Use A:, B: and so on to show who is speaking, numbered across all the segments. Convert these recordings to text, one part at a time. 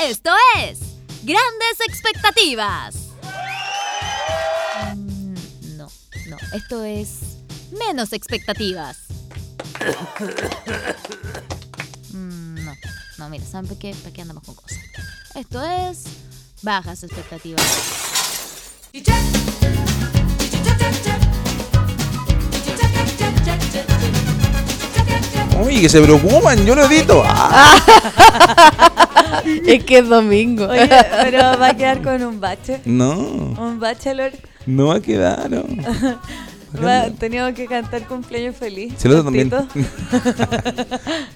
A: Esto es Grandes Expectativas. Mm, No, no, esto es menos expectativas. Mm, No, no, mira, ¿saben por qué? ¿Para qué andamos con cosas? Esto es bajas expectativas.
B: Oye, que se preocupan, yo lo edito. Ah,
C: Es que es domingo.
D: Oye, pero va a quedar con un bache.
B: no,
D: Un bachelor.
B: no va a quedar. no.
D: Va- teníamos que cantar cumpleaños feliz.
B: Se nota también.
D: Tito.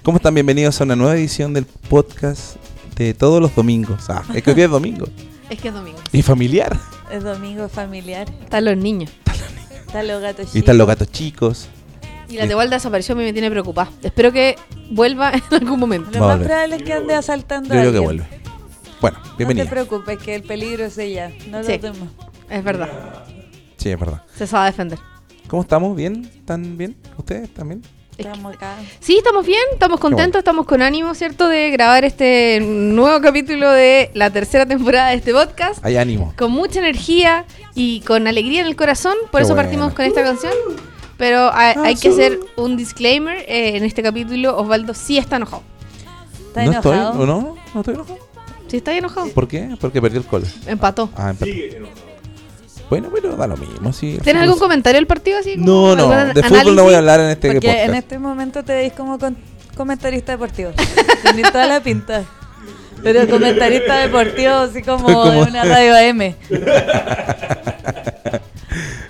B: ¿Cómo están? Bienvenidos a una nueva edición del podcast de todos los domingos. Ah, es que hoy día es domingo.
C: Es que es domingo.
B: Y familiar.
D: Es domingo familiar.
C: Están los niños.
D: Están los gatos
B: Y están los gatos chicos.
C: Y la Tebalda desapareció, a mí me tiene preocupada. Espero que vuelva en algún momento.
D: Lo
B: Va a
D: más
B: volver.
D: probable es que ande asaltando
B: Yo creo que
D: a alguien.
B: vuelve. Bueno,
D: No
B: bienvenido.
D: te preocupes, que el peligro es ella. No
C: Sí.
D: lo temas.
C: Es verdad.
B: Sí, es verdad.
C: Se sabe defender.
B: ¿Cómo estamos? ¿Bien? ¿Están bien? ¿Ustedes también?
D: Estamos acá.
C: Sí, estamos bien, estamos contentos, estamos con ánimo, ¿cierto? De grabar este nuevo capítulo de la tercera temporada de este podcast.
B: Hay ánimo.
C: Con mucha energía y con alegría en el corazón. Por
B: Qué
C: eso
B: bueno. Ah,
C: partimos con esta canción. Pero hay, hay que hacer un disclaimer. eh, en este capítulo, Osvaldo sí está enojado.
D: ¿Está
B: ¿No estoy?
D: enojado?
B: ¿o ¿No? ¿No estoy enojado?
C: Sí está enojado.
B: ¿Por qué? Porque perdí el colo.
C: Empató.
B: Ah, empató. Bueno, bueno, da lo mismo. Sí,
C: ¿Tienes algún comentario del partido así?
B: No, no,
C: ¿Algún
B: de fútbol no
C: análisis?
B: voy a hablar en este
D: Porque
B: podcast.
D: en este momento te veis como con- comentarista deportivo. Tenés toda la pinta. Pero comentarista deportivo, así como,
B: Estoy como-
D: en una radio AM.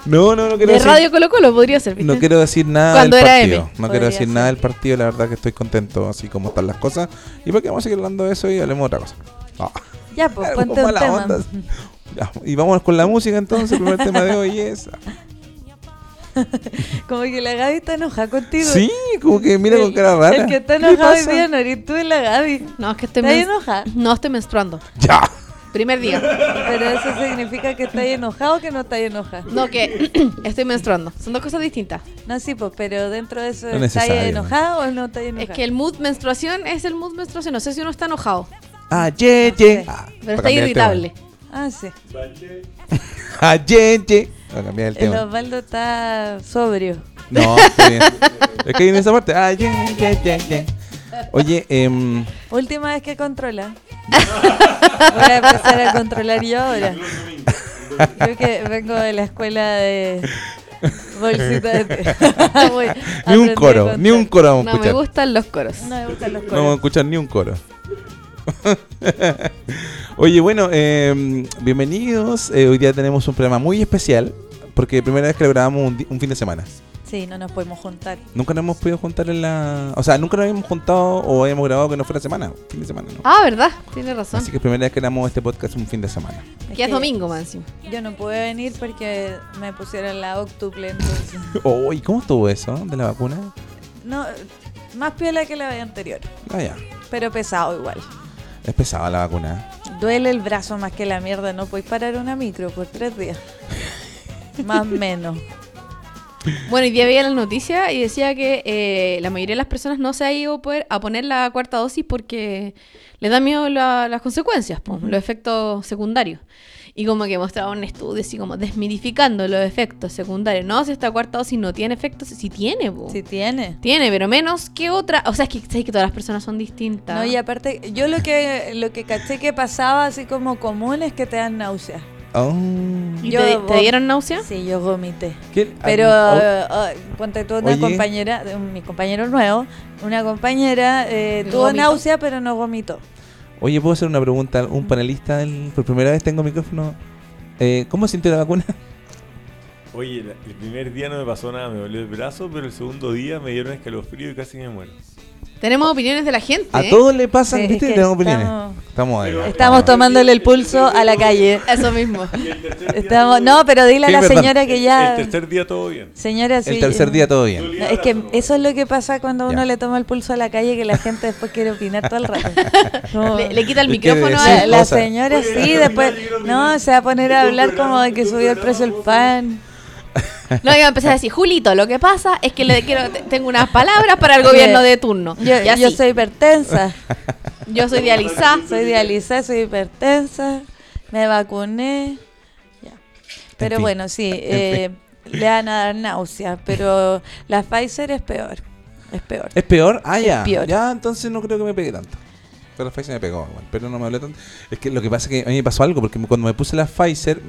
B: No, no, no quiero
C: De
B: decir,
C: Radio Colo Colo podría ser, ¿viste?
B: no quiero decir nada
C: Cuando
B: del
C: era
B: partido.
C: M.
B: No quiero
D: Podría ser.
B: decir nada del partido, la verdad que estoy contento así como están las cosas. Y porque vamos a seguir hablando de eso y hablemos de otra cosa. Ah,
D: Ya, pues
B: algo
D: ponte un
B: mala
D: tema.
B: onda. Ya, y vámonos con la música entonces, el primer tema de hoy es...
D: Como que la Gaby está enojada contigo.
B: Sí, como que mira con
D: El-
B: cara rara.
D: El que está
B: ¿Qué le
D: enojado hoy
B: pasa?
D: día no eres tú y la Gaby.
C: No, es que estoy
D: Estás
C: mens-
D: enojada.
C: No estoy menstruando.
B: Ya.
D: Ah,
C: Primer día.
D: Pero eso significa que estás enojado o que no estás enojada.
C: No, que estoy menstruando. Son dos cosas distintas.
D: No, sí, pues, pero dentro de eso,
B: No
D: ¿estás
B: necesario, ¿no?
D: enojado o no estás enojado?
C: Es que el mood menstruación es el mood menstruación. No sé si uno está enojado,
B: Ah, ye, ye. Ah, para
C: pero está
B: cambiar el tema.
C: irritable.
D: Ah, sí.
B: Ah, ye, ye. Para cambiar
D: El
B: el tema.
D: Osvaldo está sobrio.
B: No, está bien. es que en esa parte. Ah, ye, ye, ye, ye. Oye, em,
D: Última vez que controla. Voy a empezar a controlar yo ahora. Yo que vengo de la escuela de bolsita de té. Voy-
B: ni
D: aprendí
B: un
D: a
B: coro,
D: contar.
B: ni un coro vamos a
C: No, me
B: escuchar.
C: gustan los coros.
D: No me gustan los
B: No vamos a
D: coros.
B: escuchar ni un coro. Oye, bueno, em, bienvenidos. Eh, hoy día tenemos un programa muy especial porque primera vez que lo grabamos un, di- un fin de semana.
D: Sí, no nos podemos juntar.
B: Nunca nos hemos podido juntar en la. O sea, nunca nos habíamos juntado o habíamos grabado que no fuera semana. Fin de semana, ¿no?
C: Ah, ¿verdad? Tiene razón.
B: Así que primera vez que grabamos este podcast un fin de semana.
C: Que es
D: que
C: domingo, man. encima.
D: Yo no pude venir porque me pusieron la octuple. entonces.
B: Oh, ¿y cómo estuvo eso de la vacuna?
D: No, más piola que la vez anterior,
B: Ah, ya.
D: pero pesado igual.
B: Es pesada la vacuna.
D: Duele el brazo más que la mierda, no podéis parar una micro por tres días. más menos.
C: Bueno, hoy día veía la noticia y decía que eh, la mayoría de las personas no se ha ido poder- a poner la cuarta dosis porque les da miedo la- las consecuencias, po, los efectos secundarios. Y como que mostraba un estudio así como desmitificando los efectos secundarios. No, si esta cuarta dosis no tiene efectos, si tiene, po.
D: Si tiene.
C: Tiene, pero menos que otra. O sea, es que sabes que todas las personas son distintas.
D: No, y aparte, yo lo que lo que caché que pasaba así como común es que te dan náuseas.
B: Oh.
C: ¿Y
D: yo-
C: te, te
D: vos-
C: dieron náusea?
D: Sí, yo vomité.
B: ¿Qué-
D: Pero
B: ah,
D: eh, ponte tú una
B: Oye.
D: compañera, de un- mi compañero nuevo, una compañera eh,
C: Y
D: tuvo
C: vomitó.
D: náusea pero no vomitó.
B: oh, Oye, ¿puedo hacer una pregunta? Un panelista, del- por primera vez tengo micrófono. Eh, ¿Cómo sintió la vacuna?
E: Oye, la- el primer día no me pasó nada, me dolió el brazo, pero el segundo día me dieron escalofrío y casi me muero.
C: Tenemos opiniones de la gente.
B: A
C: ¿eh?
B: todos le pasan,
D: Sí, es
B: ¿viste?
D: que
B: Tenemos opiniones.
D: estamos-
B: Estamos ahí.
D: Estamos tomándole el pulso a la calle.
C: ¿eh? Eso mismo.
D: Estamos, no, pero dile a
B: Sí,
D: la
B: verdad.
D: señora que ya.
E: El tercer día todo bien.
D: Señora, sí.
B: El tercer día todo bien.
D: No, es que eso es lo que pasa cuando uno
B: Ya.
D: le toma el pulso a la calle que la gente después quiere opinar todo el rato. Como-
C: Le, le quita el
B: Le quiere
C: micrófono
B: decir
D: la,
C: a
D: la
B: cosas.
D: señora
E: Oye,
D: sí,
E: yo
D: después
E: quiero opinar, yo quiero
D: no
E: opinar.
D: se va a poner a
E: Yo
D: hablar
E: quiero
D: como de que
E: opinar,
D: subió el
E: yo
D: precio el
E: quiero
D: pan.
C: No, iba a empezar a decir, Julito, lo que pasa es que le quiero, te- tengo unas palabras para el gobierno de turno.
D: Yo,
C: Y así.
D: yo soy hipertensa.
C: Yo soy dializada.
D: Soy dializada, soy hipertensa, me vacuné. ya. Pero
B: fin,
D: bueno, sí, eh, le van a dar náuseas, pero la Pfizer es peor. Es peor.
B: ¿Es peor? Ah, ya.
D: peor.
B: Ya, entonces no creo que me pegue tanto. Pero la Pfizer me pegó, igual, pero no me habló tanto. Es que lo que pasa es que a mí me pasó algo, porque cuando me puse la Pfizer,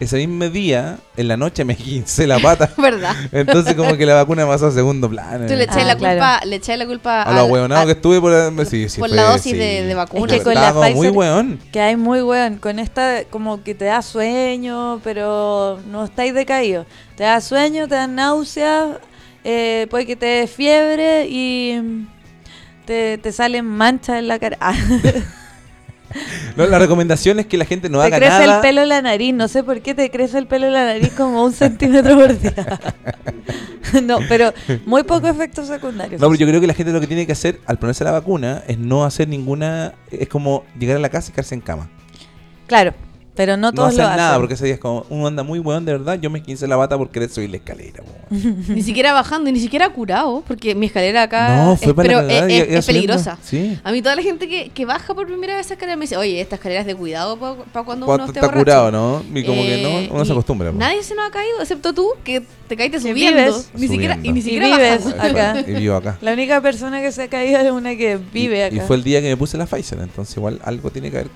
B: ese mismo día, en la noche, me quince la pata.
C: ¿Verdad?
B: Entonces como que la vacuna pasó a segundo plano.
C: Tú le echáis
D: Ah,
C: la
D: claro.
C: culpa, le echáis la culpa
B: A los
C: al-
B: hueonados
C: al-
B: que estuve por, la- sí, sí,
C: por
B: fue-
C: la dosis
B: sí.
C: de, de vacuna.
D: Es que con la
B: Estaba como muy
D: Pfizer-
B: hueón.
D: Que hay muy weón. Con esta, como que te da sueño, pero no estáis decaídos. Te da sueño, te da náuseas, eh, puede que te dé fiebre y mm, te, te salen manchas en la cara. Ah,
B: No, la recomendación es que la gente no
D: te
B: haga
D: crece
B: nada.
D: el pelo en la nariz. No sé por qué te crece el pelo en la nariz como un centímetro por día. no, pero muy pocos efectos secundarios.
B: No, pero yo creo que la gente lo que tiene que hacer al ponerse la vacuna es no hacer ninguna. Es como llegar a la casa y quedarse en cama.
D: Claro, pero no
B: No,
D: todos
B: hacer
D: lo hacen.
B: nada, porque ese día es como uno anda muy weón de verdad. Yo me quince la bata por querer subir la escalera. weón.
C: Ni siquiera bajando, y ni siquiera curado, porque mi escalera acá
B: No, fue
C: es,
B: para
C: eh, pero
B: la
C: es,
B: cagada,
C: es-
B: iba- iba
C: es peligrosa.
B: subiendo. Sí.
C: A mí toda la gente que, que baja por primera vez esa escalera me dice, oye, esta escalera es de cuidado para cuando uno
B: Cuando
C: esté
B: está
C: borracho".
B: curado, ¿no? Y como
C: Eh,
B: que no, uno
C: y
B: se acostumbra. po.
C: Nadie se nos ha caído, excepto tú, que te caíste
D: Que
C: subiendo.
D: vives.
C: Ni siquiera, y
B: Subiendo.
C: ni siquiera
D: Y vives.
C: bajando.
D: acá.
B: Y vivo acá.
D: La única persona que se ha caído es una que vive
B: Y-
D: acá.
B: Y fue el día que me puse la Pfizer, entonces igual algo tiene que haber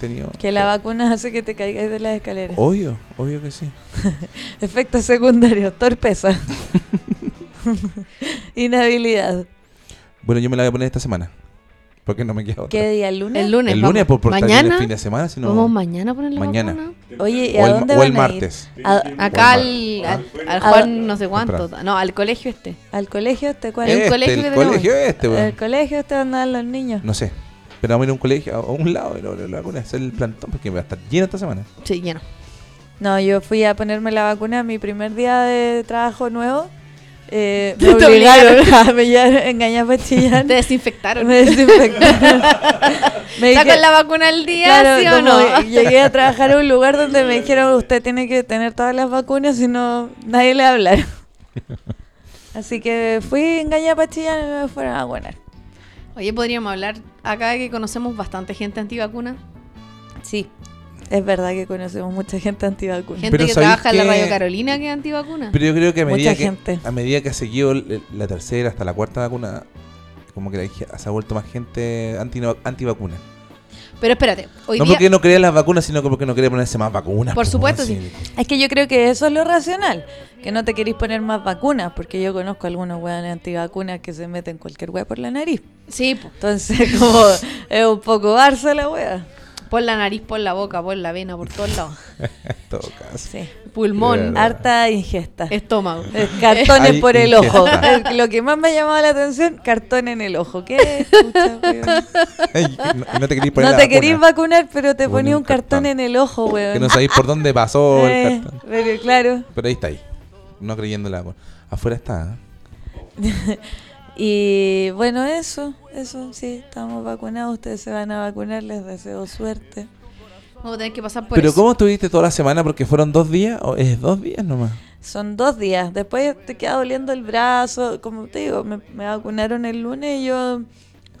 B: tenido.
D: Que la vacuna hace que te caigas de las escaleras.
B: Obvio, obvio que sí.
D: Efectos secundarios, torpeza. Inhabilidad.
B: Bueno, yo me la voy a poner esta semana. Porque no me queda otra.
D: ¿Qué día? ¿El lunes?
C: El lunes.
B: El lunes,
C: vamos.
B: por, por estar bien
C: mañana.
B: el fin de semana, si no.
C: Vamos mañana a ponerle
B: Mañana.
C: vacuna.
D: Oye, ¿y
B: o
D: a
B: el,
D: dónde
B: o el
D: van a ir?
B: martes.
D: A-
C: Acá
B: Walmart.
C: al, al, al
D: Ah.
C: Juan no sé cuánto. No, al colegio este.
D: ¿Al colegio este cuál?
C: Eh,
D: es?
B: Este,
C: colegio que
B: el
C: tenemos.
B: colegio este, weón.
D: ¿Al colegio este van a andar los niños?
B: No sé. Pero vamos a ir a un colegio, a a un lado, y lo- lo- lo vacuna, hacer el plantón, porque va a estar lleno esta semana.
C: Sí, lleno.
D: No, yo fui a ponerme la vacuna mi primer día de trabajo nuevo. Eh,
C: Te
D: me obligaron a me llevaron engañar pastillante.
C: Te desinfectaron.
D: Me desinfectaron. Me
C: ¿Está
D: dije-
C: con la vacuna al día,
D: Claro,
C: sí o
D: como
C: no?
D: Llegué a trabajar a un lugar donde me dijeron usted tiene que tener todas las vacunas, si no nadie le habla. Así que fui engañada pastillas y me fueron a vacunar.
C: Oye, podríamos hablar acá que conocemos bastante gente antivacuna.
D: Sí, es verdad que conocemos mucha gente antivacuna.
C: Gente
B: Pero
C: que
B: ¿sabéis
C: trabaja en
B: que-
C: la Radio Carolina que es antivacuna.
B: Pero yo creo que a
D: Ah. Mucha
B: medida, que,
D: gente.
B: a medida que ha seguido el- la tercera hasta la cuarta vacuna, como que la dije, se ha vuelto más gente anti, antivacuna.
C: Pero espérate, hoy
B: No
C: día...
B: porque no crea las vacunas, sino que porque no quiere ponerse más vacunas.
C: Por
B: po,
C: supuesto,
B: weón,
C: sí.
D: Es que yo creo que eso es lo racional, que no te queréis poner más vacunas, porque yo conozco algunos hueones antivacunas que se meten cualquier hueá por la nariz.
C: Sí, po.
D: Entonces, como es un poco barça la hueá.
C: por la nariz, por la boca, por la vena, por todos lados.
B: En todo caso.
D: Sí.
C: Pulmón,
B: Claro.
D: Harta ingesta.
C: estómago.
D: Eh, Cartones
B: Hay
D: por el
B: ingesta.
D: ojo. Eh, Lo que más me ha llamado la atención, cartón en el ojo. ¿Qué? Pucha, weón.
B: Ay, no, no te querís poner
D: no
B: la
D: te
B: vacuna,
D: querís vacunar, pero te
B: Ponía
D: ponía
B: un
D: un cartón
B: cartón.
D: en el ojo, weón.
B: Que no sabéis por dónde pasó
D: Eh,
B: el cartón.
D: pero claro.
B: Pero ahí está ahí. No creyendo la vacuna. Afuera está. ¿eh?
D: Y bueno, eso, eso, sí, estamos vacunados, ustedes se van a vacunar, les deseo suerte.
C: Vamos a tener que pasar por
B: Pero
C: eso.
B: ¿cómo estuviste toda la semana? Porque fueron dos días. ¿O es dos días nomás?
D: Son dos días, después te queda doliendo el brazo, como te digo, me, me vacunaron el lunes y yo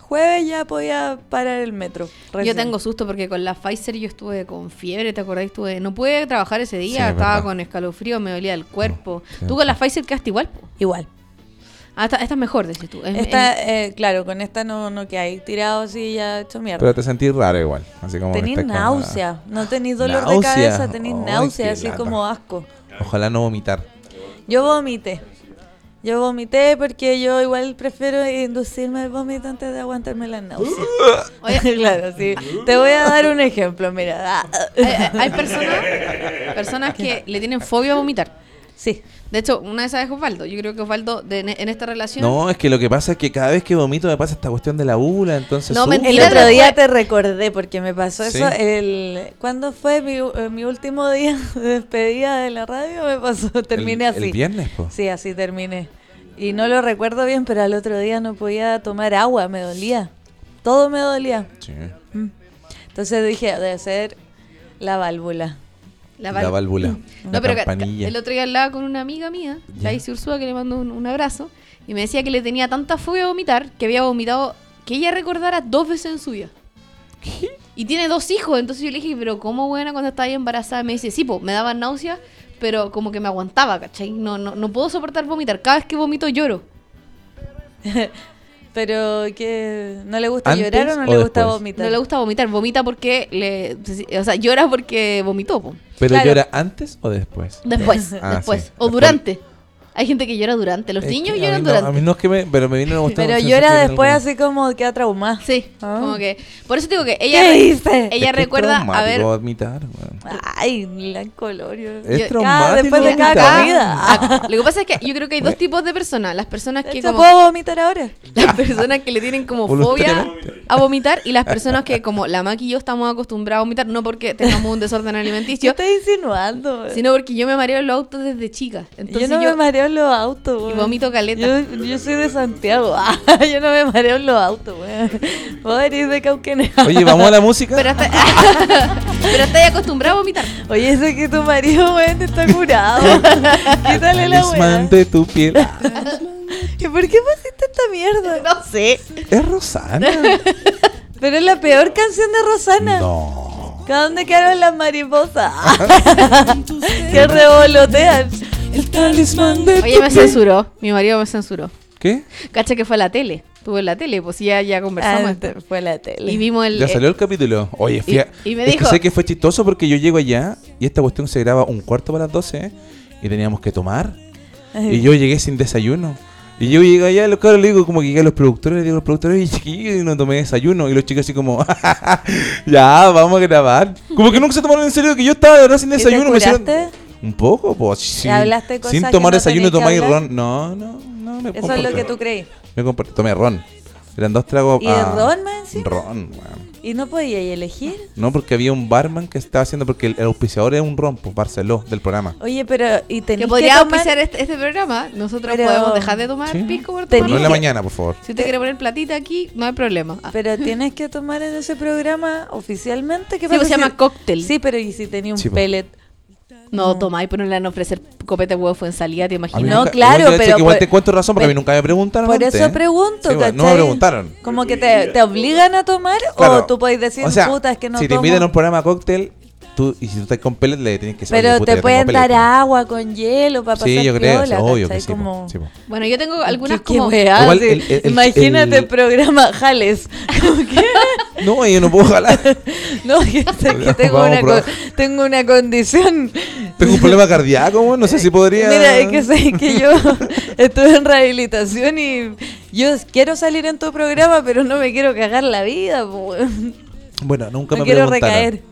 D: jueves ya podía parar el metro.
C: Yo
D: recién.
C: tengo susto porque con la Pfizer yo estuve con fiebre, ¿te acordás? Estuve, no pude trabajar ese
B: Sí,
C: día,
B: es
C: estaba
B: verdad. Oh,
C: con escalofrío, me dolía el cuerpo.
B: Sí, es
C: Tú con la Pfizer quedaste igual, po.
D: Igual.
C: Ah, esta, esta es mejor, decís tú. Es-
D: Esta,
C: es-
D: eh, claro, con esta no, no que hay tirado así ya hecho mierda.
B: Pero te sentís raro igual. Así como que
D: Tenís
B: estás como-
D: náusea, no tenís dolor de
B: Náusea.
D: cabeza, tenís
B: Ay,
D: náusea,
B: qué
D: así
B: lata.
D: como asco.
B: Ojalá no vomitar.
D: Yo vomité. Yo vomité porque yo igual prefiero inducirme al vómito antes de aguantarme la náusea. Oye, claro, sí. Te voy a dar un ejemplo, mira. Ah, ah.
C: hay, hay- hay personas, personas que le tienen fobia a vomitar.
D: Sí.
C: De hecho, una de esas es Osvaldo. Yo creo que Osvaldo, de- en esta relación,
B: No, es que lo que pasa es que cada vez que vomito me pasa esta cuestión de la bula, entonces.
C: No,
B: sufro.
D: El
C: Mira,
D: otro
C: después-
D: día te recordé porque me pasó
B: Sí.
D: eso. El, ¿Cuándo fue mi, eh, mi último día de despedida de la radio? Me pasó, terminé
B: El-
D: así.
B: El viernes, po.
D: Sí, así terminé. Y no lo recuerdo bien, pero al otro día no podía tomar agua, me dolía. Todo me dolía.
B: Sí.
D: Entonces dije, "Ah, debe ser la válvula.
B: La,
C: val-
B: válvula.
C: No,
B: la
C: pero ca- ca-
B: campanilla.
C: el otro día hablaba con una amiga mía, la
B: Ya.
C: Isi Ursúa, que le mando un, un abrazo, y me decía que le tenía tanta fobia a vomitar que había vomitado que ella recordara dos veces en su vida. Y tiene dos hijos, entonces yo le dije, pero ¿cómo buena cuando estaba ahí embarazada? Me dice, sí, po, me daba náuseas, pero como que me aguantaba, ¿cachai? No, no, no puedo soportar vomitar. Cada vez que vomito lloro.
D: Pero que no le gusta
B: ¿Antes
D: llorar o no
B: o
D: le gusta
B: después?
D: vomitar.
C: No le gusta vomitar, vomita porque le. O sea, llora porque vomitó, po.
B: ¿Pero
D: Claro.
B: llora antes o después?
C: Después,
B: Ah,
C: después.
B: sí,
C: O
B: después.
C: durante. Hay gente que llora durante. Los
B: Es
C: niños
B: que a
C: lloran
B: mí no-
C: durante.
B: A mí no es que me. Pero me vino a gustar.
D: Pero llora después así como queda traumada.
C: Sí,
D: Ah.
C: como que. Por eso te digo que ella.
D: ¿Qué hice?
C: Ella recuerda haber.
D: Ay, la color. yo-
B: Es
C: Yo-
B: traumático
D: después de cada
B: vomitar.
D: comida.
C: Ah, lo que pasa es que yo creo que hay dos tipos de personas. Las personas
D: De
C: que
D: hecho,
C: como.
D: ¿Puedo vomitar ahora?
C: Las personas que le tienen como fobia
B: Voluntariamente.
C: a vomitar y las personas que como la Maki y yo estamos acostumbrados a vomitar, no porque tengamos un desorden
D: Yo
C: alimenticio,
D: estoy insinuando. güey.
C: sino porque yo me mareo en los autos desde chica. Entonces
D: yo no
C: yo,
D: me mareo en los autos, güey.
C: y vomito caleta.
D: Yo, yo soy de Santiago. Ah, yo no me mareo en los autos, güey. Vos eres de Cauquenes.
B: Oye, vamos a la música.
C: Pero está- pero estoy acostumbrado a vomitar.
D: Oye, eso que tu marido, güey, te está curado. Quítale la
B: Talismán
D: weá.
B: de tu piel.
D: ¿Y por qué pusiste esta mierda?
C: No sé.
B: Es Rosana.
D: Pero es la peor canción de Rosana.
B: No.
D: ¿A dónde quedaron las mariposas? que revolotean. El talismán de
C: Oye, me censuró. Mi marido me censuró.
B: ¿Qué?
C: Cacha que fue a la tele. Estuvo en la tele, pues ya, ya
D: Ah,
C: conversamos. esto.
D: fue la tele.
C: Y vimos el.
B: Ya salió el capítulo. Oye, fui a-
C: y me
B: es que
C: dijo-
B: sé que fue chistoso porque yo llego allá y esta cuestión se graba un cuarto para las 12 y teníamos que tomar. Y yo llegué sin desayuno. Y yo llegué allá, los cabros le digo, como que llegué a los productores, le digo a los productores, y chiquillos, y no tomé desayuno. Y los chicos así como, ya, vamos a grabar. Como que nunca se tomaron en serio que yo estaba de verdad sin
D: te
B: desayuno. me hicieron-
D: curaste?
B: Un poco, pues. Sin,
D: hablaste cosas
B: sin
D: que
B: tomar
D: no
B: desayuno,
D: tenías que
B: tomáis
D: hablar?
B: ron. No, no, no. Me
D: Eso es lo
B: comporté.
D: que tú creí.
B: Me comporté. Tomé ron. Eran dos tragos.
D: ¿Y
B: ah,
D: ron más encima?
B: Ron, weón.
D: ¿Y no podías elegir?
B: No, porque había un barman que estaba haciendo, porque el, el auspiciador es un rompo, Barceló, del programa.
D: Oye, pero ¿y tenías
C: que
D: que
C: podría
D: tomar?
C: auspiciar este, este programa. Nosotros
D: Pero-
C: podemos dejar de tomar
B: Sí.
C: pisco por
D: Tenía-
B: No en
C: tomar-
B: la mañana, por favor.
C: Si usted quiere poner platita aquí, no hay problema. Ah.
D: Pero tienes que tomar en ese programa oficialmente. ¿Qué
C: Sí, pues,
D: pasa
C: se
D: si-
C: llama cóctel.
D: Sí, pero ¿y si tenía un
B: Sí, pues.
D: pellet?
C: No, tomáis, pero no le van a ofrecer copete de huevo fue en salida, te
B: A mí
C: imaginas.
D: No,
B: nunca-
D: claro,
B: igual te-
D: pero
B: que Igual
D: por-
B: te cuento razón, porque a mí
D: pero-
B: nunca me preguntaron.
D: Por
B: antes,
D: eso
B: ¿eh?
D: pregunto,
B: Sí, bueno, No me
D: ¿cachai?
B: preguntaron.
D: Como que te, te obligan a tomar
B: Claro.
D: o tú podés decir,
B: O sea,
D: puta, es que no
B: Si te
D: tomo.
B: invitan a un programa cóctel, tú, y si tú estás con pellet, le tienes que saber.
D: Pero te pueden dar agua con hielo para pasar
B: Sí, yo creo,
D: piola,
B: sí, obvio que
D: ¿cachai?
B: sí. po,
D: Como-
B: sí, po.
C: Bueno, yo tengo algunas
D: ¿Qué- qué
C: como.
D: weá?
B: Igual
D: Sí.
B: el- el- el-
D: Imagínate el,
B: el-
D: programa Jales. Como que-
B: No, yo no puedo jalar.
D: no, que sé que tengo
B: Vamos,
D: una,
B: pro-
D: co- tengo una condición.
B: Tengo un problema cardíaco, weón, no sé si podría.
D: Mira, es que sé que yo estuve en rehabilitación y yo quiero salir en tu programa, pero no me quiero cagar la vida. po.
B: Bueno, nunca
D: No
B: me
D: quiero
B: preguntaron.
D: recaer.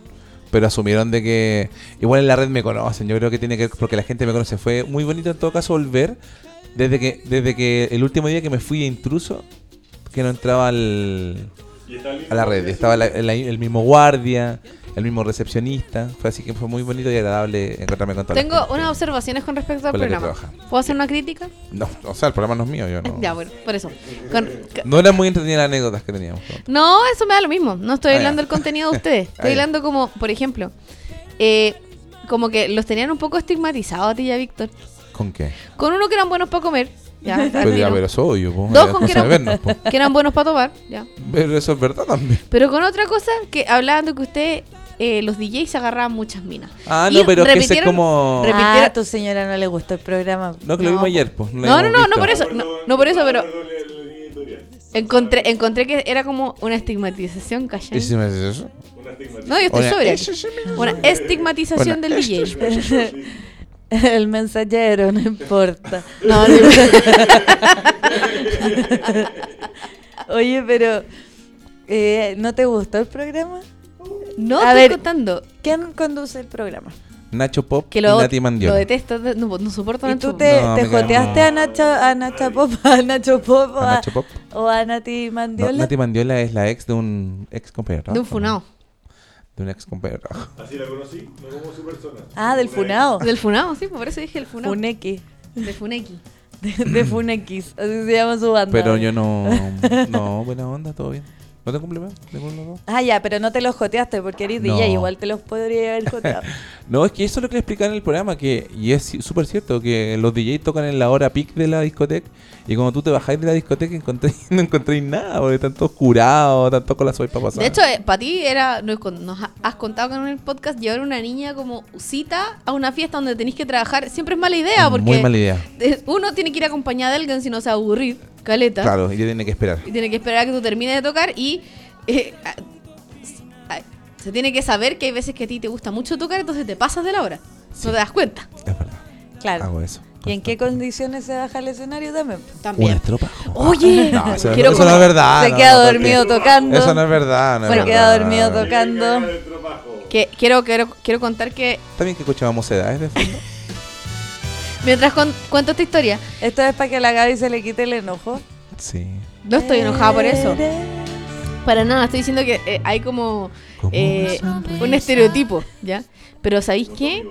B: Pero asumieron de que. Igual en la red me conocen. Yo creo que tiene que ver porque la gente me conoce. Fue muy bonito en todo caso volver. Desde que, desde que el último día que me fui de intruso, que no entraba al, a la red. Estaba la- la- el mismo guardia, el mismo recepcionista. Fue así que fue muy bonito y agradable encontrarme con toda la
C: Tengo
B: gente.
C: unas observaciones con respecto al
B: Con la que
C: programa.
B: trabaja.
C: ¿Puedo hacer una crítica?
B: No, o sea, el programa no es mío, yo no.
C: Ya, bueno, por eso. Con- ca-
B: No eran muy entretenidas las anécdotas que teníamos.
C: No, eso me da lo mismo. No estoy
B: Ah, ya.
C: hablando del contenido de ustedes.
B: Ah, ya.
C: Estoy hablando como, por ejemplo, eh, como que los tenían un poco estigmatizados a ti y a Víctor.
B: ¿Con qué?
C: Con uno que eran buenos para comer. Ya,
B: Pero Pues ya,
C: admiro.
B: pero eso obvio, po.
C: Dos
B: Ya,
C: con que
B: cosa de
C: eran,
B: vernos, po.
C: que eran buenos para tomar. Ya.
B: Pero eso es verdad también.
C: Pero con otra cosa que hablaban de que usted, eh, los DJs agarraban muchas minas.
B: Ah,
C: Y
B: no, pero es que ese es
C: repitieron-
B: como.
C: repitieron-
D: Ah, a tu señora no le gustó el programa.
B: No, que lo
C: No,
B: vimos
C: po.
B: ayer, pues.
C: No, no, no, no por eso. No, no por eso, pero encontré, encontré que era como una estigmatización, ¿cachai?
B: eso?
C: No, yo estoy
B: Una-
C: sobria.
B: eso sí
C: Una estigmatización
B: Una-
C: del DJ.
D: El mensajero, no importa.
C: No, no,
D: Oye, pero eh, ¿no te gustó el programa?
C: no
D: A
C: estoy
D: ver.
C: contando.
D: ¿Quién conduce el programa?
B: Nacho Pop
C: Que
B: y
C: lo,
B: Nati Mandiola.
C: lo detesto, no, no soporto
D: ¿Y
C: Nacho
D: tú
C: Pop.
D: te,
B: No,
D: te
B: me cae
D: joteaste
B: mal.
D: a, Nacha, a Nacha Pop, a Nacho Pop, o
B: ¿A
D: a,
B: Nacho Pop?
D: o a Nati
B: No,
D: Mandiola?
B: Nati Mandiola es la ex de un ex compañero. de
C: De un
B: trabajo,
C: funao.
B: ¿no? De un ex compañero. de trabajo.
E: Así la conocí, no como su persona.
D: Ah, del Funao.
C: Del funao, sí, por eso dije el funao.
D: Funeki.
C: De funeki.
D: De, de Funequis, así se llama su banda.
B: Pero yo no. No, buena onda, todo bien. ¿No te cumple más? ¿Ninguno de los dos?
D: Ah, ya, pero no te los joteaste porque eres
B: No.
D: DJ, igual te los podría haber joteado.
B: No, es que eso es lo que le explican en el programa, que, y es ci- súper cierto, que los DJ tocan en la hora peak de la discoteca, y cuando tú te bajáis de la discoteca encontréis- no encontréis nada, porque están todos curados, están todos con la sopa pasada.
C: De hecho, para ti era, nos, con- nos ha- has contado que en el podcast llevar una niña como cita a una fiesta donde tenéis que trabajar siempre es mala idea porque
B: Muy mala idea.
C: eh, uno tiene que ir acompañada de alguien si no se va a aburrir, caleta.
B: Claro, y tiene que esperar.
C: Y tiene que esperar a que tú termines de tocar y eh, a- a- se tiene que saber que hay veces que a ti te gusta mucho tocar, entonces te pasas de la hora.
B: Sí. Ah.
C: No te das cuenta.
B: Es verdad.
D: Claro.
B: Hago eso.
D: ¿Y en qué condiciones se baja el escenario también?
B: Una
C: También.
B: estropa.
C: Oye,
B: No, eso,
C: quiero
B: eso no es
C: comer-
B: verdad.
D: se
B: no,
D: queda
B: no, porque-
D: dormido tocando.
B: Eso no es verdad. No es
D: se queda
B: verdad.
D: dormido tocando.
C: que, quiero, quiero, quiero contar que
B: También que escuchábamos edades de fondo.
C: mientras con- cuento esta historia,
D: Esto es para que a la Gaby se le quite el enojo.
B: Sí.
C: no estoy enojada por eso. Para nada, estoy diciendo que eh, hay como
B: Como
C: eh, un estereotipo, ¿ya? Pero ¿sabéis qué?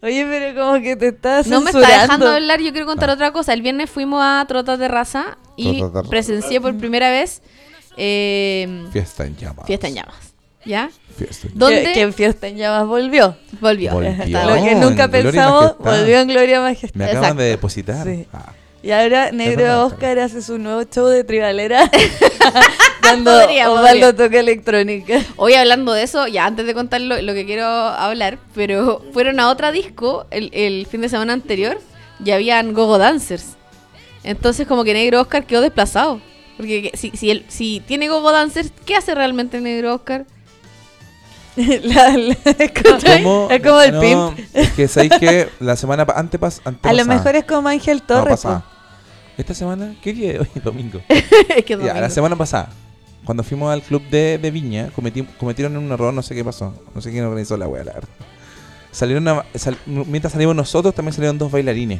D: Oye, pero como que te estás
C: No me está
D: censurando.
C: dejando hablar, yo quiero
B: Ah.
C: contar otra cosa. El viernes fuimos a Trota Terraza y
B: Trota Terraza.
C: presencié por primera vez eh,
B: Fiesta en llamas.
C: Fiesta en Llamas, ¿ya?
B: Fiesta en
C: Do- ¿Dónde?
D: Que, que en Fiesta en Llamas volvió.
C: Volvió.
B: Volvió.
D: Lo que
B: en
D: nunca
B: Gloria y
D: pensamos,
B: Majestad.
D: volvió en Gloria y Majestad.
B: Me acaban
C: Exacto.
B: de depositar.
D: Sí.
B: Ah,
D: Y ahora Negro
B: verdad.
D: Oscar hace su nuevo show de tribalera dando
C: Podría,
D: Osvaldo
C: podría.
D: toca electrónica.
C: Hoy hablando de eso, ya antes de contar lo, lo que quiero hablar, pero fueron a otra disco el, el fin de semana anterior y habían gogo dancers. Entonces como que Negro Oscar quedó desplazado. Porque que- si, si, él, si tiene gogo dancers, ¿qué hace realmente Negro Oscar?
D: La- la- ¿cachai?
B: Ah, ¿Cómo?
D: Es como el
B: No,
D: pimp.
B: Es que sabéis que la semana pa- antepas,
D: A
B: antepasada.
D: lo mejor es como Ángel
B: No,
D: Torres.
B: pasada. ¿Esta semana? ¿Qué día es hoy? Domingo.
C: es
D: este
C: que es
B: Ya, la
C: domingo.
B: semana pasada, cuando fuimos al club de, de Viña, cometí- cometieron un error, no sé qué pasó. No sé quién organizó la wea, la verdad. Salieron a- sal- mientras salimos nosotros, también salieron dos bailarines,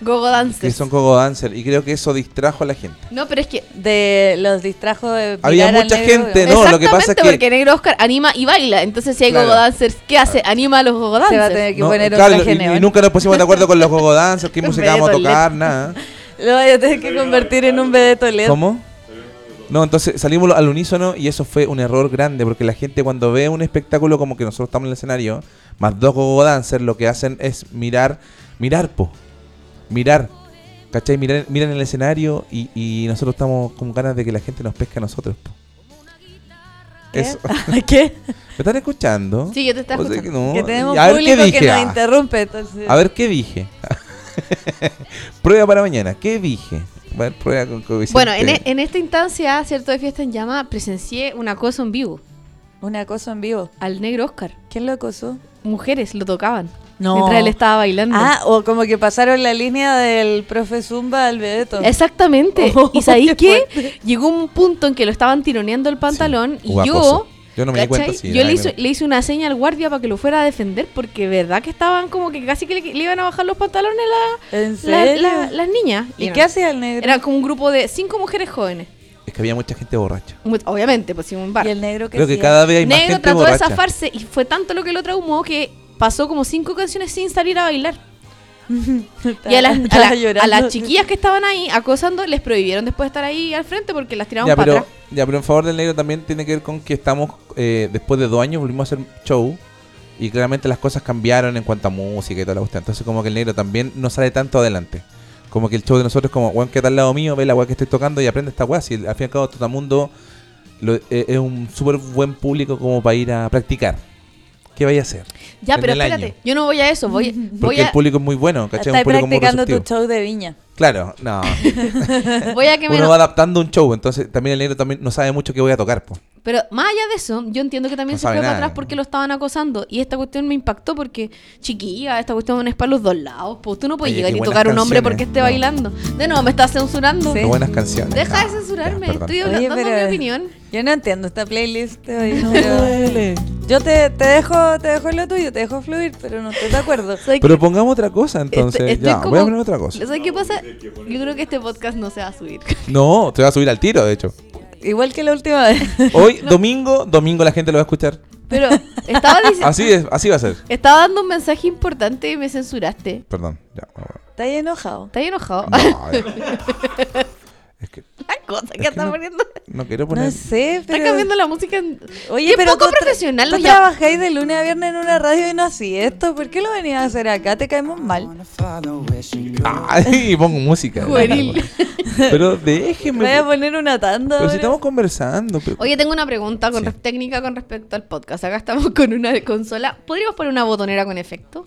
C: Gogo
B: que
C: dancers.
B: son Coco Dancer, y creo que eso distrajo a la gente.
C: No, pero es que...
D: po, De los distrajo de
B: Había
D: mirar al
B: mucha
D: negro,
B: gente,
D: digamos.
B: No, lo que
C: Exactamente,
B: pasa es que-
C: porque Negro Oscar anima y baila. Entonces si hay
B: Claro. Ah.
C: gogo dancers, ¿qué hace? Anima a los gogo
D: Se va a
C: dancers.
D: tener que
B: No,
D: poner
B: claro,
D: otra
B: y- y, nunca nos pusimos de acuerdo con los Coco Dancers, qué
C: Un
B: música vamos a
C: vedeto
B: tocar, nada.
D: Lo voy a tener que convertir en un bebé Toledo.
B: ¿Cómo? No, entonces salimos al unísono y eso fue un error grande porque la gente cuando ve un espectáculo como que nosotros estamos en el escenario, más dos gogo dancers, lo que hacen es mirar, mirar, po, mirar, ¿cachai? Mirar, miran el escenario y, y nosotros estamos con ganas de que la gente nos pesque a nosotros, po.
D: ¿Qué?
B: Eso.
D: ¿Qué?
B: ¿Me están escuchando?
C: Sí, yo te estaba
B: O sea que
C: escuchando.
B: no.
D: Que tenemos
B: Y a ver qué
D: público
B: dije.
D: que nos
B: Ah,
D: interrumpe. Entonces,
B: a ver qué dije. prueba para mañana. ¿Qué dije? A ver, prueba con coeficiente.
C: Bueno, en, e- en esta instancia, cierto, de Fiesta en Llama, presencié un acoso en vivo
D: Un acoso en vivo.
C: al negro Oscar.
D: ¿Quién lo acosó?
C: Mujeres lo tocaban
D: No.
C: mientras él estaba bailando.
D: Ah, o como que pasaron la línea del profe Zumba al Bebeto.
C: Exactamente.
D: Oh,
C: ¿Y sabéis
D: qué
C: qué? Llegó un punto en que lo estaban tironeando el pantalón
B: Sí,
C: y
B: hubo acoso.
C: yo,
B: Yo no me di
C: ¿cachai?
B: cuenta si
C: yo
B: era
C: le,
B: algo-
C: hizo- le hice una seña al guardia para que lo fuera a defender porque verdad que estaban como que casi que le, le iban a bajar los pantalones la-
D: ¿En
C: la-
D: serio?
C: la- las niñas.
D: ¿Y
C: Eran-
D: qué hacía el negro?
C: Era como un grupo de cinco mujeres jóvenes.
B: Es que había mucha gente borracha.
C: Mu- Obviamente, pues sin un bar.
D: Y el negro que
B: Creo que
D: hacía?
B: cada vez hay más
C: Negro
B: gente
C: trató
B: borracha.
C: de zafarse y fue tanto lo que lo traumó que pasó como cinco canciones sin salir a bailar. Y a las, a
D: Estaba
C: la-
D: llorando.
C: a las chiquillas que estaban ahí acosando les prohibieron después estar ahí al frente porque las tiraban
B: ya,
C: para
B: pero,
C: atrás.
B: ya, pero en favor del negro también tiene que ver con que estamos, eh, después de dos años volvimos a hacer show y claramente las cosas cambiaron en cuanto a música y toda la cuestión. Entonces como que el negro también no sale tanto adelante. Como que el show de nosotros es como, weón, quédate al lado mío, ve la weá que estoy tocando y aprende esta weá. Si al fin y al cabo todo el mundo lo- eh, es un súper buen público como para ir a practicar. ¿Qué vaya a hacer?
C: Ya,
B: en
C: pero
B: el
C: espérate,
B: año.
C: yo no voy a eso, voy, voy,
B: Porque el
C: a,
B: público es muy bueno, ¿cachai?
D: Estás
B: Es un público muy
D: practicando tu
B: receptivo.
D: show de viña.
B: Claro, no.
C: voy a que me...
B: Uno va adaptando un show, entonces también el negro también no sabe mucho qué voy a tocar, po.
C: Pero más allá de eso, yo entiendo que también
B: No
C: se
B: sabe
C: fue para
B: nada.
C: atrás porque lo estaban acosando. Y esta cuestión me impactó porque, chiquilla, esta cuestión es para los dos lados. Pues tú no puedes
B: Oye,
C: llegar
B: qué
C: y
B: buenas
C: tocar a un hombre
B: canciones.
C: porque esté
B: No.
C: bailando. De nuevo, me estás censurando.
D: Sí.
B: Qué buenas canciones.
C: Deja
B: No,
C: de censurarme,
B: ya, perdón.
C: estoy
D: Oye,
C: dando mi
D: pero-
C: opinión.
D: Yo no entiendo esta playlist. oye, pero- Yo te, te dejo te dejo lo tuyo, te dejo fluir, pero no estoy de acuerdo.
C: Soy-
B: Pero pongamos otra cosa,
D: este,
B: entonces.
C: Estoy- estoy
B: ya, voy a
C: como-
B: poner otra cosa.
C: ¿Sabes qué pasa? Yo creo que este podcast no se va a subir.
B: No, te voy a subir al tiro, de hecho.
D: Igual que la última vez.
B: Hoy, domingo, domingo la gente lo va a escuchar.
C: Pero estaba, dic-
B: Así es, así va a ser.
C: estaba dando un mensaje importante y me censuraste.
B: Perdón, ya. no,
C: Oh.
D: ¿Estás enojado?
C: ¿Estás enojado?
B: no, ya. Es que
C: la cosa que
B: que
C: está
B: no-
C: poniendo.
B: No quiero poner.
D: No sé, pero...
C: Está cambiando la música. En...
D: Oye,
C: Qué
D: pero
C: poco
D: tú tra-
C: profesional
D: tú
C: los llama-
D: trabajáis de lunes a viernes en una radio y no así esto. ¿Por qué lo venías a hacer acá? Te caemos mal.
B: Ah, y pongo música.
C: Juvenil.
B: Pero
D: Voy a
B: déjenme.
D: poner una tanda.
B: Pero si
D: ahora.
B: estamos conversando. pero-
C: Oye, tengo una pregunta con
B: Sí.
C: res- técnica con respecto al podcast. Acá estamos con una consola. ¿Podríamos poner una botonera con efecto?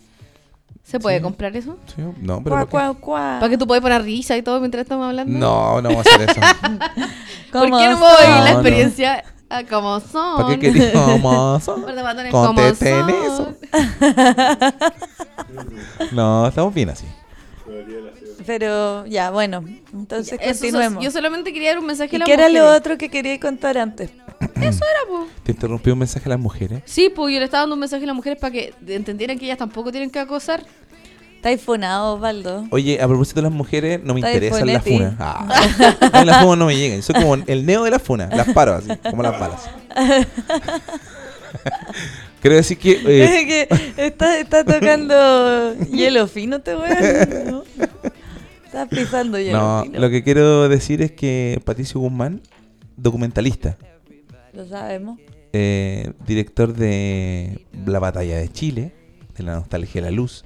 C: ¿Se puede
B: Sí.
C: comprar eso?
B: Sí, No, pero.
D: Cuá,
B: ¿por qué?
D: cuá, cuá.
C: Para que tú puedas poner risa y todo mientras estamos hablando.
B: No, no vamos a hacer eso.
C: ¿Por
D: ¿Cómo
C: qué no puedo
D: son?
C: vivir la
B: No, no.
C: experiencia a como son?
B: ¿Para qué querías? ¿Cómo son?
C: Por de botones como
B: Contesten eso.
C: son.
B: No, estamos bien así.
D: Pero ya, bueno. Entonces
C: Eso,
D: continuemos.
C: yo solamente quería dar un mensaje a
D: ¿Y
C: la
D: qué era lo
C: mujer.
D: otro que quería contar antes?
B: Te interrumpí un mensaje a las mujeres.
C: Sí, pues yo le estaba dando un mensaje a las mujeres para que entendieran que ellas tampoco tienen que acosar.
D: Estáis funado, Osvaldo.
B: Oye, a propósito de las mujeres, no me
D: Está
B: interesan las
D: disponible.
B: funas. Ah, a mí las funas no me llegan. Soy como el neo de las funas. Las paro así, como las balas. Quiero decir que. eh,
D: Es que está, está tocando hielo fino, te voy ¿no? Estás pisando hielo
B: no,
D: fino.
B: lo que quiero decir es que Patricio Guzmán, documentalista,
D: Lo sabemos.
B: eh, director de La Batalla de Chile, de La Nostalgia de la Luz,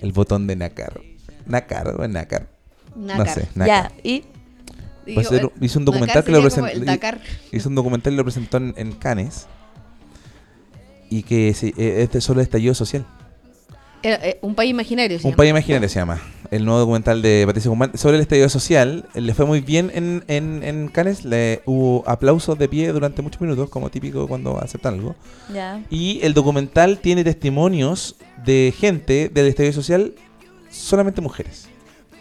B: El Botón de Nácar. Nácar o Nácar. No
C: Nácar.
B: sé, Nácar.
D: Ya, y
C: Digo,
B: Va a ser-
C: eh,
B: hizo un
C: Nácar
B: documental que lo
C: sería como el
B: presentó.
C: Dakar.
B: hizo un documental y lo presentó en, en Cannes. Y que se- eh, este solo estallido social.
C: Eh, eh, un país imaginario. se
B: Un
C: llama.
B: país imaginario se llama. El nuevo documental de Patricio Guzmán sobre el estallido social. Eh, Le fue muy bien en, en, en Cannes. Le hubo aplausos de pie durante muchos minutos, como típico cuando aceptan algo.
D: ya.
B: Y el documental tiene testimonios de gente del estallido social, solamente mujeres.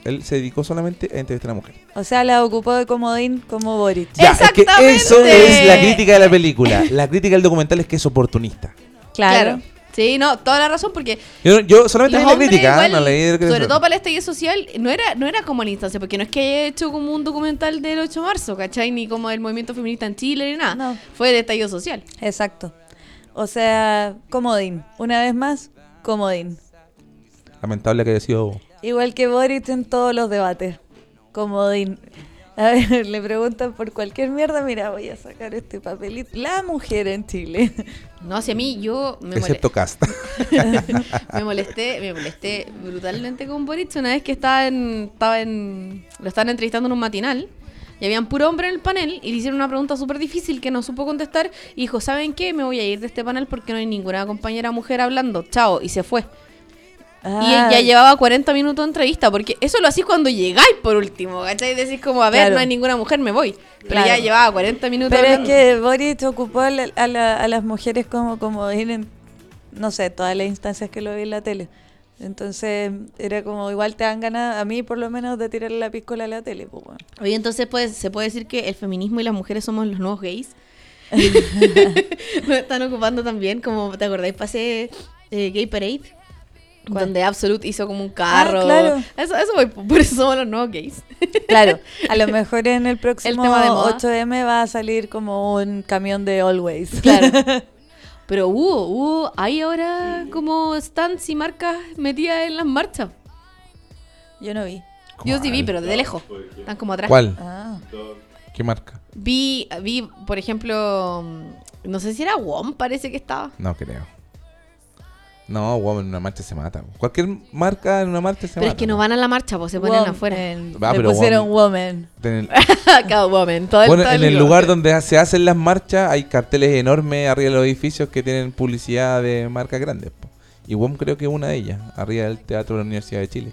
B: Él se dedicó solamente a entrevistar a mujeres.
D: O sea, la ocupó de comodín como Boric.
B: Ya, es que
C: Exactamente.
B: eso es la crítica de la película. La crítica del documental es que es oportunista.
C: Claro. Sí, no, toda la razón porque
B: Yo, yo solamente
C: los
B: leí la
C: hombres
B: crítica,
C: igual,
B: no leí el-
C: sobre todo para el estallido social, no era, no era como la instancia, porque no es que haya hecho como un documental del 8 de marzo, ¿cachai? Ni como el movimiento feminista en Chile ni nada.
D: No.
C: Fue de estallido social.
D: Exacto. O sea, comodín. Una vez más, comodín.
B: Lamentable que haya sido.
D: Igual que Boric en todos los debates. Comodín. A ver, le preguntan por cualquier mierda. Mira, voy a sacar este papelito. La mujer en Chile.
C: No, hacia mí yo me, mole-
B: Excepto Casta.
C: me molesté, me molesté brutalmente con Boric una vez que estaba en, estaba en, lo estaban entrevistando en un matinal y habían puro hombre en el panel y le hicieron una pregunta súper difícil que no supo contestar y dijo, ¿saben qué? Me voy a ir de este panel porque no hay ninguna compañera mujer hablando. Chao, y se fue. Y
D: Ah,
C: ya llevaba 40 minutos de entrevista, porque eso lo hacís cuando llegáis por último, ¿cachai? Decís como, a ver,
D: Claro.
C: no hay ninguna mujer, me voy. Pero ya
D: Claro.
C: llevaba 40 minutos
D: Pero es
C: hablando.
D: que Boric ocupó a, la- a la- a las mujeres como comodín en, no sé, todas las instancias que lo vi en la tele. Entonces, era como igual te dan ganas, a mí por lo menos, de tirarle la piscola a la tele. pues, bueno.
C: Oye, entonces pues, se puede decir que el feminismo y las mujeres somos los nuevos gays. Nos están ocupando también, como, ¿te acordáis? Pasé eh, Gay Parade.
D: ¿Cuál? Ah,
C: Donde Absolute hizo como un carro.
D: claro.
C: Eso, eso voy, por eso somos los nuevos gays.
D: Claro, a lo mejor en el próximo
C: tema de moda.
D: 8M va a salir como un camión de Always.
C: Claro. Pero hubo, hubo, hay ahora como stands y marcas metidas en las marchas.
D: Yo no vi.
C: Yo sí vi, pero de lejos. Están como atrás.
B: ¿Cuál?
D: Ah.
B: ¿Qué marca?
C: Vi, vi, por ejemplo, mm, no sé si era WOM, parece que estaba.
B: No creo. No, guau, en una marcha se mata. Cualquier marca en una marcha se
C: Pero
B: mata.
C: es que no van a la marcha, pues se ponen
D: Wom- eh,
C: afuera.
D: en-
B: Va,
D: le
B: pero
D: pusieron woman.
B: En el,
C: Catwoman, todo el-
B: bueno,
C: todo
B: en el lugar
C: lote.
B: donde se hacen las marchas hay carteles enormes arriba de los edificios que tienen publicidad de marcas grandes. po. Y WOM creo que es una de ellas, arriba del Teatro de la Universidad de Chile.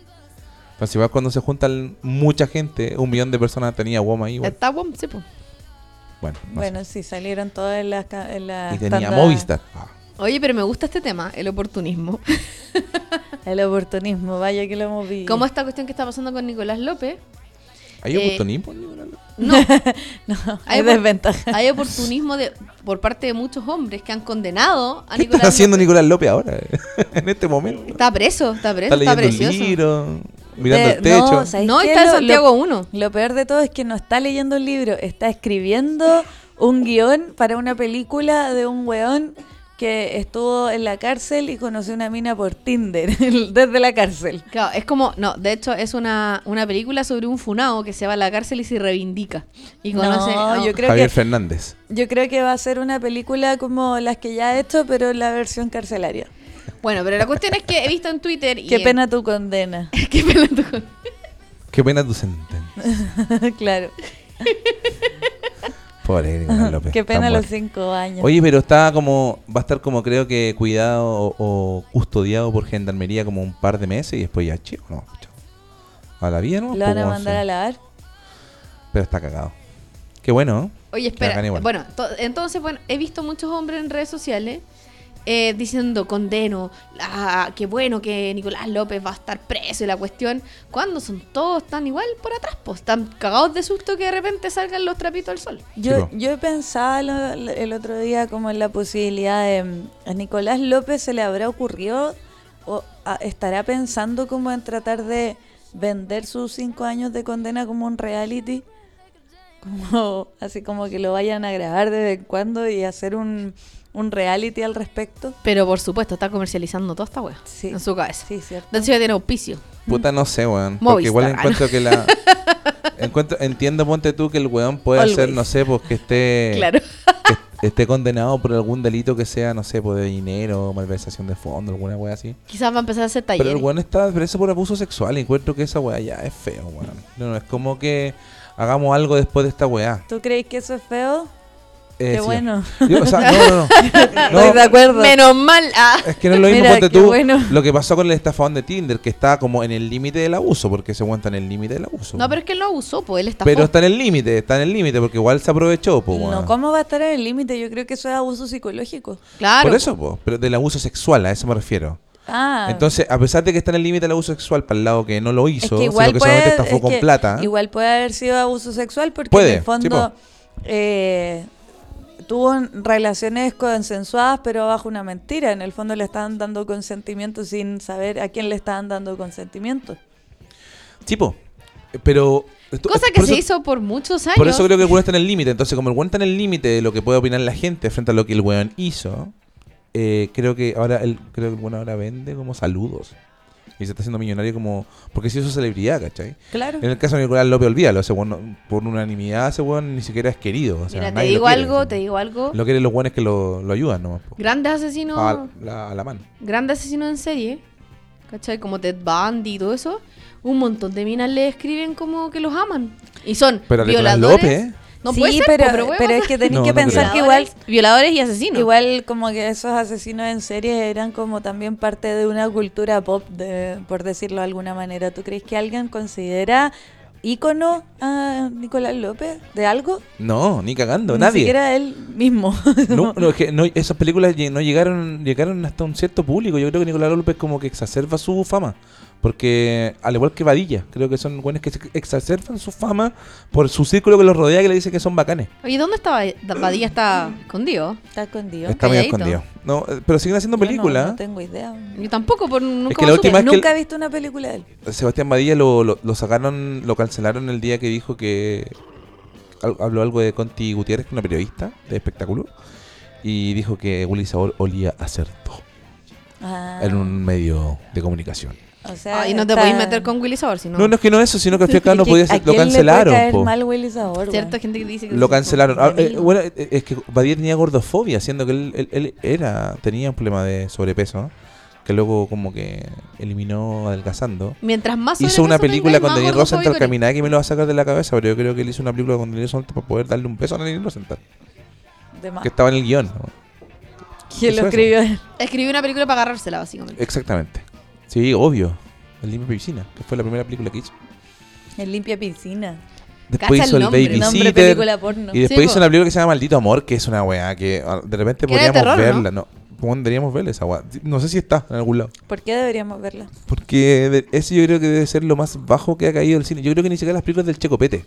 B: Entonces igual cuando se juntan mucha gente, un millón de personas tenía WOM ahí. Bueno,
C: Está WOM, sí, pues.
B: bueno, no sé.
D: Eh, Bueno, sí, salieron todas en las... ca- en las
B: Y tenía
D: tandas-
B: Movistar. Ah.
C: Oye, pero me gusta este tema, el oportunismo.
D: El oportunismo, vaya que lo hemos visto.
C: Como esta cuestión que está pasando con Nicolás López.
B: ¿Hay un
C: Eh,
B: botonismo?
C: No,
D: No,
C: Hay
D: hay
C: opor-
D: desventaja.
C: hay oportunismo de, por parte de muchos hombres que han condenado a
B: ¿Qué
C: Nicolás
B: está haciendo
C: López.
B: Nicolás López ahora? en este momento.
C: Está preso, está preso,
B: Está leyendo
C: está,
B: un
C: precioso.
B: libro, mirando
D: Eh,
B: el techo.
D: no, ¿sabes
C: No,
D: qué?
C: está en
D: Lo- lo-
C: Santiago 1.
D: Lo peor de todo es que no está leyendo un libro, está escribiendo un guión para una película de un weón que estuvo en la cárcel y conoció una mina por Tinder desde la cárcel.
C: Claro, es como, no, de hecho es una, una película sobre un funao que se va a la cárcel y se reivindica. Y conoce,
D: no,
C: no,
D: yo creo
B: Javier
D: que
B: Fernández.
D: yo creo que va a ser una película como las que ya he hecho, pero en la versión carcelaria.
C: Bueno, pero la cuestión es que he visto en Twitter y...
D: Qué
C: en-
D: pena tu condena.
C: qué pena tu-
B: Qué pena tu sentencia.
D: claro.
B: Pobre Gregorio López.
D: Qué pena
B: tan
D: los
B: bueno.
D: cinco años.
B: Oye, pero está como, va a estar como creo que cuidado o, o custodiado por gendarmería como un par de meses y después ya, chico, no. chao. A la vía, ¿no?
D: Lo van a
B: Como
D: mandar
B: se-
D: a lavar.
B: Pero está cagado. Qué bueno, ¿eh?
C: Oye,
B: Bacán
C: espera.
B: igual.
C: Bueno, to- entonces, bueno, he visto muchos hombres en redes sociales eh, diciendo condeno, ah, qué bueno que Nicolás López va a estar preso y la cuestión. Cuando son todos tan igual por atrás? Pues están cagados de susto que de repente salgan los trapitos al sol.
D: Yo,
B: po.
D: yo pensaba lo- lo- el otro día como en la posibilidad de mm, a Nicolás López se le habrá ocurrido o a- estará pensando como en tratar de vender sus cinco años de condena como un reality, como así como que lo vayan a grabar de vez en cuando y hacer un, un reality al respecto.
C: Pero por supuesto, está comercializando toda esta wea
D: Sí.
C: en su cabeza.
D: Sí, cierto.
C: De hecho, ya tiene auspicio.
B: Puta, no sé, weón. Porque igual
C: Movistar.
B: encuentro que la. encuentro, entiendo, ponte tú, que el weón puede hacer,
D: Always.
B: no sé, pues que esté.
C: Claro.
B: que esté condenado por algún delito que sea, no sé, pues de dinero, malversación de fondo, alguna weá así.
C: Quizás va a empezar a hacer
B: Pero el
C: talleres.
B: weón está preso por abuso sexual. y Encuentro que esa weá ya es feo, weón. No, no, es como que hagamos algo después de esta weá.
D: ¿Tú crees que eso es feo?
B: Eh,
D: Qué
B: sí.
D: bueno.
B: Yo, o sea, no, no, no. No,
D: Estoy de acuerdo.
C: Menos mal. ah.
B: Es que no es lo mismo,
D: Mira,
B: ponte
D: qué
B: tú,
D: bueno.
B: lo que pasó con el estafador de Tinder, que está como en el límite del abuso, porque se aguanta en el límite del abuso.
C: No, pero es que él no abusó, pues él está.
B: Pero está en el límite, está en el límite, porque igual se aprovechó, po, weón.
D: No, ¿cómo va a estar en el límite? Yo creo que eso es abuso psicológico.
C: Claro.
B: Por eso, po, pero del abuso sexual, a eso me refiero.
D: Ah.
B: Entonces, a pesar de que está en el límite del abuso sexual, para el lado que no lo hizo,
D: Es que
B: sino
D: igual
B: que
D: puede,
B: solamente estafó
D: es
B: con
D: que
B: plata, ¿eh?
D: Igual puede haber sido abuso sexual porque
B: Puede,
D: en el fondo
B: sí,
D: eh, tuvo un- relaciones consensuadas pero bajo una mentira. En el fondo le estaban dando consentimiento sin saber a quién le estaban dando consentimiento.
B: tipo. Eh, Pero. esto- eh,
C: Cosa que
B: por
C: se
B: eso-
C: hizo por muchos años.
B: Por eso creo que el weón está en el límite. Entonces, como el weón está en el límite de lo que puede opinar la gente frente a lo que el weón hizo, eh, creo que ahora el, creo que el weón ahora vende como saludos. Y se está haciendo millonario como. Porque se hizo celebridad, ¿cachai?
C: Ah.
D: Claro.
B: En el caso de Nicolás López, olvídalo. Ese weón, no- por unanimidad, ese weón ni siquiera es querido. O sea,
C: Mira, te
B: nadie lo
C: digo
B: quiere,
C: algo,
B: así.
C: te digo algo.
B: Lo quieren los weones que lo, lo ayudan nomás. po.
C: Grandes asesinos.
B: A, la, a la mano.
C: grandes asesinos en serie, ¿cachai? Como Ted Bundy y todo eso, un montón de minas le escriben como que los aman. Y son
B: Pero a Nicolás
C: violadores.
B: López.
C: No
D: sí,
C: puede ser,
D: pero,
C: po, pero, huevos,
D: pero es que tenés
B: No,
D: que
B: no
D: pensar
B: creo.
D: que igual,
C: violadores y asesinos.
D: igual como que esos asesinos en serie eran como también parte de una cultura pop, de- por decirlo de alguna manera. ¿Tú crees que alguien considera ícono a Nicolás López de algo?
B: No, ni cagando,
D: Ni
B: nadie.
D: siquiera él mismo.
B: No, no, es que no, esas películas lle- no llegaron, llegaron hasta un cierto público. Yo creo que Nicolás López como que exacerba su fama. Porque, al igual que Vadilla, creo que son buenos que se exacerban su fama por su círculo que los rodea que le dice que son bacanes.
C: Oye, ¿dónde estaba? Badía está
D: Mm.
C: escondido.
D: Está escondido.
B: Está muy
C: calladito.
B: escondido. No, eh, pero siguen haciendo
D: Yo no-
B: películas.
D: No, tengo idea.
C: Yo tampoco, por nunca
B: Es que
C: lo
B: la
C: supe.
B: última es que
D: Nunca
B: el-
D: he visto una película de él.
B: Sebastián Badilla lo, lo- lo sacaron, lo cancelaron el día que dijo que al- habló algo de Conti Gutiérrez, que es una periodista de espectáculo, y dijo que Willy Sabor olía a cerdo
D: Ah,
B: en un medio de comunicación.
D: o sea,
C: Ay, no te
D: está-
C: podéis meter con Willy Sabor, sino...
B: No, no es que no eso, sino que al fin y al cabo no
D: ¿A quién-
B: podía ser-
D: a
B: lo
D: quién le puede
B: cancelaron.
D: caer
B: po.
D: mal Willy Sabor,
C: Cierta
D: weón?
C: gente que dice que...
B: Lo
C: sí,
B: cancelaron.
C: son
B: Ah, eh,
C: enemigos.
B: bueno, eh, es que Badía tenía gordofobia, siendo que él, él- él era tenía un problema de sobrepeso, ¿no? que luego como que eliminó adelgazando.
C: Mientras más
B: Hizo
C: sobrepeso
B: una película
C: tengáis,
B: con
C: más
B: Daniel
C: gordofóbico
B: Rosenthal,
C: eres.
B: que a mí nadie que me lo va a sacar de la cabeza, pero yo creo que él hizo una película con Daniel Rosenthal para poder darle un beso a Daniel Rosenthal,
D: De más.
B: que estaba en el guión. ¿no?
D: ¿Quién
B: hizo
D: lo escribió?
C: Escribí una película para agarrársela, básicamente.
B: Exactamente. Sí, obvio. El Limpio Piscina, que fue la primera película que hizo.
D: El limpia piscina.
B: Después
C: Cacha el
B: hizo el
C: nombre.
B: Baby
D: Nombre
B: Sitter,
D: película porno.
B: Y después
C: Sí,
B: hizo
C: po.
B: una película que se llama Maldito Amor, que es una weá que ah, de repente
C: Que era de
B: podríamos
C: terror, ¿no?
B: verla. No, Bueno, deberíamos verla esa weá. No sé si está en algún lado.
D: ¿Por qué deberíamos verla?
B: Porque de- ese yo creo que debe ser lo más bajo que ha caído el cine. Yo creo que ni siquiera las películas del Checopete.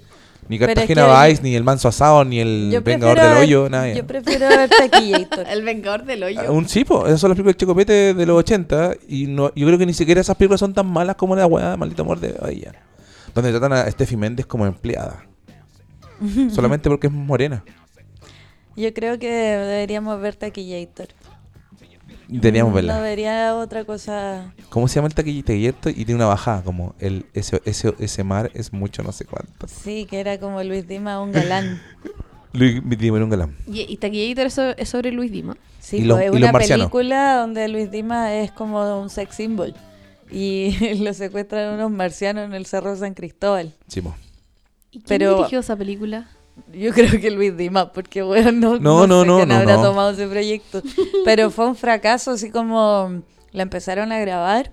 B: Ni
D: Pero es
B: Cartagena
D: que
B: Vice, ni El Manso Asado, ni El
D: Yo
B: Vengador
D: prefiero
B: del
D: ver-
B: Mm, Hoyo, nada.
D: Yo prefiero ver Taquillator.
C: El vengador del hoyo.
B: Ah, Eh, Un chipo, esas son las películas del Checopete de los 80. Y no, yo creo que ni siquiera esas películas son tan malas como la weá de Maldito Amor de ella. Donde tratan a Steffi Méndez como empleada. Solamente porque es morena.
D: Yo creo que deberíamos ver Taquillator.
B: Deberíamos verla.
D: No vería otra cosa.
B: ¿Cómo se llama el taquillito? Y tiene una bajada, como el ese, ese, ese mar es mucho no sé cuánto.
D: Sí, que era como Luis Dima, un galán.
B: Luis Dima era un galán.
C: Y, y Taquillator es, so- es sobre Luis Dima.
D: Sí,
B: Y los-
D: pues,
B: y
D: es
B: los
D: una
B: marcianos.
D: película donde Luis Dima es como un sex symbol. Y lo secuestran unos marcianos en el Cerro San Cristóbal.
B: Chimo.
C: ¿Y quién
D: Pero-
C: dirigió esa película?
D: Yo creo que Luis Dima, porque bueno, no,
B: No, no,
D: sé
B: no,
D: quién
B: no,
D: habrá
B: no.
D: tomado ese proyecto. Pero fue un fracaso, así como la empezaron a grabar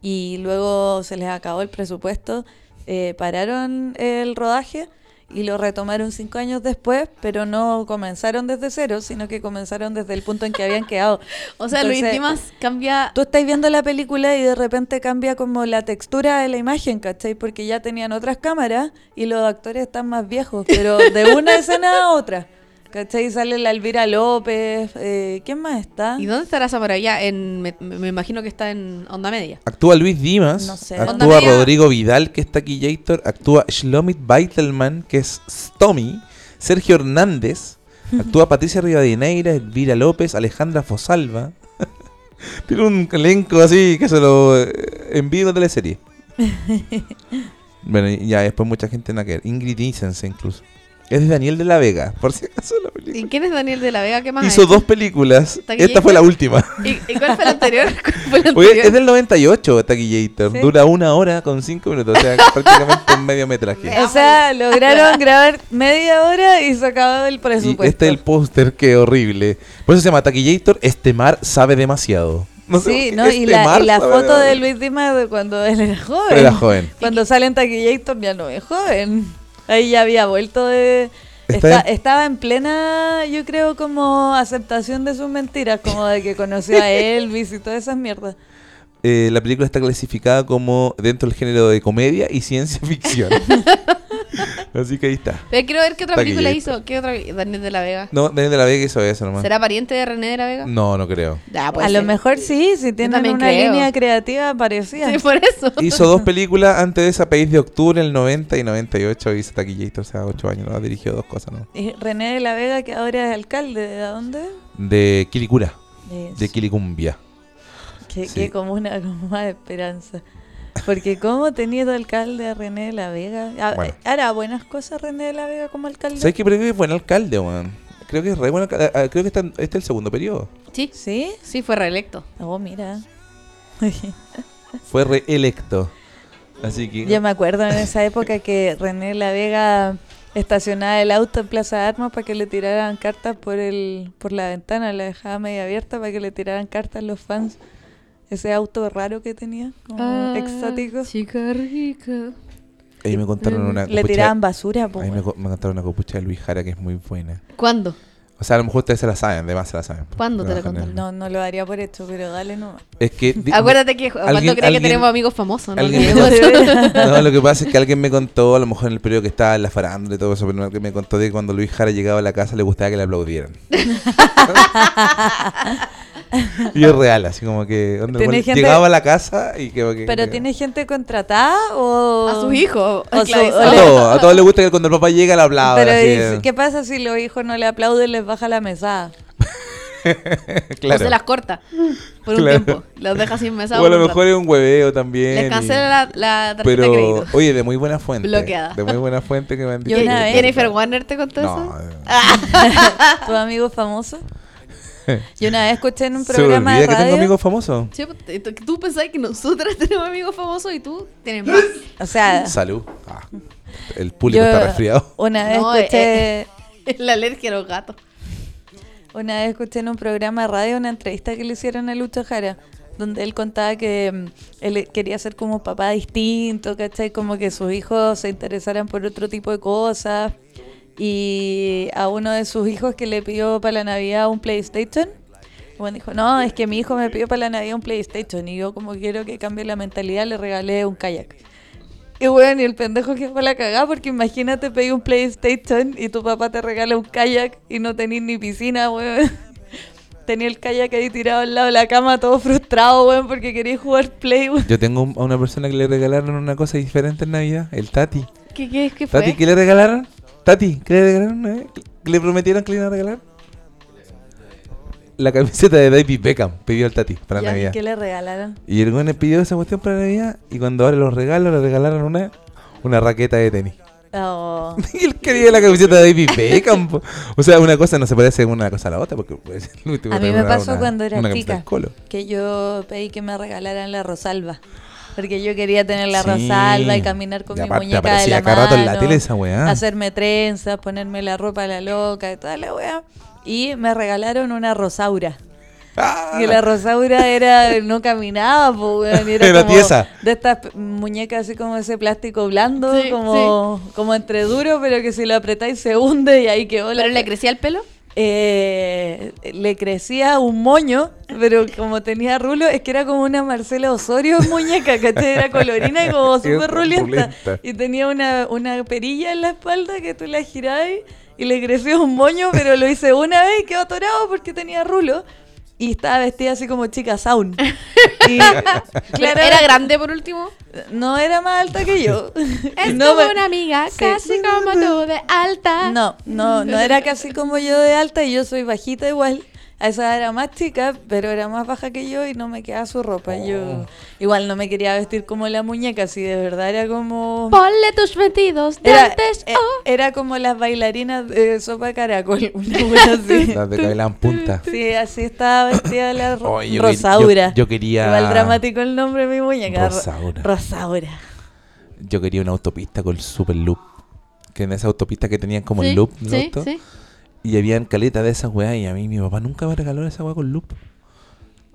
D: y luego se les acabó el presupuesto, eh, pararon el rodaje y lo retomaron cinco años después, pero no comenzaron desde cero, sino que comenzaron desde el punto en que habían quedado.
C: O sea, Luis
D: Entonces,
C: Dimas cambia...
D: Tú estás viendo la película y de repente cambia como la textura de la imagen, ¿cachai? Porque ya tenían otras cámaras y los actores están más viejos, pero de una escena a otra. ¿Cachai? Sale la Elvira López, eh, ¿quién más está?
C: ¿Y dónde estará esa maravilla? En, me, me imagino que está en Onda Media.
B: Actúa Luis Dimas,
D: No sé.
B: actúa
C: Onda media-
B: Rodrigo Vidal, que es Taquillator, actúa Shlomit Beitelman, que es Stomy, Sergio Hernández, actúa Patricia Rivadeneira, Elvira López, Alejandra Fosalva. Tiene un elenco así que se lo eh, envío de la serie. bueno, y ya después mucha gente nada que ver. Ingrid Isense incluso. Es de Daniel de la Vega, por si acaso la
C: ¿Y
B: película.
C: quién es Daniel de la Vega? ¿Qué más? ha
B: Hizo
C: hecho?
B: dos películas. Esta
C: Taquillator.
B: fue la última.
C: ¿Y, y cuál fue la anterior? ¿Cuál fue la
B: Oye,
C: anterior?
B: es del 98 Taquillator.
D: Sí.
B: Dura una hora con cinco minutos. O sea, prácticamente un medio metraje.
D: O sea, lograron grabar media hora y se acabó el
B: Y
D: presupuesto.
B: este es el póster, qué horrible. Por eso se llama Taquillator. Este mar sabe demasiado. No sé
D: sí,
B: por qué,
D: ¿no? y
B: este
D: la,
B: mar
D: y la
B: sabe
D: foto de
B: demasiado.
D: Luis Dimas de cuando él era joven.
B: Pero era joven.
D: Cuando sale en Taquillator ya no es joven. Ahí ya había vuelto de...
B: Está
D: Está-
B: en-
D: Estaba en plena, yo creo, como aceptación de sus mentiras, como de que conoció a Elvis y todas esas mierdas.
B: Eh, la película está clasificada como dentro del género de comedia y ciencia ficción. Así que ahí está.
C: Pero quiero ver qué otra
B: Está
C: película
B: aquí,
C: hizo. ¿Qué otra? Daniel de la Vega.
B: No, Daniel de la Vega hizo eso nomás.
C: ¿Será pariente de René de la Vega?
B: No, no creo.
C: Ya,
D: a lo mejor sí, si tienen
C: pues también
D: una
C: creo.
D: línea creativa parecida.
C: Sí, por eso.
B: Hizo dos películas antes de esa, País de Octubre, el 90 y 98. Hizo Taquillator, o sea, 8 años. ¿no? Dirigió dos cosas, ¿no?
D: Y René de la Vega, que ahora es alcalde, ¿de dónde? Eh,
B: De Quilicura.
D: Es-
B: de Quilicumbia.
D: que,
B: sí.
D: que como una como más de esperanza. Porque cómo tenía de alcalde a René de la Vega. Ah,
B: Bueno.
D: ¿Hará buenas cosas René de la Vega como alcalde?
B: ¿Sabes qué? Pero creo que es buen alcalde, weón. Creo que es re buen alca- ah, ah, Creo que está, en- este es el segundo periodo.
C: Sí,
D: ¿Sí?
C: sí, fue reelecto.
D: Oh, mira.
B: Fue reelecto. Así que.
D: Yo me acuerdo en esa época que René La Vega estacionaba el auto en Plaza de Armas para que le tiraran cartas por el por la ventana, la dejaba media abierta para que le tiraran cartas los fans. Ese auto raro que tenía, como exótico.
C: Ah, Chica rica.
B: Ahí me contaron una.
D: mm, Le
B: copucha-
D: tiraban basura, po,
B: Ahí me,
D: weón.
B: co- me contaron una copucha de Luis Jara que es muy buena.
C: ¿Cuándo?
B: O sea, a lo mejor ustedes se la saben, además se la saben.
C: ¿Cuándo te la
B: Trabajan en-
C: contaron?
D: No, no lo daría por hecho, pero dale no.
B: Es que. di-
C: Acuérdate que cuando
B: alguien-
C: cree que
B: alguien-
C: tenemos amigos famosos, ¿no?
B: alguien- No, lo que pasa es que alguien me contó, a lo mejor en el periodo que estaba en la farándula y todo eso, pero que me contó de que cuando Luis Jara llegaba a la casa le gustaba que le aplaudieran. y es real, así como que onda,
D: Tiene
B: igual
D: gente-
B: llegaba a la casa y que... que-
D: Pero
B: que-
D: tiene gente contratada o
C: A sus hijos.
D: O su-
B: A
C: esclavizados.
D: o-
B: todos, a todos les gusta que cuando el papá llega le aplaudan.
D: Pero
B: así
D: dice,
B: es.
D: ¿qué pasa si los hijos no le aplauden les baja la mesada?
C: O
B: claro.
C: se las corta por un
B: Claro.
C: tiempo. Las deja sin mesa.
B: O a
C: por
B: lo
C: un
B: mejor
C: rato.
B: es un hueveo también. y-
C: Les cancela la, la tarjeta de
B: Pero,
C: crédito.
B: oye, de muy buena fuente.
C: Bloqueada.
B: De muy buena fuente que me han
D: Yo
B: dicho.
D: una
B: que-
D: vez-
C: Jennifer Warner te contó
B: No,
C: eso. Ah.
B: eh.
D: ¿Tu amigo famoso? Yo una vez escuché en un
B: Se me
D: programa de
B: olvida que tengo
D: radio.
B: amigos famosos.
C: Che, t- t- pues, tú pensás que nosotras tenemos amigos famosos y tú tienes más.
D: O sea,
B: Salud. Ah, el público
D: yo
B: está resfriado.
D: Una vez
C: No,
D: escuché,
C: la alergia a los gatos.
D: una vez escuché en un programa de radio una entrevista que le hicieron a Lucho Jara, donde él contaba que mm, él quería ser como papá distinto, ¿cachai? Como que sus hijos se interesaran por otro tipo de cosas. Y a uno de sus hijos que le pidió para la Navidad un PlayStation, bueno, dijo, no, es que mi hijo me pidió para la Navidad un PlayStation y yo como quiero que cambie la mentalidad le regalé un kayak. Y bueno, y el pendejo que fue la cagada, porque imagínate pedir un PlayStation y tu papá te regala un kayak y no tenés ni piscina, weón. Tenía el kayak ahí tirado al lado de la cama, todo frustrado, weón, porque quería jugar play, weón.
B: Yo tengo un- a una persona que le regalaron una cosa diferente en Navidad, el Tati.
C: ¿Qué, qué, qué fue?
B: Tati, ¿qué le regalaron? Tati, ¿qué le regalaron? eh? ¿Le prometieron que le iban a regalar? la camiseta de David Beckham, pidió el Tati para
D: Ya,
B: Navidad.
D: ¿Qué le regalaron?
B: Y el güey pidió esa cuestión para Navidad y cuando abre los regalos le regalaron una, una raqueta de tenis.
D: Oh,
B: Y él quería la camiseta de David Beckham. po. O sea, una cosa no se parece una cosa a la otra. Porque pues, el último
D: A mí
B: te
D: me
B: regalaron
D: pasó cuando era
B: una camiseta
D: chica.
B: del Colo.
D: que yo pedí que me regalaran la Rosalba. Porque yo quería tener la
B: Sí.
D: Rosalba y caminar con
B: Y
D: mi
B: aparte
D: muñeca de
B: aparecía
D: la
B: cada
D: mano.
B: rato en la tele esa weá.
D: Hacerme trenzas, ponerme la ropa a la loca y toda la weá. Y me regalaron una Rosaura.
B: ¡Ah!
D: Que la Rosaura era, no caminaba, po, weón, y era,
B: Era
D: como
B: tiesa.
D: de estas p- muñecas así como ese plástico blando,
C: Sí,
D: como, como entre duro, pero que si lo apretáis se hunde y ahí quedó la...
C: ¿Pero le crecía el pelo?
D: Eh, le crecía un moño, pero como tenía rulo, es que era como una Marcela Osorio en muñeca, ¿cachai? Era colorina y como
B: Era
D: súper rulenta.
B: rulenta.
D: Y tenía una, una perilla en la espalda que tú la girabas y le creció un moño, pero lo hice una vez y quedó atorado porque tenía rulo. Y estaba vestida así como chica saun. Y, claro,
C: ¿Era grande por último?
D: No era más alta que yo.
C: Es
D: No
C: como
D: me-
C: una amiga,
D: Sí.
C: casi como tú, de alta.
D: No, no, no era casi como yo de alta y yo soy bajita igual. A esa era más chica, pero era más baja que yo y no me quedaba su ropa.
B: Oh.
D: Yo igual no me quería vestir como la muñeca, si de verdad era
C: Mm.
D: como...
C: Ponle tus vestidos de
D: Era,
C: antes.
D: e-
C: oh.
D: era como las bailarinas de sopa de caracol, una wea así.
B: Las de cabelán punta.
D: Sí, así estaba vestida la ro-
B: Oye, Oh, yo quer-
D: Rosaura.
B: yo- yo quería-
D: Igual dramático el nombre de mi muñeca. Ro-
B: Rosaura.
D: Rosaura.
B: Yo quería una autopista con el super loop. Que en esa autopista que tenían como
C: Sí,
B: el loop, ¿no?
C: sí,
B: Esto.
C: sí.
B: Y habían caleta de esas weas y a mí mi papá nunca me regaló esa wea con loop.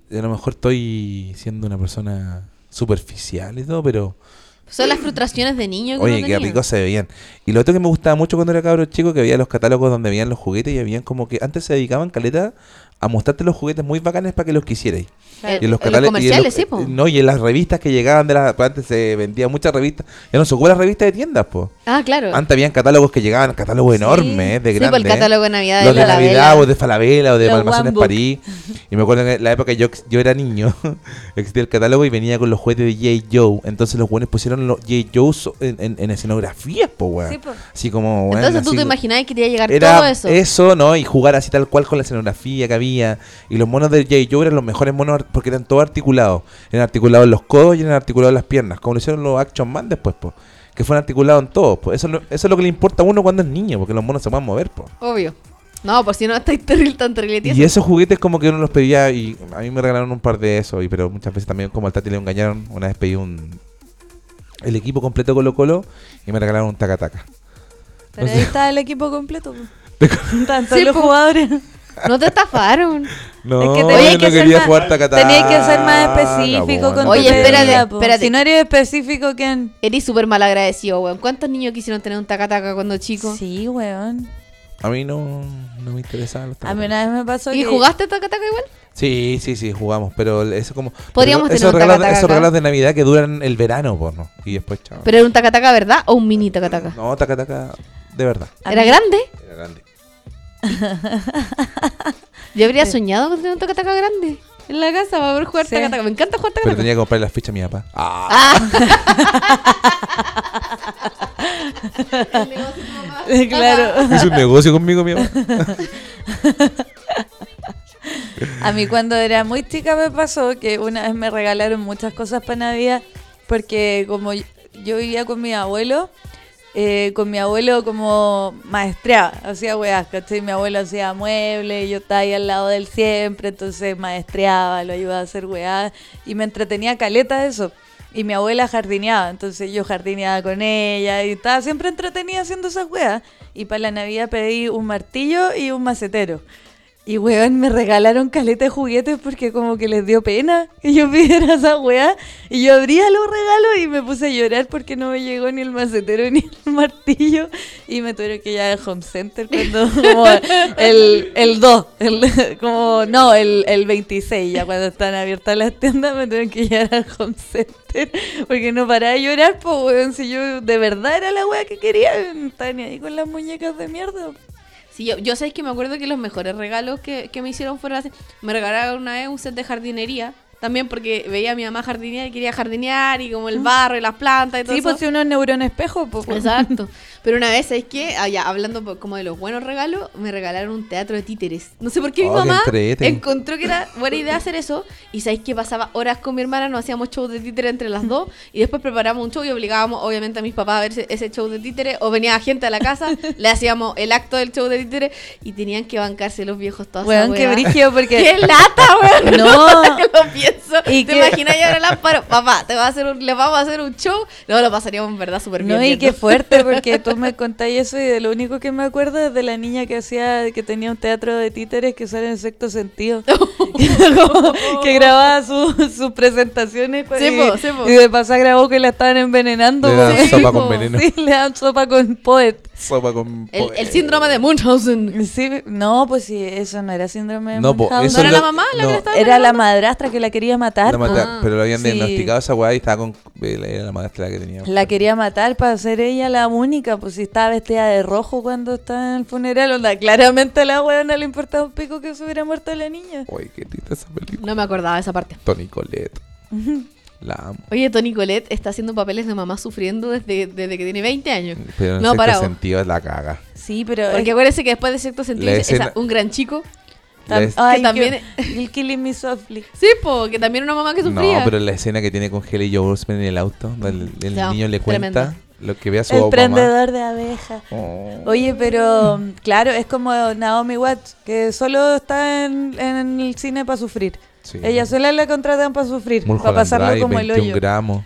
B: Y a lo mejor estoy siendo una persona superficial y todo, pero...
C: Son las frustraciones de niño que
B: Oye,
C: uno
B: qué
C: tenía.
B: rico se veían. Y lo otro que me gustaba mucho cuando era cabro chico, que había los catálogos donde veían los juguetes y habían como que antes se dedicaban caleta a mostrarte los juguetes muy bacanes para que los quisierais.
C: Eh,
B: Y
C: en los
B: catálogos- y en
C: comerciales,
B: los-
C: sí, po.
B: No, y en las revistas que llegaban de las. Antes se vendían muchas revistas. Ya no se ocupan las revistas de tiendas, po.
C: Ah, claro.
B: Antes habían catálogos que llegaban, catálogos enormes, eh, de
C: Sí, por el
B: grandes.
C: catálogo de Navidad de
B: Los de
C: Falabella.
B: Navidad o de Falabella o de
D: Los
B: Palmazones
D: One Book.
B: París. Y me acuerdo en la época que yo, yo era niño, existía el catálogo y venía con los juguetes de J. Joe. Entonces los buenos pusieron los J. Joe so- en, en, en escenografías, po, weón.
D: Sí, po.
B: Así como, weón,
C: Entonces tú
B: así-
C: te imaginabas que te iba a llegar
B: era eh,
C: todo eso.
B: ¿no? Y jugar así tal cual con la escenografía que había. Y los monos de J. Joe eran los mejores monos ar- porque eran todos articulados. Eran articulados en los codos y eran articulados en las piernas. Como lo hicieron los Action Man después, po. Que fueron articulados en todos, po. Eso, es lo- eso es lo que le importa a uno cuando es niño, porque los monos se pueden mover, po.
C: Obvio. No, por si no estáis terrible tan terrible.
B: Y esos juguetes como que uno los pedía y a mí me regalaron un par de esos, y, pero muchas veces también como al Tati le engañaron, una vez pedí un el equipo completo Colo Colo y me regalaron un tacataca.
D: Pero ahí estaba el equipo completo. po. Tanto
C: Sí,
D: los
C: po.
D: jugadores.
C: No te estafaron.
B: No,
D: Es que
B: yo
D: tenía
B: no
D: que ser
B: quería
D: más-
B: jugar tacataca.
D: Tenías que ser más específico
B: Ah, bueno,
D: con
C: Oye,
D: tu
C: espérate,
D: teoría, po.
C: espérate.
D: Si no eres específico, ¿quién?
C: Eres súper mal agradecido, weón. ¿Cuántos niños quisieron tener un tacataca cuando chico?
D: Sí, weón.
B: A mí no, no me interesaban los
D: A mí
B: tacatacas.
D: una vez me pasó
C: ¿Y
D: que...
C: jugaste tacataca igual?
B: Sí, sí, sí, jugamos, pero eso como
C: Podríamos
B: pero
C: tener
B: esos,
C: un
B: regalos,
C: tacataca
B: esos
C: acá.
B: regalos de Navidad que duran el verano, por no. Y después chao.
C: ¿Pero era un tacataca verdad o un mini tacataca?
B: No, tacataca de verdad.
D: A
C: ¿Era
D: mí-
C: grande?
B: Era grande.
C: Yo habría soñado con tener un tacataca grande. En la casa para poder jugar
D: Sí.
C: tacataca. Me encanta jugar
B: Pero
C: tacataca.
B: tenía que comprar las fichas a mi papá. Ah,
D: claro.
B: hizo un negocio conmigo mi papá.
D: A mí cuando era muy chica me pasó que una vez me regalaron muchas cosas para Navidad porque como yo- yo vivía con mi abuelo, eh, con mi abuelo como maestreaba, hacía weas, ¿cachai? Mi abuelo hacía muebles, yo estaba ahí al lado del siempre, entonces maestreaba, lo ayudaba a hacer weas y me entretenía caleta de eso. Y mi abuela jardineaba, entonces yo jardineaba con ella y estaba siempre entretenida haciendo esas weas. Y para la Navidad pedí un martillo y un macetero. Y weón, me regalaron caleta de juguetes porque como que les dio pena que yo pidiera esa weá. Y yo abría los regalos y me puse a llorar porque no me llegó ni el macetero ni el martillo. Y me tuvieron que ir al home center cuando como el, el 2, el- como no, el, el 26, ya cuando están abiertas las tiendas me tuvieron que llevar al home center porque no paraba de llorar, pues weón, si yo de verdad era la weá que quería, no estaba ni ahí con las muñecas de mierda.
C: Sí, yo, yo sabéis que me acuerdo que los mejores regalos que, que me hicieron fueron así. Me regalaron una vez un set de jardinería También porque veía a mi mamá jardinear y quería jardinear y como el barro y las plantas y todo
D: Mm. Sí,
C: eso.
D: pues si uno es neurón espejo, pues. pues.
C: Exacto. Pero una vez, ¿sabes qué? Ah, ya, hablando po- como de los buenos regalos, me regalaron un teatro de títeres. No sé por qué mi
B: Oh, qué
C: mamá
B: entrete.
C: encontró que era buena idea hacer eso. Y ¿sabéis que Pasaba horas con mi hermana, nos hacíamos shows de títeres entre las dos. Y después preparábamos un show y obligábamos, obviamente, a mis papás a ver ese, ese show de títeres. O venía gente a la casa, le hacíamos el acto del show de títeres. Y tenían que bancarse los viejos todas
D: Weón, qué brígido, porque.
C: ¡Qué lata, weón!
D: No.
C: Ahora que lo pienso.
D: Y
C: ¿Te
D: que-
C: imaginas ya el lámpara? Papá, te va a hacer un, le vamos a hacer un show. No, lo pasaríamos en verdad súper bien.
D: No, y
C: viendo.
D: qué fuerte, porque tú me contáis eso y de lo único que me acuerdo es de la niña que hacía, que tenía un teatro de títeres que usaba en sexto sentido. Como que grababa su- sus presentaciones pues,
C: Oh. Sí,
D: y,
C: po, sí, po.
D: y de pasar grabó que la estaban envenenando.
B: Le dan
D: pues.
B: sopa
C: po.
B: con veneno.
D: Sí, le dan sopa con poet.
B: Sopa con.
C: El, el
B: poder.
C: síndrome de Munchausen.
D: Sí, no, pues sí, eso no era síndrome de
B: No, po,
D: Munchausen.
B: eso
C: ¿No era
B: lo-
C: la mamá la que
B: no.
C: la estaba
D: Era la madrastra que la quería matar.
B: La
D: po.
B: mata- pero lo habían
D: Ah. Sí.
B: diagnosticado esa weá y estaba con. eh, Era la madrastra que tenía.
D: La quería matar para ser ella la única, pues si estaba vestida de rojo cuando estaba en el funeral, onda, claramente a la weona le importaba un pico que se hubiera muerto la niña.
B: Uy, qué triste esa película.
C: No me acordaba de esa parte.
B: Tony Colette. La amo.
C: Oye, Tony Colette está haciendo papeles de mamá sufriendo desde, desde que tiene 20 años.
B: Pero en
C: no,
B: cierto
C: parado.
B: sentido es la caga.
D: Sí, pero...
C: Porque acuérdese que después de cierto sentido
B: La
C: dice, esa,
B: escena-
C: un gran chico.
D: tam-
B: La-
D: ay,
C: que también-
D: que- el killing me softly.
C: Sí, porque también era una mamá que sufría.
B: No, pero la escena que tiene con Haley Joel Osment en el auto, donde el, el
C: No,
B: niño le
C: tremenda.
B: cuenta lo que ve a su mamá.
D: Emprendedor de abejas.
B: Oh.
D: Oye, pero claro, es como Naomi Watts, que solo está en, en el cine para sufrir.
B: Sí.
D: Ella sola la contratan para sufrir, para
B: Mulholland
D: pasarlo
B: Drive,
D: como el
B: 21
D: hoyo.
B: gramos.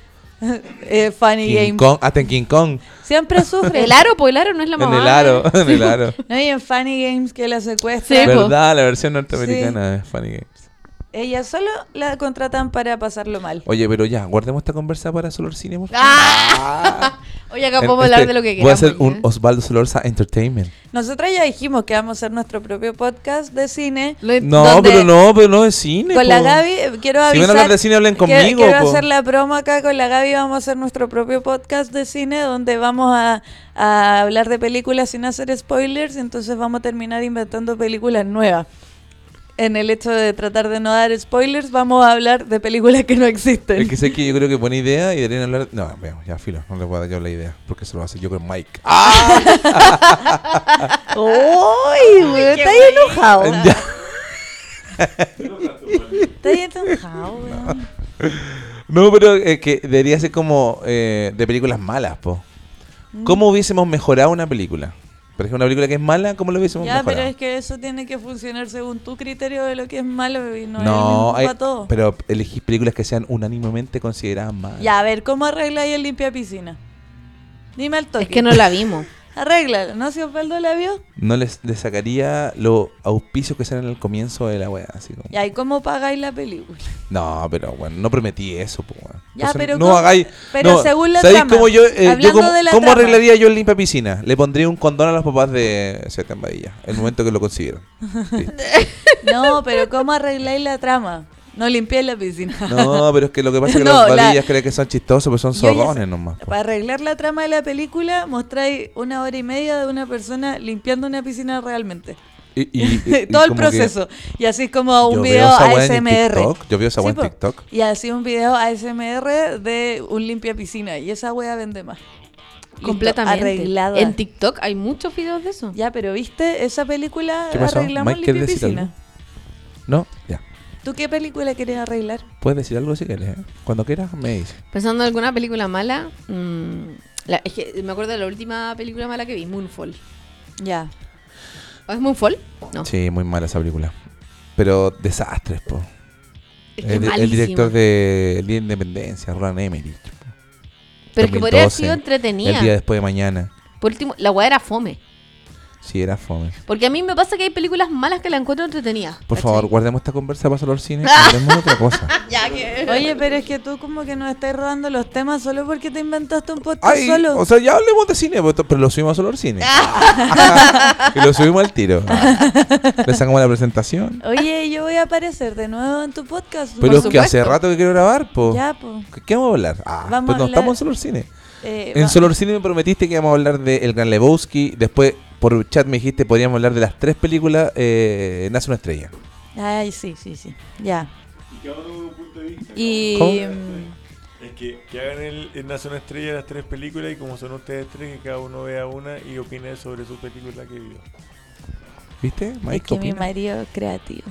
D: Eh, funny
B: King
D: Games.
B: Kong, hasta en King Kong.
D: Siempre sufre.
C: El aro, pues el aro no es la
B: En
C: mamá.
B: el aro. En el aro.
D: No, y en Funny Games que la secuestra.
C: Sí, po.
B: ¿Verdad? La versión norteamericana de Funny Games.
D: Ella solo la contratan para pasarlo mal.
B: Oye, pero ya, guardemos esta conversa para Solor Cine. por favor.
C: ¡Ah! Oye, acá podemos
B: Este,
C: hablar de lo que
B: Voy a
C: queramos.
B: hacer un
C: ¿eh?
B: Osvaldo Solorza Entertainment.
D: Nosotras ya dijimos que vamos a hacer nuestro propio podcast de cine.
C: Lo-
B: No,
D: Eh, ¿Dónde?
B: pero no, pero no de cine.
D: Con la
B: po.
D: Gaby, eh, quiero avisar.
B: Si van a hablar de cine, hablen
D: que-
B: conmigo.
D: quiero
B: po.
D: hacer la broma acá con la Gaby. Vamos a hacer nuestro propio podcast de cine donde vamos a, a hablar de películas sin hacer spoilers. Entonces vamos a terminar inventando películas nuevas. En el hecho de tratar de no dar spoilers, vamos a hablar de películas que no existen.
B: Es que sé que yo creo que buena idea y deberían hablar. No, veamos, ya filo, no les voy a dar yo la idea. Porque se lo hace yo con Mike. ¡Ah!
D: ¡Uy, güey!
C: qué
D: ¿Estás
C: buena.
D: enojado? ¿Estás enojado, weón?
B: No, pero eh, que debería ser como eh, de películas malas, po.
D: Mm.
B: ¿Cómo hubiésemos mejorado una película? Por ejemplo, una película que es mala, ¿cómo lo hubiésemos
D: Ya, pero
B: mejorado?
D: es que eso tiene que funcionar según tu criterio de lo que es malo y no, es el mismo
B: hay-
D: para todo.
B: pero elegís películas que sean unánimemente consideradas malas.
D: Ya, a ver, ¿cómo arregláis el limpia piscina? Dime al toque.
A: Es que no la vimos.
D: Arréglalo, ¿no? Si Osvaldo la vio.
B: No les, les sacaría los auspicios que salen al comienzo de la weá. Así como.
D: Ya, ¿y cómo pagáis la película?
B: No, pero bueno, no prometí eso, po, weón.
D: Ya,
B: Entonces,
D: pero
B: no
D: cómo-
B: hagáis.
D: pero
B: no,
D: según la
B: ¿sabéis
D: trama,
B: cómo yo, eh, yo
D: hablando
B: cómo,
D: de la
B: cómo
D: trama.
B: arreglaría yo el limpia piscina? Le pondría un condón a los papás de Sebastián Badilla, el momento que lo consiguieron.
D: No, pero ¿cómo arregláis la trama? No limpiáis la piscina.
B: No, pero es que lo que pasa es que
D: No,
B: los
D: la-
B: Badillas creen que son chistosos, pero son
D: Yo ya
B: zorrones
D: sé.
B: nomás. po.
D: Para arreglar la trama de la película, mostráis una hora y media de una persona limpiando una piscina realmente.
B: Y, y- y- y
D: Todo el
B: como que
D: proceso. Y así es como
B: yo
D: un
B: veo
D: video
B: esa weá en
D: ASMR.
B: TikTok, yo veo esa
D: Sí,
B: weá en
D: po.
B: TikTok.
D: Y así un video ASMR de un limpia piscina. Y esa wea vende más. Listo,
C: Completamente.
D: arreglada.
C: En TikTok hay muchos videos de eso.
D: Ya, pero viste, esa película
B: ¿Qué pasó?
D: arreglamos
B: Mike, ¿quieres
D: limpia
B: decir
D: piscina.
B: algo? No, ya.
D: ¿Tú qué película quieres arreglar?
B: Puedes decir algo si quieres. ¿eh? Cuando quieras, me dices.
C: Pensando en alguna película mala, mm, la- es que me acuerdo de la última película mala que vi, Moonfall.
D: Ya.
C: ¿O ¿Es Moonfall? No.
B: Sí, muy mala esa película. Pero desastres, po.
C: Es que
B: El, el
C: malísima.
B: director de El Día de Independencia, Ron Emery.
C: Pero es que podría haber
B: 2012,
C: sido
B: El día
C: entretenida.
B: después de mañana.
C: Por último, la weá era fome.
B: Sí, era fome.
C: Porque a mí me pasa que hay películas malas que la encuentro entretenida.
B: Por
C: ¿cachai?
B: favor, guardemos esta conversa para solo al cine. Hablemos de otra cosa.
C: Ya que.
D: Oye, pero es que tú como que nos estás robando los temas solo porque te inventaste un podcast
B: Ay,
D: solo.
B: o sea, ya hablemos de cine, pero, pero lo subimos solo al cine. y lo subimos al tiro. Le sacamos la presentación.
D: Oye, yo voy a aparecer de nuevo en tu podcast.
B: Pero es
D: Por
B: que hace
C: supuesto.
B: rato que quiero grabar, po.
D: Ya, pues.
B: ¿Qué- ¿Qué vamos a hablar? Ah,
D: Vamos
B: pues
D: a
B: no,
D: hablar-
B: estamos en solo al cine.
D: Eh,
B: En Solor Cine me prometiste que íbamos a hablar de El Gran Lebowski. Después, por chat me dijiste podríamos hablar de las tres películas eh, Nace una estrella.
D: Ay, sí, sí, sí. Ya. Y
B: ¿Cómo?
D: mm,
E: Es que, que hagan el, el Nación Estrella las tres películas y como son ustedes tres, que cada uno vea una y opine sobre su película que vio.
B: ¿Viste? Mike
D: es que mi
B: opina.
D: marido es creativo.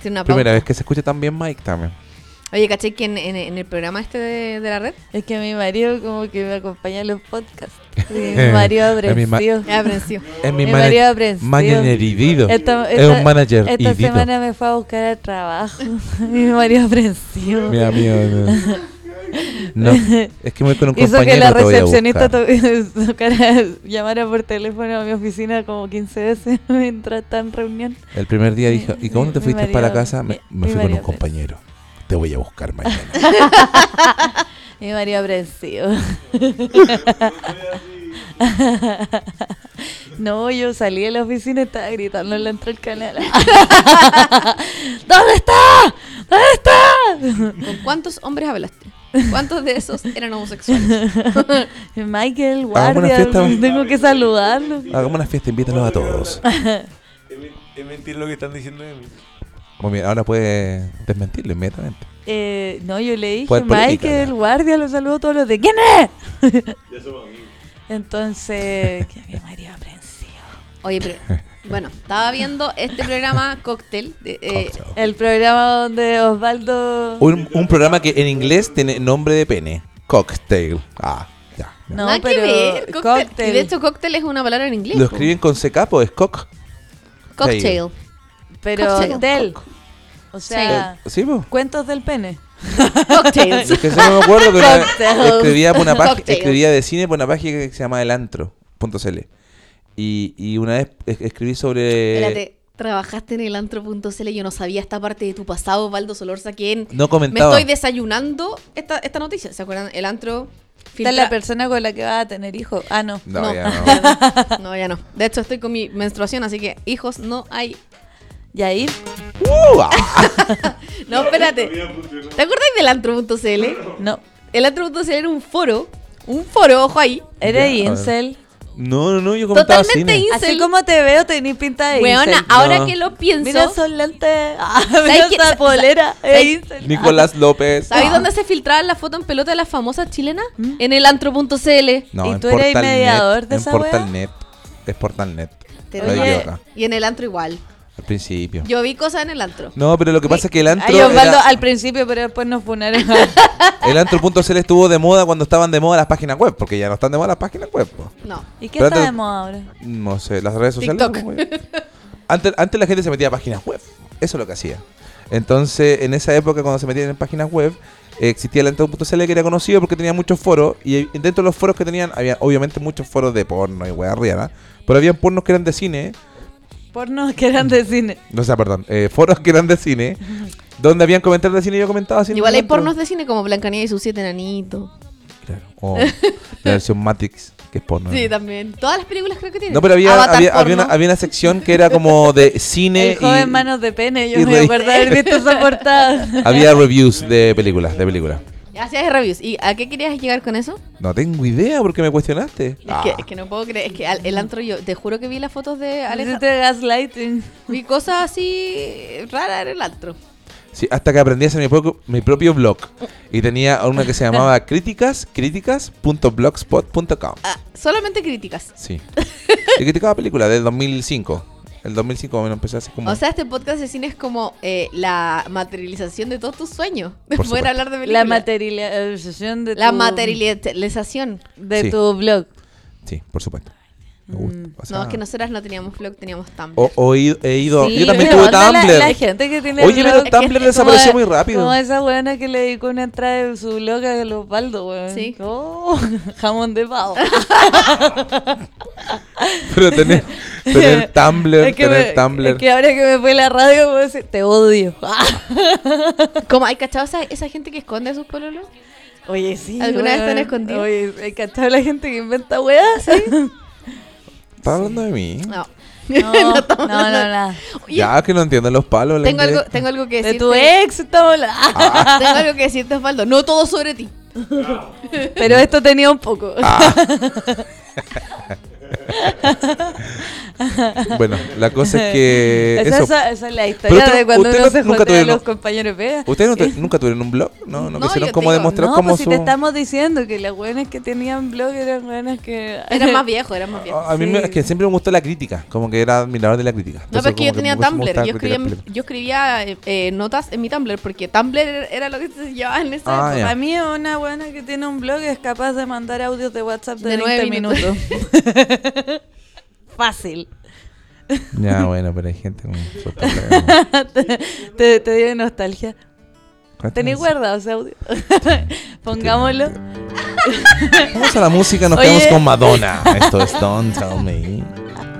C: Tiene una
B: Primera
C: pauta.
B: vez que se escucha tan bien Mike también.
C: Oye, caché que en, en- en el programa este de, de la red.
D: Es que mi marido como que me acompaña en los podcasts. Sí, mi marido
B: Es mi ma-
D: aprensivo.
C: Ya aprensivo.
B: Es mi
D: Mi
B: mana-
D: marido aprensivo.
B: manager herido.
D: Esta-
B: Es
D: esta-
B: un manager
D: Esta
B: herido.
D: semana me fue a buscar el trabajo. mi marido aprensivo.
B: Mira, mío. No. No, es que voy con un
D: Hizo
B: compañero.
D: que la
B: te voy a
D: recepcionista
B: buscar.
D: to- tocara- llamara por teléfono a mi oficina como 15 veces mientras está en reunión.
B: El primer día dijo, ¿y cómo no te
D: Mi
B: fuiste
D: marido-
B: para casa? Me,
D: mi- mi
B: me fui con un
D: marido-
B: compañero. Te voy a buscar mañana.
D: Mi marido aprensivo. No, yo salí de la oficina y estaba gritando en la entrada del canal. ¿Dónde está? ¿Dónde está?
C: ¿Con cuántos hombres hablaste? ¿Cuántos de esos eran homosexuales?
D: Michael,
B: Hagamos una
D: guardia,
B: fiesta.
D: tengo que saludarlo.
B: Hagamos una fiesta, invítanos a todos.
E: Es men- Es mentir lo que están diciendo de mí.
B: Muy bien, ahora puedes desmentirlo inmediatamente.
D: Eh, no, yo le dije,
B: Puedes polémica,
D: Michael,
B: ya.
D: guardia, lo saludo todos los de... ¿Quién es?
E: Ya somos amigos.
D: Entonces, que mi marido aprensivo.
C: Oye, pero. Bueno, estaba viendo este programa Cóctel. de- eh,
B: Cocktail.
D: El programa donde Osvaldo...
B: un, un programa que en inglés tiene nombre de pene. Cocktail. Ah, ya. ya.
D: No,
C: nada que
D: pero
C: ver. Cóctel.
D: cóctel.
C: Y de hecho, cóctel es una palabra en inglés.
B: Lo
C: po.
B: escriben con secapo, es cock.
C: Cocktail.
D: Pero
C: Cocktail.
D: del. O sea,
B: Eh, ¿Sí, vos?
D: cuentos del pene.
C: Cocktails.
B: Es que eso no me acuerdo que una vez
D: Cocktails.
B: escribía, por una pag-
C: Cocktails.
B: escribía de cine por una página que se llama elantro.cl. Y, y una vez es- escribí sobre...
C: Espérate, trabajaste en el antro.cl. Yo no sabía esta parte de tu pasado, Valdo Solorza, quien.
B: No
C: Me
B: comentaba.
C: estoy desayunando esta, esta noticia. ¿Se acuerdan? El antro.
D: Esta es
C: filtra-
D: la persona con la que vas a tener hijos. Ah, no.
B: No,
C: No.
B: ya no.
C: No, ya no. De hecho, estoy con mi menstruación, así que hijos no hay.
D: Y ahí,
B: Uh, ah.
C: No, espérate. ¿Te acuerdas del antro.cl?
D: no.
C: El antro.cl era un foro. Un foro, ojo ahí.
D: Eres
B: Ya,
D: incel.
B: No, no, no, yo comentaba
C: Totalmente
B: cine.
C: in-
D: Así
C: Incel.
D: como te veo, tenés pinta de
C: Weona,
D: incel.
C: ahora
B: No.
C: que lo pienso.
D: Mira esos lentes. Ah, mira
C: qué?
D: esa
C: Sa-
D: polera.
C: sa-
D: Es incel.
B: Nicolás López.
C: ¿Sabéis dónde se filtraban las fotos en pelota de las famosas chilenas?
D: ¿Mm?
C: En el antro.cl.
B: No,
D: ¿Y
B: en
D: tú eres
B: Portalnet,
D: mediador de esa
B: En
D: wea?
B: Portalnet. Es Portalnet.
C: Te
B: Lo
D: digo.
B: digo acá,
C: Y en el antro igual.
B: al principio.
C: Yo vi cosas en el antro.
B: No, pero lo que pasa es que el antro.
D: Ay, Osvaldo,
B: era-
D: al principio, pero después nos funaron.
B: El antro.cl estuvo de moda cuando estaban de moda las páginas web, porque ya no están de moda las páginas web. po.
C: No.
D: ¿Y qué
B: Pero
D: está
B: te-
D: de moda ahora?
B: No sé, las redes sociales.
C: TikTok.
B: ¿cómo es? Antes, antes la gente se metía a páginas web. Eso es lo que hacía. Entonces, en esa época, cuando se metían en páginas web, eh, existía el antro.cl que era conocido porque tenía muchos foros. Y dentro de los foros que tenían, había obviamente muchos foros de porno y wea riana. Pero había pornos que eran de cine.
D: Pornos que eran de cine.
B: No sé, perdón. eh, foros que eran de cine. Donde habían comentarios de cine y yo comentaba cine.
C: Igual hay
B: en el antro.
C: pornos de cine como Blancanieves y sus siete enanitos.
B: Claro. O la versión Matrix, que es porno.
C: Sí, también. Todas las películas creo que tienen.
B: Ah. No, pero había,
C: Avatar
B: había, había
C: porno.
B: una, había una sección que era como de cine
D: El joven
B: y
D: manos de pene.
B: y
D: Yo me
B: rey-
D: acuerdo de haber visto esa portada.
B: había reviews de películas, de películas.
C: Hacías reviews. ¿Y a qué querías llegar con eso?
B: No tengo idea porque me cuestionaste.
C: Es,
B: Ah,
C: que, es que no puedo creer. Es que al- el antro yo, te juro que vi las fotos de Alejandro.
D: Hiciste gaslighting.
C: Vi cosas así raras en el antro.
B: sí, hasta que aprendí a hacer mi, propio- mi propio blog. Y tenía una que se llamaba críticas, críticas.blogspot.com.
C: Ah, solamente críticas.
B: Sí. Y criticaba películas del 2005. El 2005 bueno, empecé así como...
C: O sea, este podcast de cine es como eh, la materialización de todos tus sueños. De
B: Por
C: poder
B: supuesto.
C: hablar de
D: La
C: películas.
D: materialización de
C: La
D: tu-
C: materialización.
D: de
B: Sí.
D: tu blog.
B: sí, por supuesto. Me gusta. O sea, Oh.
C: Mm, no, es que nosotras no teníamos vlog, teníamos Tumblr.
B: o- o he ido- he ido...
D: Sí,
B: yo también
D: pero
B: tuve
D: onda la-
B: Tumblr.
D: La, gente que tiene
B: Oye,
D: blog,
B: pero
D: que-
B: Tumblr
D: como
B: desapareció
D: de-
B: muy rápido.
D: Como esa buena que le dedicó una entrada de su blog a los baldos, weón.
C: Sí.
D: Oh, jamón de pavo.
B: Pero tener, tener Tumblr,
D: Es que
B: tener
D: me-
B: Tumblr.
D: es que ahora que me fue la radio, puedo decir, te odio.
C: Como hay cachado esa, esa gente que esconde a sus pololos.
D: Oye, sí.
C: ¿Alguna vez te han
D: weón.
C: escondido?
D: Oye, hay cachado la gente que inventa weas. Sí.
B: ¿Estás hablando de mí?
C: No.
D: No, no, no, nada.
C: Ah, Oye,
B: Ya que no entienden los palos. la
C: tengo algo,
B: indirecta.
C: tengo algo que decirte.
D: De tu ex, estamos hablando.
B: Ah,
C: Tengo algo que decirte, Osvaldo. No todo sobre ti.
B: Ah.
D: Pero esto tenía un poco.
B: Bueno, la cosa es que.
D: esa,
B: Eh, eso.
D: esa- esa es la historia
B: usted-
D: de cuando
B: usted
D: uno
B: no-
D: se
B: nunca
D: jotea a
B: tuvieron-
D: los compañeros pega.
B: ¿Ustedes no te- nunca tuvieron un blog? No, no,
C: No,
B: quisieron
C: yo
B: como
C: tengo-
B: demostrar
D: no,
B: cómo
D: pues
B: su.
D: si te estamos diciendo que las buenas que tenían blog eran buenas que...
C: Eran más viejos, eran más viejos.
B: Ah, A a mí me- es que siempre me gustó la crítica, como que era admirador de la crítica.
C: No,
B: Entonces,
C: pero es
B: como
C: que yo tenía
B: me gusta- me
C: Tumblr.
B: gustaba
C: Yo escribía,
B: criticar películas.
C: yo escribía eh, eh, notas en mi Tumblr porque Tumblr era era lo que se llevaba en esa
B: Ah,
C: época.
B: ya.
D: Para mí una buena que tiene un blog es capaz de mandar audios de WhatsApp de,
C: De nueve
D: 20
C: minutos.
D: minutos. Fácil.
B: Ya, bueno, pero hay gente con sus problemas.
D: Te, te dio nostalgia. ¿Tenés
B: ¿Cuántas-
D: guardado ese audio? Pongámoslo.
B: Vamos a la música, nos
D: Oye.
B: quedamos con Madonna. Esto es Don't Tell Me.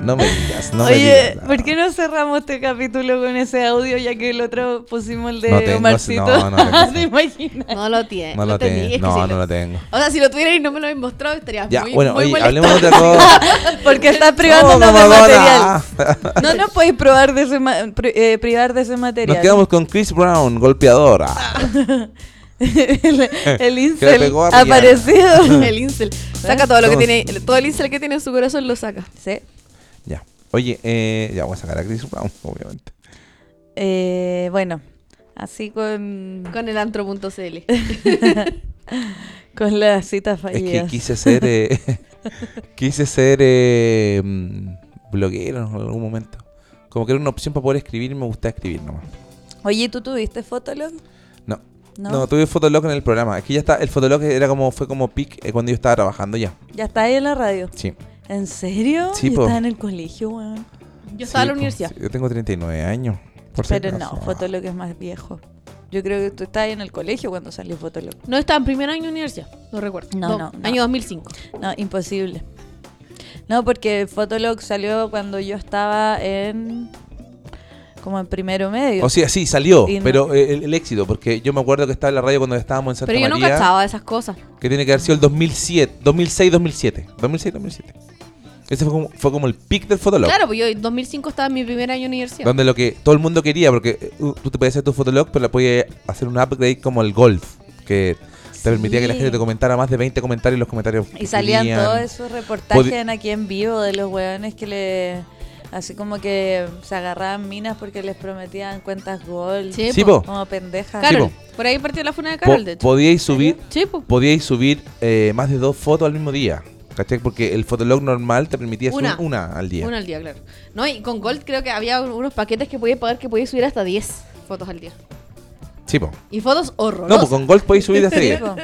B: No me digas, no me
D: Oye,
B: digas. nada.
D: ¿por qué no cerramos este capítulo con ese audio ya que el otro pusimos el de
B: No tengo,
D: Omarcito?
B: no, no tengo.
D: ¿Te imaginas?
C: No lo tiene.
B: No lo
C: tenía,
B: tengo.
C: es que sí
B: No, no
C: lo-
B: lo tengo.
C: O sea, si lo tuvieras y no me lo habéis mostrado, estarías
B: Ya,
C: muy,
B: bueno,
C: muy
B: oye,
C: molesta.
B: hablemos de otra cosa.
D: Porque estás
B: Vamos,
D: privándonos de material.
B: Madonna.
D: No nos podéis probar de ese ma- pri- eh, privar de ese material.
B: Nos quedamos con Chris Brown, golpeadora.
D: el, el
B: Que le
D: incel
B: pegó a Rihanna.
D: aparecido.
C: El incel. Saca todo lo que
B: Vamos.
C: tiene, todo el incel que tiene en su corazón lo saca.
D: Sí.
B: Ya. Oye, eh, ya voy a sacar a Chris Brown, obviamente.
D: Eh, bueno, así con,
C: Con el antro.cl.
D: con las citas
B: Es que
D: fallidas.
B: quise ser. eh, quise ser. eh, mm, bloguero en algún momento. Como que era una opción para poder escribir y me gustaba escribir nomás.
D: Oye, ¿tú tuviste Fotolog?
B: No. No,
D: No.
B: tuve Fotolog en el programa. Es que ya está. El Fotolog era como, fue como pic eh, cuando yo estaba trabajando ya.
D: Ya está ahí en la radio.
B: Sí.
D: ¿En serio?
B: Sí,
D: Yo
B: po.
D: estaba en el colegio, weón.
C: Yo estaba en la
B: Sí,
C: universidad.
B: pues, sí, yo tengo 39 años. Por si
D: Pero no,
B: acaso.
D: Fotolog es más viejo. Yo creo que tú estabas ahí en el colegio cuando salió Fotolog.
C: No estaba en primer año de universidad, no recuerdo.
D: No,
C: Do-
D: no, no.
C: Año 2005.
D: No, imposible. No, porque Fotolog salió cuando yo estaba en... Como en primero medio.
B: O sea, sí, salió,
D: Y no-
B: pero eh, el, el éxito, porque yo me acuerdo que estaba en la radio cuando estábamos en Santa
C: Pero yo no
B: María,
C: cachaba esas cosas.
B: que tiene que haber sido el 2007, 2006, 2007, 2006, 2007. Ese fue como, fue como el pic del fotolog,
C: Claro, pues yo en 2005 estaba en mi primer año de universidad.
B: donde lo que todo el mundo quería, porque eh, uh, tú te podías hacer tu fotolog, pero le podías hacer un upgrade como el golf, que te permitía que la
D: Sí.
B: gente te comentara más de 20 comentarios, los comentarios
D: Y salían todos esos reportajes
B: Podi-
D: en aquí en vivo de los hueones que le. Así como que se agarraban minas porque les prometían cuentas gold.
C: Sí,
B: Sí,
C: po.
B: po.
D: Como pendejas.
C: Carol.
B: Sí,
C: por ahí partió la funa de
B: Po-
C: Carol, de hecho.
B: podíais subir
C: Sí, pues.
B: podíais subir eh, más de dos fotos al mismo día, ¿cachai? Porque el fotolog normal te permitía subir
C: Una.
B: una, al día.
C: Una al día, claro. No, y con Gold creo que había un- unos paquetes que podía pagar que podía subir hasta 10 fotos al día.
B: Sí, po.
C: Y fotos
B: No,
C: horrorosas.
B: pues con golf podéis subir hasta
D: Sí,
B: 10.
D: po.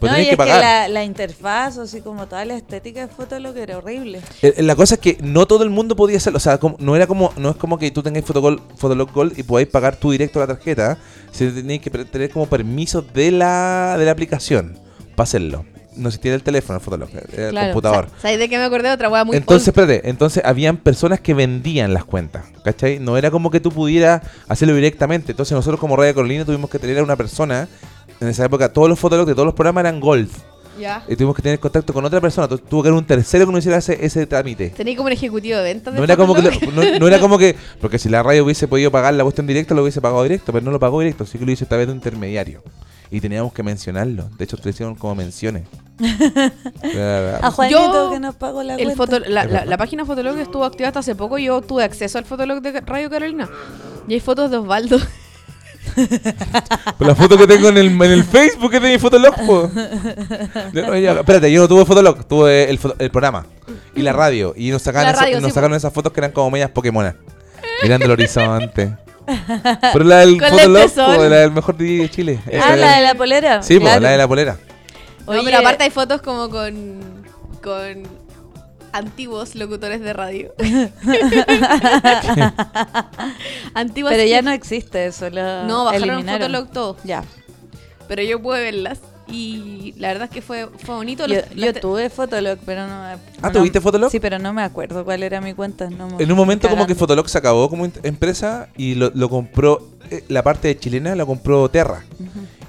B: Pues
D: no, y
B: tenéis que
D: es que
B: pagar.
D: la, la interfaz, así como toda la estética de foto, lo que era horrible.
B: Eh, La cosa es que no todo el mundo podía hacerlo. O sea, como- no era como, no es como que tú tengáis Fotogol- Fotolog Gold y podáis pagar tú directo la tarjeta. Si tenéis que pre- tener como permiso de la, de la aplicación para hacerlo. No existía el teléfono, el Fotolog, el
D: Claro,
B: computador.
C: ¿Sabes de qué me acordé? Otra hueá muy
B: entonces,
C: old.
B: espérate, entonces habían personas que vendían las cuentas, ¿cachai? No era como que tú pudieras hacerlo directamente. Entonces nosotros como Radio Carolina tuvimos que tener a una persona, en esa época todos los fotologs de todos los programas eran gold.
C: Ya.
B: Y tuvimos que tener contacto con otra persona, tu- tuvo que haber un tercero que nos hiciera ese, ese trámite.
C: Tenía como un ejecutivo de ventas. de
B: No era, como que,
C: Fotolog.
B: lo- no, no era como que, porque si la radio hubiese podido pagar la cuestión directa, lo hubiese pagado directo, pero no lo pagó directo, así que lo hizo esta vez de intermediario. Y teníamos que mencionarlo, de hecho te hicieron como menciones. Era-
D: A Juanito
C: Yo-
D: que nos pagó la
C: El
D: cuenta.
C: foto- la,
B: Es
C: la-
B: verdad.
C: la página Fotolog estuvo activa hasta hace poco y yo tuve acceso al Fotolog de Radio Carolina. Y hay fotos de Osvaldo.
B: Por la foto que tengo en el, en el Facebook es de mi fotolog, po. Yo no- yo- espérate, yo no tuve fotolog, tuve el, foto- el programa y la radio. Y nos sacaban
C: La
B: esa-
C: radio,
B: nos
C: sí,
B: sacaron esas fotos que eran como medias Pokémonas. Mirando el horizonte. Pero la del
C: Con
B: fotolog,
C: lentes sol.
B: po, la del mejor DJ de Chile. Esa
D: Ah, la
B: era-
D: de la polera.
B: Eh, Sí, po,
D: claro.
B: la de la polera.
D: Oye,
C: No, pero aparte hay fotos como con. con antiguos locutores de radio. antiguos.
D: pero ya no existe eso. Lo
C: No, bajaron
D: eliminaron.
C: Fotolog todo.
D: Ya.
C: Pero yo pude verlas. Y la verdad es que fue, fue bonito.
D: Yo,
C: Los-
D: yo
C: los-
D: tuve Fotolog, pero no me.
B: Ah,
D: no-
B: ¿tuviste Fotolog?
D: Sí, pero no me acuerdo cuál era mi cuenta. No me-
B: En un momento como que
D: cagando.
B: Fotolog se acabó como ent- empresa y lo, lo compró, eh, la parte de chilena la compró Terra.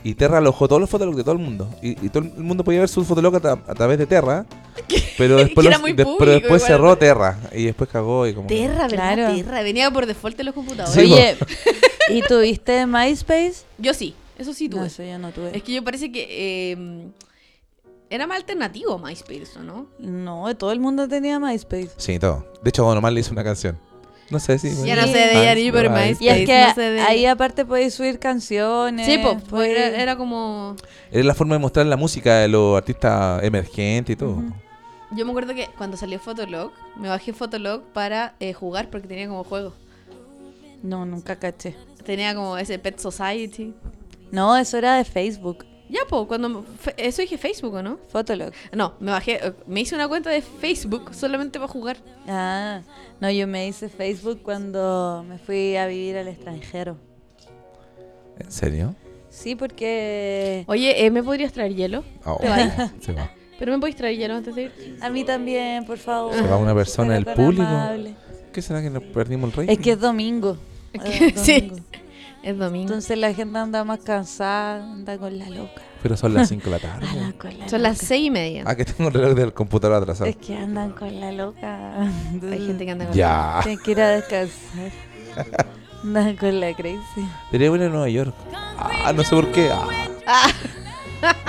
B: Y Terra alojó todos los fotologs de todo el mundo. Y, y todo el mundo podía ver su fotolog a, tra- a través de Terra. Pero después,
C: Que era
B: los-
C: muy
B: de-
C: público
B: pero después
C: igual.
B: cerró Terra. Y después cagó y como... que-
C: Terra, ¿verdad?
D: Claro.
C: Terra. Venía por default en los computadores.
B: Sí, po.
D: Oye, ¿y tuviste MySpace?
C: Yo sí, eso sí tuve.
D: No, eso yo no tuve.
C: Es que yo parece que eh, era más alternativo MySpace, ¿o no?
D: No, todo el mundo tenía MySpace.
B: Sí, todo. De hecho, Don Omar le hizo una canción. No sé si.
C: Ya no sé de ella ni por MySpace.
D: Y es que
C: no sé de-
D: ahí aparte podéis subir canciones.
C: Sí, pues,
D: podéis-
C: era, era como...
B: Era la forma de mostrar la música de los artistas emergentes y todo.
C: Yo me acuerdo que cuando salió Fotolog, me bajé Fotolog para eh, jugar porque tenía como juego.
D: No, nunca caché.
C: Tenía como ese Pet Society.
D: No, eso era de Facebook.
C: Ya, pues, cuando... me- fe- Eso dije Facebook, ¿o no?
D: Fotolog.
C: No, me bajé... eh, Me hice una cuenta de Facebook solamente para jugar.
D: Ah, no, yo me hice Facebook cuando me fui a vivir al extranjero.
B: ¿En serio?
D: Sí, porque
C: Oye, eh, ¿me podrías traer hielo?
B: Oh,
C: Te va.
B: se va.
C: ¿Pero me podéis traer hielo antes de ir?
D: a mí también, por favor.
B: Se va una persona del
D: Era tan
B: público.
D: amable.
B: ¿Qué será que nos perdimos el rey?
D: Es que es domingo. Eh,
C: sí.
D: domingo.
C: Es domingo.
D: Entonces la gente anda más cansada, anda con la loca.
B: Pero son las 5 de la tarde.
D: Anda con la
C: Son
D: loca.
C: las seis y media.
B: Ah, que tengo el reloj del computador atrasado.
D: Es que andan con la loca.
C: Hay gente que anda con
B: Ya.
D: Tienen que ir a descansar. Andan con la crazy.
B: Debería ir a Nueva York. Ah, no sé por qué. Ah.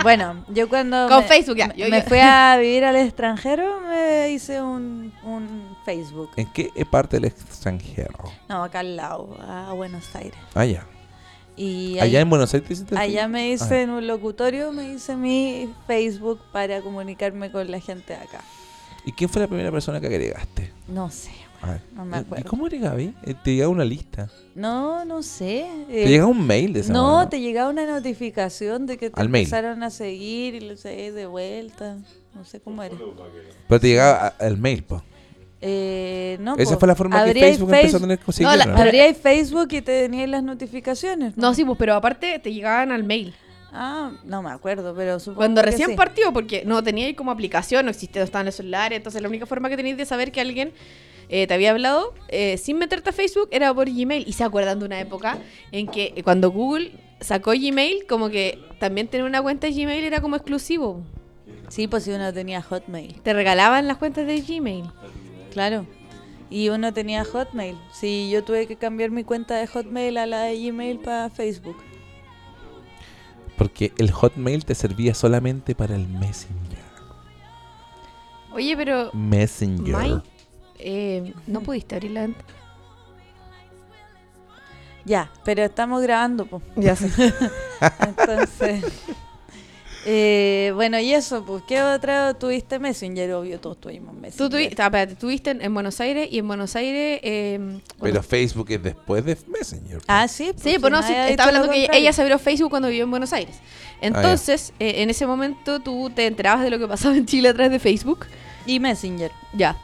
D: Bueno, yo cuando
C: Con
D: me,
C: Facebook, ya.
D: me-
C: Yo-
D: me
C: yo-
D: fui a vivir al extranjero, me hice un, un Facebook.
B: ¿En qué parte del extranjero?
D: No, acá al lado, a Buenos Aires.
B: Allá.
D: Y ahí-
B: Allá en Buenos Aires. hiciste el
D: allá
B: fin?
D: me
B: Ah.
D: hice en un locutorio, me hice mi Facebook para comunicarme con la gente de acá.
B: ¿Y quién fue la primera persona que agregaste?
D: No sé.
B: A ver.
D: No me acuerdo.
B: ¿Y cómo agregabas? Eh, Te llegaba una lista.
D: No, no sé.
B: Te
D: eh,
B: llegaba un mail de esa
D: no,
B: manera,
D: te llegaba una notificación de que te
B: Al mail.
D: empezaron a seguir y lo seguís de vuelta. No sé cómo era.
B: Pero te llegaba a- el mail, po.
D: Eh, no,
B: Esa
D: po.
B: fue la forma que
D: Abríais
B: Facebook empezó
D: Face-
B: a tener
C: No, la-
B: conseguido. ¿no?
D: Abríais Facebook y te tenías las notificaciones.
C: No, sí, pues, pero aparte te llegaban al mail.
D: Ah, no me acuerdo, pero supongo
C: Cuando
D: que
C: recién
D: sí.
C: partió, porque no teníais como aplicación, no existía, no estaba en el celular, entonces la única forma que teníais de saber que alguien eh, te había hablado eh, sin meterte a Facebook era por Gmail. Y se acuerdan de una época en que eh, cuando Google sacó Gmail, como que también tener una cuenta de Gmail era como exclusivo.
D: Sí, pues si uno tenía Hotmail,
C: Te regalaban las cuentas de Gmail.
D: claro. Y uno tenía Hotmail. Sí, yo tuve que cambiar mi cuenta de Hotmail a la de Gmail para Facebook.
B: Porque el Hotmail te servía solamente para el Messenger.
C: Oye, pero
B: Messenger.
C: Mai, eh, no pudiste abrirla antes.
D: Ya, pero estamos grabando, pues.
C: Ya sé.
D: Entonces. eh, bueno, y eso, pues, ¿qué otra tuviste Messenger? Obvio, todos tuvimos Messenger.
C: Tú tuviste, ah, espérate, tuviste en, en Buenos Aires y en Buenos Aires. eh, cuando-
B: Pero Facebook es después de Messenger. po.
D: Ah, sí.
C: Sí, pues no, sí,
D: nadie ha dicho
C: estaba
D: lo
C: hablando que
D: contrario.
C: ella se abrió Facebook cuando vivió en Buenos Aires.
B: Ah,
C: Entonces, eh, en ese momento tú te enterabas de lo que pasaba en Chile a través de Facebook.
D: Y Messenger.
C: Ya.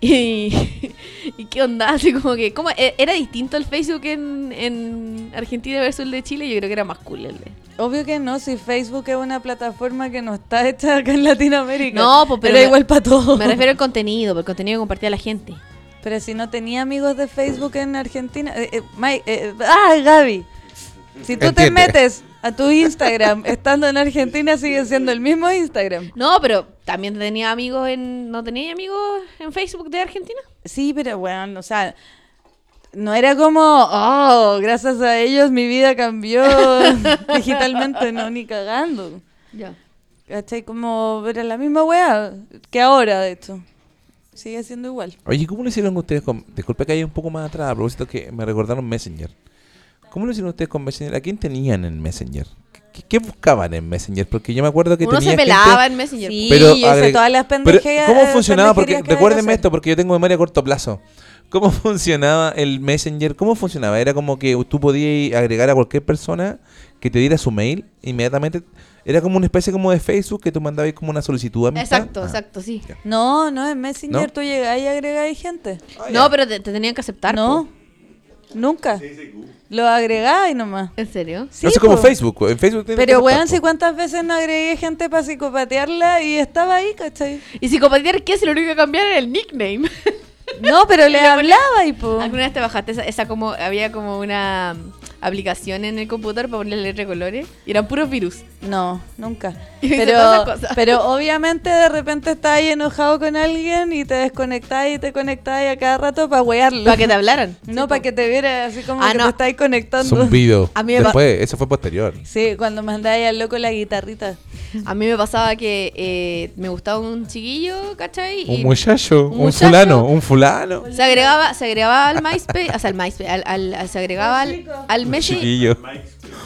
C: Y, y qué onda, así como que, ¿cómo? E- ¿era distinto el Facebook en, en Argentina versus el de Chile? Yo creo que era más cool el de.
D: Obvio que no, si Facebook es una plataforma que no está hecha acá en Latinoamérica.
C: No, pues, pero
D: Era
C: me-
D: igual para todos.
C: Me refiero al contenido, porque el contenido que compartía la gente.
D: Pero si no tenía amigos de Facebook en Argentina. eh, eh, Mai- eh, ah, Gaby. Si tú te
B: Entiende.
D: metes a tu Instagram estando en Argentina, sigue siendo el mismo Instagram.
C: No, pero también tenía amigos en. ¿No tenía amigos en Facebook de Argentina?
D: Sí, pero bueno, o sea. No era como, oh, gracias a ellos mi vida cambió digitalmente, no, ni cagando.
C: Ya.
D: ¿Cachai? Como era la misma wea que ahora, de hecho. Sigue siendo igual.
B: Oye, ¿cómo lo hicieron ustedes con... Disculpe que haya un poco más atrás, a propósito que me recordaron Messenger. ¿Cómo lo hicieron ustedes con Messenger? ¿A quién tenían en Messenger? ¿Qué, qué buscaban en Messenger? Porque yo me acuerdo que
C: Uno
B: tenía
C: se
B: gente-
C: pelaba en Messenger.
D: Sí,
B: Pero
D: yo hice
B: agrega-
D: todas las
B: Pero,
D: pendejeas.
B: ¿Cómo funcionaba? Porque
D: pendejerías que
B: recuérdenme
D: había que
B: esto, porque yo tengo memoria a corto plazo. ¿Cómo funcionaba el Messenger? ¿Cómo funcionaba? Era como que tú podías agregar a cualquier persona que te diera su mail inmediatamente. Era como una especie como de Facebook que tú mandabas como una solicitud de amistad.
C: Exacto,
B: Ah.
C: exacto, sí.
B: Ya.
D: hacer. No, no, en Messenger
B: ¿No?
D: tú llegás y agregás gente.
B: Ah,
C: No,
B: ya.
C: pero te, te tenían que aceptar.
D: no,
C: po.
D: nunca. Lo agregás y nomás.
C: ¿En serio?
D: Sí,
B: no sé como
D: po.
B: Facebook. po. En Facebook tienes que
D: Pero
B: aceptar,
D: weón, si
B: po.
D: cuántas veces no agregué gente para psicopatearla y estaba ahí, ¿cachai?
C: Y psicopatear, ¿qué? Si lo único que cambiar era el nickname.
D: No, pero le hablaba y po.
C: ¿Alguna vez te bajaste esa, esa como, había como una mm, aplicación en el computador para ponerle letra de colores? Y eran puros virus.
D: No, nunca.
C: Y hice
D: Pero,
C: todas esas cosas.
D: pero obviamente de repente estás ahí enojado con alguien y te desconectás y te conectás a cada rato para huearlo.
C: Para que te hablaran.
D: No, para que te viera así como
C: Ah,
D: que
C: no.
D: te estáis conectando.
B: Zumbido.
C: A mí me pa-
B: Después, eso fue posterior.
D: Sí, cuando mandáis al loco la guitarrita.
C: A mí me pasaba que eh, me gustaba un chiquillo, ¿cachai?
B: Un muchacho,
C: un
B: un,
C: muchacho.
B: fulano, un fulano.
C: se agregaba, se agregaba al MySpace, o sea, al MySpace, al, al- al- se agregaba al, al
B: Un
C: Messenger,
B: chiquillo.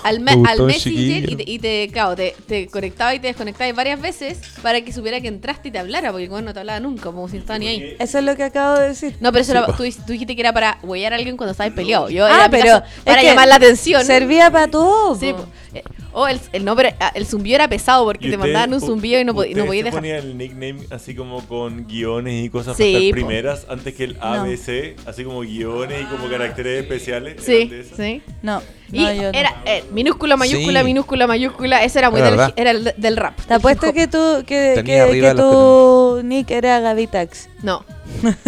C: al, me-
B: Me gustó
C: al
B: un
C: Messenger y
B: chiquillo.
C: te, y te- claro, te, te conectaba y te desconectaba varias veces para que supiera que entraste y te hablara, porque bueno, no te hablaba nunca, como si no estaba ni ahí.
D: Eso es lo que acabo de decir.
C: No, pero eso era, tú, dices- tú dijiste que era para huellar a alguien cuando estabas peleado. Yo
D: ah,
C: era mi
D: pero
C: caso, para
D: es que
C: llamar la atención.
D: Servía para todo.
C: Sí,
D: po.
C: po. Eh, oh, el, el, no, pero, ah, el zumbido era pesado porque
E: Y
C: te
E: ustedes-
C: mandaban un
E: u-
C: zumbido y no, podías no
E: ustedes
C: podías
E: se
C: dejar.
E: ponían el nickname así como con guiones y cosas
C: Sí,
E: para estar
C: po.
E: primeras antes que el ABC, así como guiones y como caracteres especiales.
C: Ah, Sí,
E: ¿eran de esas?
C: sí.
D: No,
C: Y
D: no, yo no.
C: era eh, minúscula, mayúscula,
B: Sí.
C: minúscula, mayúscula. Ese era muy
B: Es
C: del,
B: verdad.
C: era el del rap.
D: Te apuesto que tú, que,
B: Tenía
D: que,
B: arriba
D: que
B: los
D: tu nick era Gavitax.
C: No.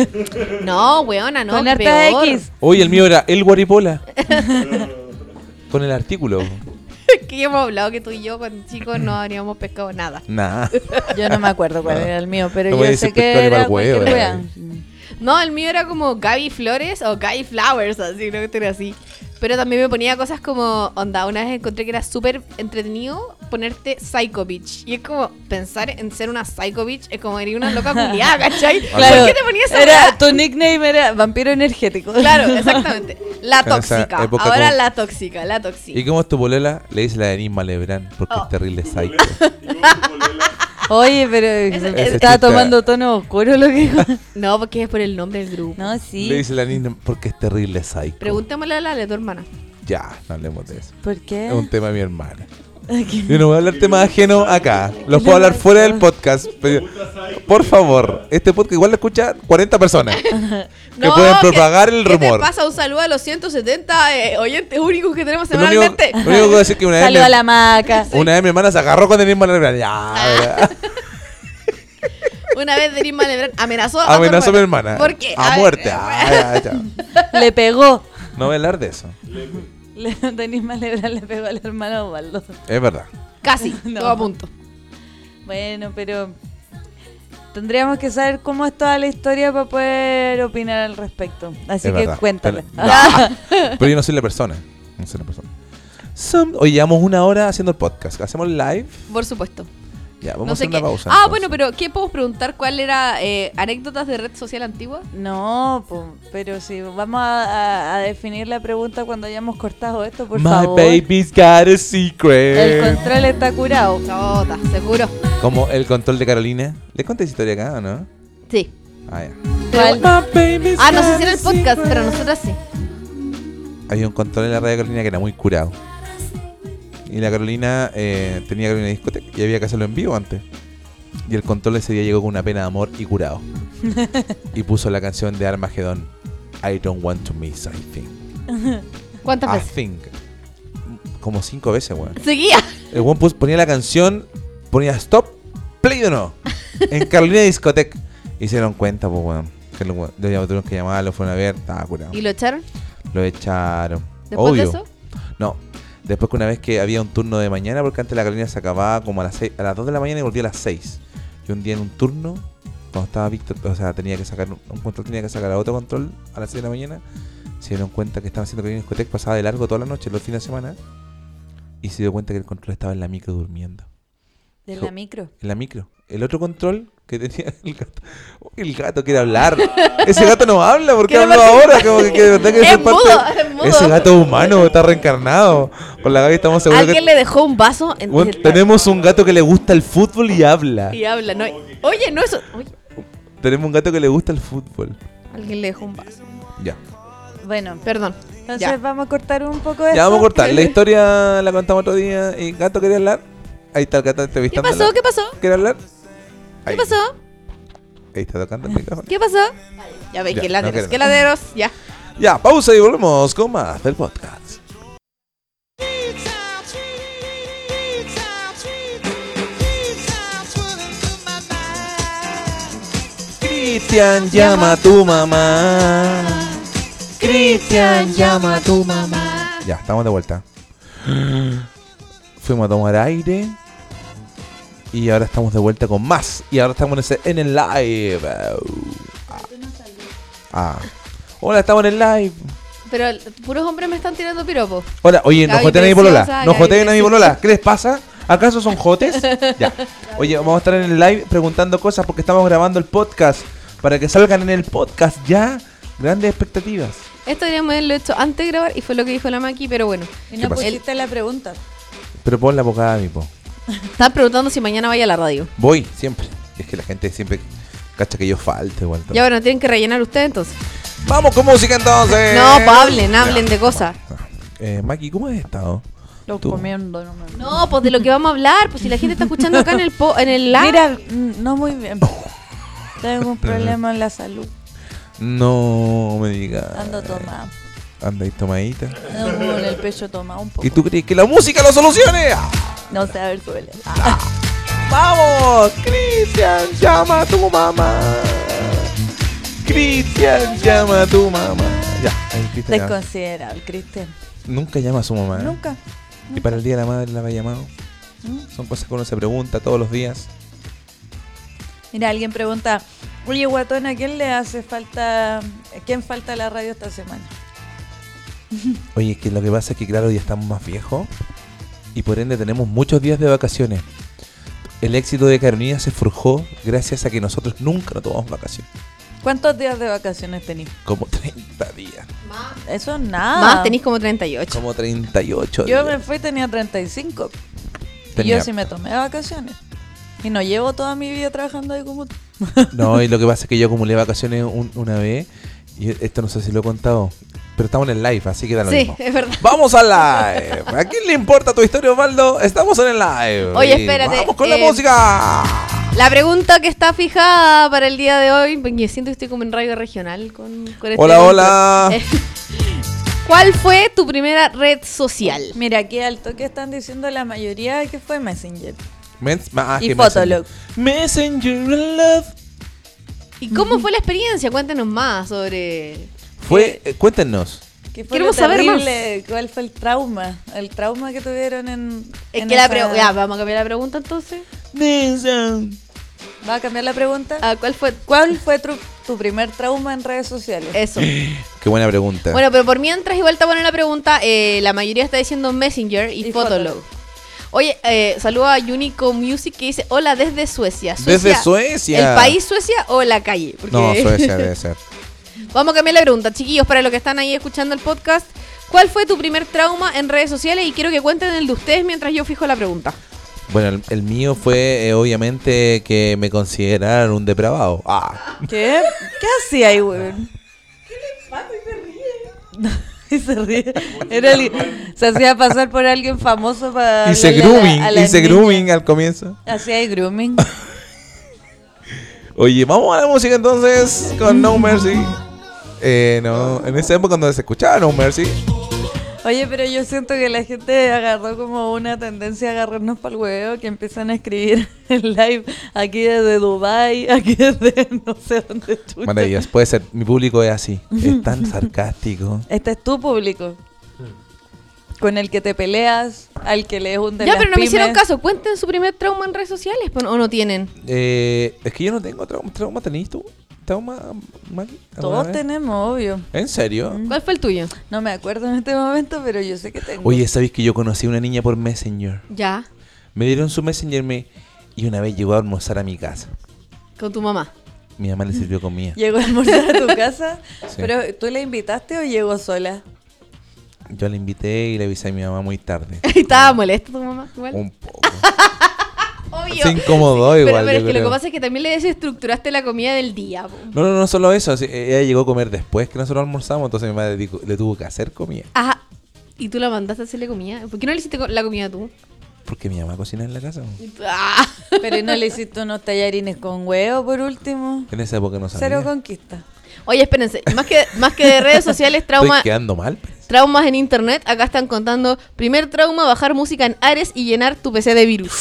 C: No, weona, no.
D: Con
C: qué
D: harta
C: peor.
D: X.
B: Hoy el mío era el guaripola. Con el artículo.
C: que hemos hablado que tú y yo cuando chicos no habríamos pescado nada.
B: Nah.
D: Yo no me acuerdo cuál era el mío, pero
B: No voy a
D: yo
B: decir
D: sé que
B: pescado ni
D: era
B: pa'l huevo, eh.
D: cualquier
B: era.
D: wea.
C: No, el mío era como Gaby Flores o Gaby Flowers, así, una cuestión así. Pero también me ponía cosas como, onda, una vez encontré que era súper entretenido ponerte Psycho Bitch. Y es como, pensar en ser una Psycho Bitch es como ir una loca culiada, ¿cachai?
B: Claro.
C: ¿Por qué te ponías esa
D: Era,
C: weá?
D: tu nickname era vampiro energético.
C: Claro, exactamente. La
B: En esa
C: tóxica.
B: época
C: Ahora
B: como-
C: la tóxica, la tóxica.
B: ¿Y cómo es tu bolela? Le dice la de Nisma Lebrán, porque
C: Oh.
B: es terrible psycho.
D: Oye, pero
B: Ese
D: estaba
B: chiste-
D: tomando tono oscuro lo que dijo.
C: No, porque es por el nombre del grupo.
D: No,
B: Le
D: sí.
B: dice la Nisma porque es terrible psycho.
C: Preguntémosle a la de tu hermana.
B: Ya, no hablemos de eso.
D: ¿Por qué?
C: ¿Eh?
B: Es un tema de mi hermana. Yo no voy a hablar temas ajenos acá. Los puedo hablar fuera del podcast. pero- por favor, este podcast igual lo escucha 40 personas. Que
C: No,
B: pueden propagar el
C: ¿qué te
B: rumor.
C: pasa? Un saludo a los 170 eh, oyentes únicos que tenemos
B: Pero Lo único,
C: semanalmente.
B: lo único que voy a decir es que una vez, mi,
D: Saluda a la maca.
B: una vez mi hermana se agarró con el Nisma Lebrán. Ya, ¿verdad?
C: Una vez Denis Malebrán amenazó,
B: amenazó a
C: tu
B: mi hermana.
C: ¿Por qué?
B: A
C: ver,
B: muerte.
C: eh,
B: Ah, ya, ya.
D: Le pegó.
B: No voy a hablar de eso.
D: Le- Denis Malebran le pegó al hermano Osvaldo.
B: Es verdad.
C: Casi,
D: No.
C: todo a punto.
D: Bueno, pero tendríamos que saber cómo es toda la historia para poder opinar al respecto. Así que
B: es verdad.
D: cuéntale.
B: Pero, no, pero yo no soy la persona. No soy la persona. Som- Hoy llevamos una hora haciendo el podcast. Hacemos live.
C: Por supuesto.
B: Ya, vamos
C: No
B: a
C: sé
B: hacer
C: qué.
B: una pausa.
C: ah,
B: entonces.
C: bueno, pero ¿qué podemos preguntar? ¿Cuál era eh, anécdotas de red social antigua?
D: No, po, pero si vamos a, a- a definir la pregunta cuando hayamos cortado esto, por
B: My
D: favor.
B: baby's got a
D: El
B: secret.
D: control está curado.
C: Chota, seguro.
B: Como el control de Carolina. ¿Le conté esa historia acá o no?
C: Sí.
B: Ah, ya.
C: ¿Cuál?
B: My baby's
C: Ah, no
B: got
C: sé si
B: a
C: era el podcast,
B: secret.
C: pero nosotras sí.
B: Había un control en la radio de Carolina que era muy curado. Y la Carolina eh, tenía Carolina Discoteca y había que hacerlo en vivo antes. Y el control ese día llegó con una pena de amor y curado. y puso la canción de Armagedón. I don't want to miss I think.
C: ¿Cuántas
B: I
C: veces?
B: think. Como cinco veces, weón.
C: Seguía.
B: El weón pus- ponía la canción, ponía stop, play o no. En Carolina Discoteca. Y se dieron cuenta, pues, weón. Que lo, lo llam- tuvieron que llamar, lo fueron a ver, estaba curado.
C: ¿Y lo echaron?
B: Lo echaron.
C: Después
B: Obvio.
C: de eso.
B: No. Después que una vez que había un turno de mañana, porque antes la Carolina se acababa como a las, seis- a las 2 de la mañana y volvía a las 6. Y un día en un turno, cuando estaba Víctor, o sea, tenía que sacar un un control, tenía que sacar a otro control a las 6 de la mañana, se dieron cuenta que estaban haciendo Carolina Discoteca, pasaba de largo toda la noche, los fines de semana, y se dio cuenta que el control estaba en la micro durmiendo.
D: De la micro.
B: En la micro. El otro control que tenía el gato. Uy, El gato quiere hablar. Ese gato no habla, ¿por qué
C: Quiere
B: habla ahora? Como que, que de verdad que
C: Es
B: eso
C: mudo, es mudo.
B: Ese gato humano está reencarnado. Con la Gaby estamos seguros
C: Alguien
B: que.
C: le dejó un vaso en
B: Bueno,
C: el-
B: tenemos un gato que le gusta el fútbol y habla.
C: y habla. No, oye, no eso. Oye,
B: Tenemos un gato que le gusta el fútbol.
C: alguien le dejó un vaso.
B: Ya.
D: Bueno,
C: Perdón.
D: entonces
C: Ya.
D: vamos a cortar un poco
C: Pues
D: de
B: Ya vamos a
D: esto.
B: cortar. La historia la contamos otro día. Y gato quería hablar. Ahí está el gato
C: ¿Qué
B: entrevistando.
C: pasó? ¿Qué pasó?
B: ¿Quiere hablar?
C: ¿Qué
B: Ahí.
C: pasó?
B: Ahí está tocando el micrófono.
C: ¿Qué pasó? Ya veis
B: Ya,
C: que
B: no
C: laderos,
B: quiero.
C: que laderos, ya.
B: Ya, pausa y volvemos con más del podcast. Cristian llama a tu mamá. Cristian llama a tu mamá. Ya, estamos de vuelta. fuimos a tomar aire. Y ahora estamos de vuelta con más. Y ahora estamos en, ese- en el live. Ah. Ah. Hola, estamos en el live.
C: Pero el- puros hombres me están tirando piropos.
B: Hola, oye, no
C: Gaby
B: joteen a mi polola.
C: preciosa,
B: No
C: Gaby
B: joteen a mi
C: preciosa.
B: polola. ¿Qué les pasa? ¿Acaso son jotes? Ya. Oye, vamos a estar en el live preguntando cosas porque estamos grabando el podcast. Para que salgan en el podcast ya. Grandes expectativas.
C: Esto deberíamos haberlo hecho antes de grabar y fue lo que dijo la Maki, pero bueno.
D: Y
B: ¿Qué
D: no
B: pasa?
D: pusiste la pregunta.
B: Pero pon la bocada, mi po.
C: Estaban preguntando si mañana vaya a la radio.
B: Voy, siempre. Es que la gente siempre cacha que yo falte igual.
C: Ya bueno, tienen que rellenar ustedes entonces.
B: Vamos con música entonces.
C: No, pues hablen, hablen de cosas.
B: Eh, Maki, ¿cómo has estado?
D: Lo
B: Tú.
D: comiendo, no me-
C: No, pues de lo que vamos a hablar, pues si la gente está escuchando acá en el po- en el live.
D: Mira, mm, no muy bien.
B: Oh.
D: Tengo un problema en la salud.
B: No me digas.
C: Ah.
D: Ando tomada.
B: Anda ahí tomadita.
D: Tengo el pecho tomado un poco.
B: ¿Y tú crees que la música lo solucione?
D: No sé, a ver, suele.
B: Ah, ¡Vamos! Cristian, llama a tu mamá. Cristian, llama a tu mamá. Ya, ahí Cristian. llama.
D: Desconsiderable, Cristian.
B: Nunca llama a su mamá. ¿eh?
D: Nunca.
B: Y para el Día de la Madre la había llamado.
D: Mm.
B: Son cosas que uno se pregunta todos los días.
D: Mira, alguien pregunta, oye, guatón, ¿a quién le hace falta, a quién falta a la radio esta semana?
B: Oye, es que lo que pasa es que, claro, ya estamos más viejos y por ende tenemos muchos días de vacaciones. El éxito de Carolina se forjó gracias a que nosotros nunca nos tomamos vacaciones.
D: ¿Cuántos días de vacaciones tenéis?
B: Como 30 días,
D: Eso es nada.
C: Más, tenéis como 38.
B: como 38
D: Yo me
B: días.
D: fui tenía 35. Y
B: Tenía-
D: yo sí me tomé vacaciones. Y no llevo toda mi vida trabajando ahí como tú.
B: No, y lo que pasa es que yo acumulé vacaciones un- una vez y esto no sé si lo he contado, pero estamos en el live, así que da lo
C: Sí,
B: mismo.
C: es verdad.
B: ¡Vamos al live! ¿A quién le importa tu historia, Osvaldo? Estamos en el live.
C: Oye,
B: Y
C: espérate,
B: ¡Vamos con
C: eh,
B: la música!
C: La pregunta que está fijada para el día de hoy, porque siento que estoy como en radio regional con, con este
B: Hola,
C: evento.
B: hola.
C: Eh, ¿Cuál fue tu primera red social?
D: Mira, aquí al toque están diciendo la mayoría que fue Messenger.
B: Mens- ma- ah,
D: Y
B: que
D: Fotolog.
B: Messenger. Messenger in Love.
C: ¿Y cómo fue la experiencia? Cuéntenos más sobre...
B: Fue, eh, cuéntenos.
D: Que fue
C: Queremos
D: lo
C: saber más.
D: terrible, ¿Cuál fue el trauma? El trauma que tuvieron en.
C: Es
D: en
C: que la
D: esa-
C: pre- ya, vamos a cambiar la pregunta entonces.
D: ¿Va a cambiar la pregunta?
C: Ah, ¿Cuál fue?
D: ¿Cuál fue tu, tu primer trauma en redes sociales?
C: Eso.
B: Qué buena pregunta.
C: Bueno, pero por mientras igual te ponen la pregunta, eh, la mayoría está diciendo Messenger y,
D: Y
C: Fotolog.
D: Fotolog.
C: Oye, eh, saludo a Unico Music que dice, hola desde Suecia.
B: Desde Suecia.
C: ¿El país Suecia o la calle? Porque-
B: No, Suecia debe ser.
C: Vamos a cambiar la pregunta, chiquillos, para los que están ahí escuchando el podcast. ¿Cuál fue tu primer trauma en redes sociales? Y quiero que cuenten el de ustedes mientras yo fijo la pregunta.
B: Bueno, el, el mío fue eh, obviamente que me consideraran un depravado. Ah,
D: ¿Qué? ¿Qué hacía ahí, weón? ¿Qué le pasa? Y se ríe. Era el- se hacía pasar por alguien famoso para.
B: hice
D: hablarle a la-
B: grooming,
D: a la
B: hice
D: niña.
B: grooming al comienzo.
D: Hacía ahí grooming.
B: Oye, vamos a la música entonces con No Mercy. Eh, no, en esa época cuando se escuchaba No Mercy.
D: Oye, pero yo siento que la gente agarró como una tendencia a agarrarnos para el huevo, que empiezan a escribir en live aquí desde Dubai, aquí desde no sé dónde chucha.
B: Maravillas, puede ser. Mi público es así. Es tan sarcástico.
D: Este es tu público. Con el que te peleas, al que lees un de
C: Hmm. ya,
D: las
C: pero no me hicieron
D: pymes.
C: caso. Cuenten su primer trauma en redes sociales po- o no tienen.
B: Eh, es que yo no tengo trauma. ¿Trauma tenés tú? ¿Trauma, Maki? ¿Alguna
D: Todos
B: vez?
D: tenemos, Mm, obvio.
B: ¿En serio?
C: ¿Cuál fue el tuyo?
D: No me acuerdo en este momento, pero yo sé que tengo.
B: Oye, ¿sabéis que yo conocí a una niña por Messenger?
C: Ya,
B: Me dieron su Messenger me... y una vez llegó a almorzar a mi casa.
C: con tu mamá.
B: Mi mamá le sirvió comida.
D: Llegó a almorzar a tu casa,
B: Sí.
D: pero ¿tú la invitaste o llegó sola?
B: Yo la invité y le avisé a mi mamá muy tarde.
C: Estaba molesta tu mamá. Igual.
B: Un poco.
C: Obvio.
B: Se incomodó
C: Pero-
B: igual.
C: Pero,
B: yo
C: es que lo
B: creo.
C: que pasa es que también le desestructuraste la comida del día. po.
B: No, no, no solo eso. sí, e-, Ella llegó a comer después que nosotros almorzamos, entonces mi mamá le, dijo- le tuvo que hacer comida.
C: Ah, y tú la mandaste a hacerle comida. ¿Por qué no le hiciste co- la comida tú?
B: Porque mi mamá cocina en la casa.
C: Y tú- Ah.
D: Pero ¿y no le hiciste unos tallarines con huevo por último.
B: En esa época no sabía.
D: Cero conquista.
C: Oye, espérense. Más que, más que de redes sociales, trauma,
B: Estoy quedando mal. parece.
C: traumas en internet. Acá están contando: primer trauma, bajar música en Ares y llenar tu PC de virus.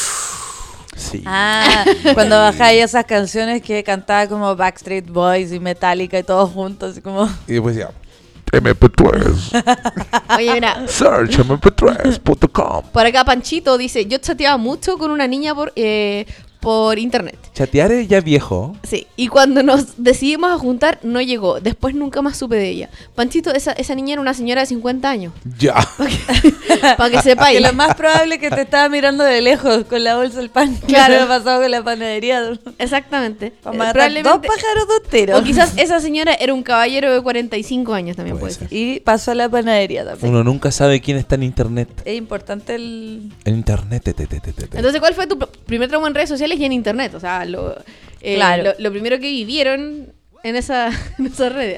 B: Sí.
D: Ah, cuando bajáis esas canciones que cantaba como Backstreet Boys y Metallica y todos juntos, así como.
B: Y después decía...
F: MP3,
C: Oye, mira,
F: search mp3.com.
C: por acá Panchito dice, yo chateaba mucho con una niña por, eh, por internet.
B: Chatear es ya viejo.
C: Sí, y cuando nos decidimos a juntar, no llegó. Después nunca más supe de ella. Panchito, esa, esa niña era una señora de 50 años.
B: Ya.
C: Para que sepa
D: Que lo más probable es que te estaba mirando de lejos con la bolsa del pan.
C: Claro.
D: Claro, pasado con la panadería.
C: Exactamente.
D: Para
C: Eh,
D: matar
C: probablemente-
D: dos pájaros dos tiros.
C: O quizás esa señora era un caballero de 45 años también
B: Puede
C: puede
B: ser.
C: ser.
D: Y pasó a la panadería también.
B: Uno nunca sabe quién está en internet.
D: Es importante el.
B: En internet. te, te, te, te, te.
C: Entonces, ¿cuál fue tu pr- primer trauma en redes sociales y en internet? O sea, lo, eh,
D: Claro.
C: lo, lo primero que vivieron en esa, en esa red.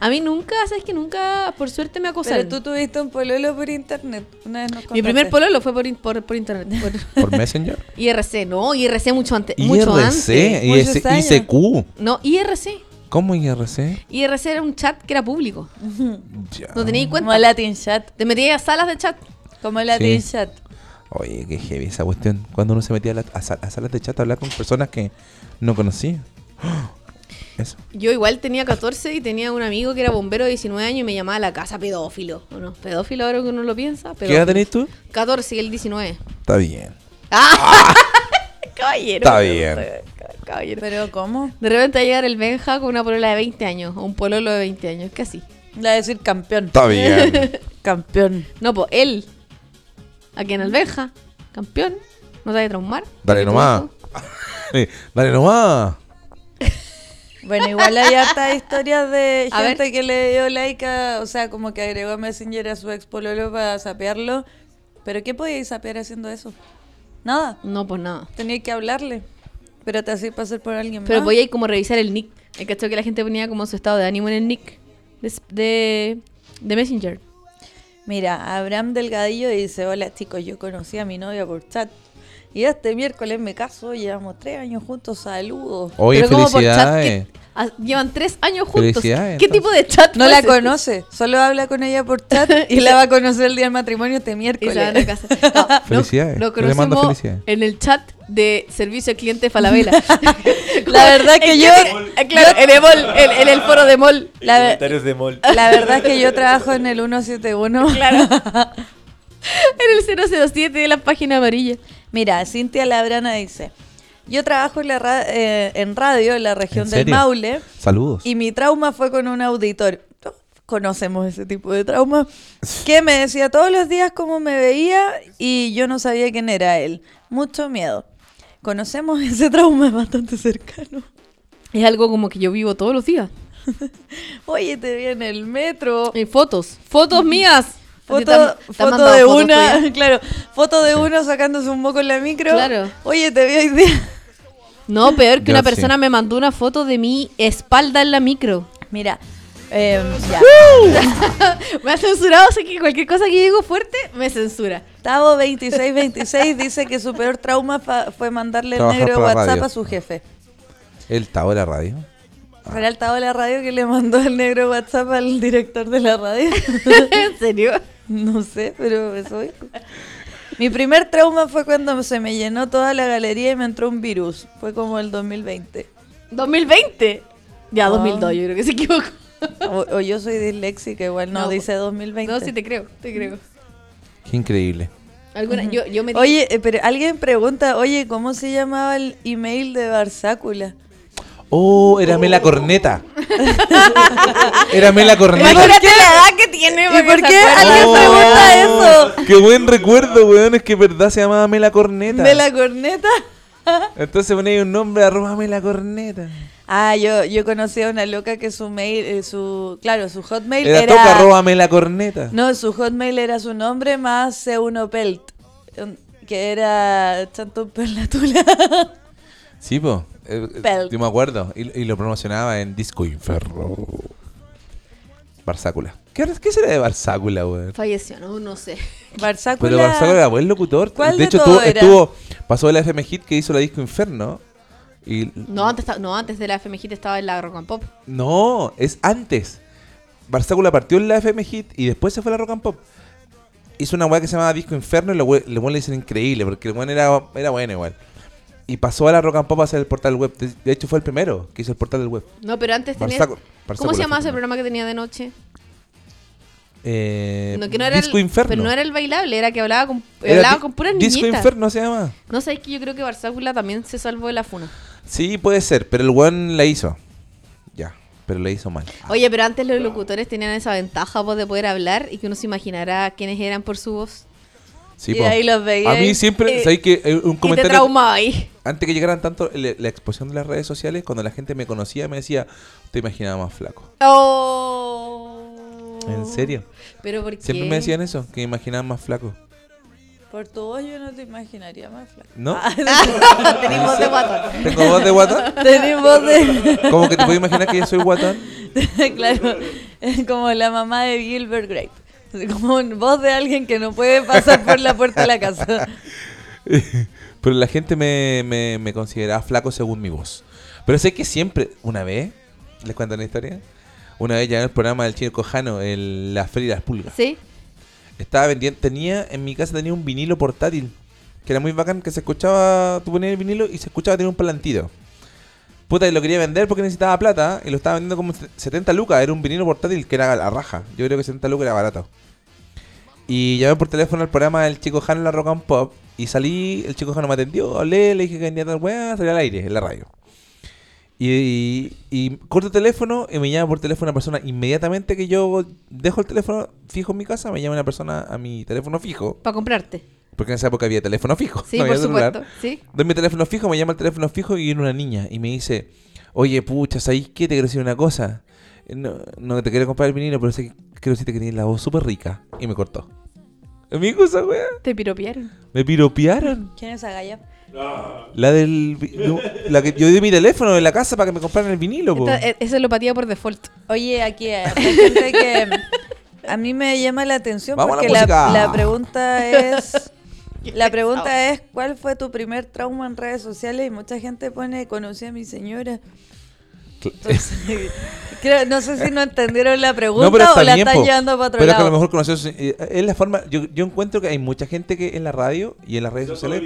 C: A mí nunca, ¿sabes que Nunca, por suerte, me
D: Pero
C: acosaron.
D: tú tuviste un pololo por internet. Una vez nos
C: Mi
D: contaste.
C: primer pololo fue por, in- por, por internet. por-
B: ¿Por Messenger?
C: IRC, no, IRC mucho antes. Mucho antes.
B: IRC.
D: muchos
B: IS-
D: años.
B: ICQ.
C: No, IRC.
B: ¿Cómo IRC?
C: IRC era un chat que era público.
B: Ya.
C: No tenías
D: Como
C: cuenta.
D: Latin Chat.
C: Te metías a salas de chat.
D: Como Latin
B: Sí.
D: Chat.
B: Oye, qué heavy esa cuestión. Cuando uno se metía a, la- a sal- a salas de chat a hablar con personas que no conocía. Eso.
C: Yo igual tenía 14 y tenía un amigo que era bombero de 19 años y me llamaba a la casa pedófilo. ¿O no? Pedófilo ahora que uno lo piensa.
B: ¿Qué edad
C: Pero
B: tenés tú?
C: 14 y el 19.
B: Está bien.
C: Caballero.
B: Ah. Está bien.
C: Caballero.
D: Pero ¿cómo?
C: De repente va a llegar el Benja con una polola de 20 años, o un pololo de 20 años, casi.
D: La de decir campeón.
B: Está bien.
D: Campeón.
C: No, pues él, a quien el Benja, campeón, no sabe traumar.
B: Dale
C: ¿Y tú,
B: nomás.
C: Benja?
B: Dale nomás.
D: Bueno, igual hay hartas historias de
C: A
D: gente que le dio like a, o sea, como que agregó a Messenger a su ex pololo para sapearlo. Pero ¿qué podíais sapear haciendo eso? Nada.
C: No, pues nada.
D: Tenía que hablarle. Pero te hacía pasar por alguien
C: Pero
D: más.
C: voy a ir como a revisar el nick. He cachado que la gente ponía como su estado de ánimo en el nick de, de, de Messenger.
D: Mira, Abraham Delgadillo dice, hola chicos, yo conocí a mi novia por chat. Y este miércoles me caso, llevamos tres años juntos, saludos.
B: Oye,
C: Pero como por chat
B: felicidades.
C: que ah, llevan tres años juntos. ¿Qué
B: Felicidades, entonces.
C: tipo de chat
D: No
C: fue
D: la
C: ese?
D: conoce, solo habla con ella por chat y la va a conocer el día del matrimonio este
C: Y se van
D: miércoles.
C: a casa. No, no,
B: Felicidades.
C: Lo
B: Yo le mando
C: conocemos
B: felicidades.
C: en el chat de servicio al cliente Falabella.
D: La verdad que
C: Es
D: yo-
C: eh, Claro, en el, mall, en, en el foro de mall.
D: La ve-
E: Comentarios de mol.
D: La verdad es que yo trabajo en el 171.
C: En el 007 de la página amarilla.
D: Mira, Cintia Labrana dice, yo trabajo en, la ra- eh, en radio en la región
B: ¿En
D: del
B: serio?
D: Maule
B: Saludos.
D: y mi trauma fue con un auditor. Conocemos ese tipo de trauma. Que me decía todos los días cómo me veía y yo no sabía quién era él. Mucho miedo. Conocemos ese trauma bastante cercano.
C: Es algo como que yo vivo todos los días.
D: Oye, te vi en el metro.
C: Eh, fotos. Fotos mías. ¿Te
D: Foto,
C: han- te han
D: foto
C: mandado
D: de
C: fotos
D: una,
C: tuyas?
D: claro, foto de una sacándose un moco en la micro.
C: Claro.
D: Oye, te vi hoy día.
C: No, peor que
B: Yo
C: una
B: sí.
C: persona me mandó una foto de mi espalda en la micro.
D: Mira, eh, ya.
C: Me ha censurado, así que cualquier cosa que digo fuerte me censura.
D: Tavo 2626 dice que su peor trauma fa- fue mandarle el
B: Trabajar
D: negro
B: para
D: WhatsApp
B: radio.
D: a su jefe.
B: El Tao de la radio.
D: Era el Tavo de la radio que le mandó el negro WhatsApp al director de la radio.
C: ¿En serio?
D: no sé, pero eso dijo. Mi primer trauma fue cuando se me llenó toda la galería y me entró un virus. Fue como el 2020.
C: 2020. Ya,
D: Ah.
C: 2002, yo creo que se equivocó.
D: O, o yo soy disléxica, igual no,
C: No,
D: dice 2020.
C: No, sí, te creo, te creo.
B: Qué increíble.
C: Alguna, yo, yo me di-
D: Oye, eh, pero alguien pregunta, oye, ¿cómo se llamaba el email de Barsácula?
B: Oh, era Mela Corneta. era Mela Corneta.
C: Imagínate la edad que tiene.
D: ¿Y por
C: se
D: qué
C: acuerda.
D: alguien
B: Oh,
D: pregunta eso?
B: Qué buen recuerdo, weón. Es que es verdad se llamaba Mela Corneta.
D: ¿De la corneta?
B: Entonces ponéis un nombre, arroba Mela Corneta.
D: Ah, yo, yo conocí a una loca que su mail, eh, su, claro, su hotmail
B: Era,
D: era...
B: toca arroba Mela Corneta.
D: No, su hotmail era su nombre más C1 Pelt, em, que era Chanto Perlatula.
B: Sí, po. Eh, eh,
D: Pel.
B: Yo me acuerdo. Y, y lo promocionaba en Disco Inferno. Barzácula. ¿Qué, ¿Qué será de Barzácula, weón?
C: Falleció, no, no sé.
D: Barsácula.
B: Pero Barzácula era buen locutor.
D: ¿Cuál
B: de
D: de
B: hecho,
D: todo
B: estuvo,
D: era?
B: estuvo- pasó de la FM Hit que hizo la disco Inferno. Y
C: No, antes, esta- no, antes de la FMG estaba en la Rock and Pop.
B: No, es antes. Barzácula partió en la FM Hit y después se fue a la Rock and Pop. Hizo una weá que se llamaba Disco Inferno y los we- los weones le dicen increíble, porque el weón era, era bueno igual. Y pasó a la Rock and Pop a hacer el portal web. De, de hecho, fue el primero que hizo el portal del web.
C: No, pero antes Este tenía.
B: Barzácula-
C: ¿Cómo
B: Barzácula
C: se llamaba
B: fue
C: ese
B: el primero.
C: programa que tenía de noche?
B: eh,
C: No, que no era
B: Disco
C: el,
B: Inferno.
C: Pero no era el bailable, era que hablaba con,
B: Era
C: hablaba
B: di-
C: con puras
B: Disco
C: niñitas.
B: Inferno se llama.
C: No sé, es que yo creo que Barzácula también se salvó de la funa.
B: Sí, puede ser, pero el weón la hizo. Ya, pero la hizo mal.
C: Oye, pero antes los locutores tenían esa ventaja vos, de poder hablar y que uno se imaginara quiénes eran por su voz.
B: Sí,
D: y
B: po.
D: ahí los veía.
B: A mí
D: y-
B: siempre,
D: y-
B: ¿sabéis que eh, un
C: Y te
B: comentario?
C: traumaba ahí.
B: Antes que llegaran tanto eh, le- la exposición de las redes sociales, cuando la gente me conocía, me decía, te imaginaba más flaco.
C: Oh.
B: ¿En serio?
C: Pero porque
B: Siempre me decían eso, que me imaginaba más flaco.
D: Por tu voz yo no te imaginaría más flaco.
B: ¿No? Ah,
C: Tenemos Ah, de guatón.
B: ¿Tengo voz de guatón?
D: Tenemos de...
B: Como que te puedo imaginar que yo soy guatón.
D: claro, es como la mamá de Gilbert Grape. Así Como en voz de alguien que no puede pasar por la puerta de la casa.
B: Pero la gente me, me, me consideraba flaco según mi voz. Pero sé que siempre, una vez, les cuento una historia. Una vez ya en el programa del chino Cojano, el, la Feria de las Pulgas.
C: ¿Sí?
B: Estaba vendiendo, tenía, en mi casa tenía un vinilo portátil. Que era muy bacán, que se escuchaba, tú ponías el vinilo y se escuchaba tener un palantido. Puta, y lo quería vender porque necesitaba plata y lo estaba vendiendo como 70 lucas. Era un vinilo portátil que era la raja. Yo creo que 70 lucas era barato. Y llamé por teléfono al programa del Chico Jano en la Rock and Pop. Y salí, el Chico Jano me atendió, hablé, le dije que vendía tal weá, salí al aire, en la radio. Y, y, y corto el teléfono y me llama por teléfono una persona. Inmediatamente que yo dejo el teléfono fijo en mi casa, me llama una persona a mi teléfono fijo.
C: Para comprarte.
B: Porque en esa época había teléfono fijo.
C: Sí,
B: no había
C: por
B: celular.
C: supuesto. Sí.
B: Doy mi teléfono fijo, me llama el teléfono fijo y viene una niña y me dice, oye, pucha, ¿sabes qué? Te quiero decir una cosa. Eh, No, no te quiero comprar el vinilo, pero sé que quiero decirte que tienes la voz súper rica. Y me cortó. Amigo, esa wea.
C: Te piropearon.
B: Me piropearon.
D: ¿Quién es Agaya?
B: La del... vi- no, la que yo di mi teléfono en la casa para que me compraran el vinilo, po.
C: Esta- e- Esa es la patía por default.
D: Oye, aquí hay gente que a mí me llama la atención
B: Vamos a la
D: porque la,
B: música.
D: la pregunta es la pregunta es ¿cuál fue tu primer trauma en redes sociales? Y mucha gente pone conocí a mi señora. Entonces, creo, no sé si no entendieron la pregunta o la están
B: po.
D: llevando para otro
B: Pero es que a
D: lado.
B: lo mejor conoces. eh, Es la forma. Yo, yo encuentro que hay mucha gente que en la radio y en las redes sociales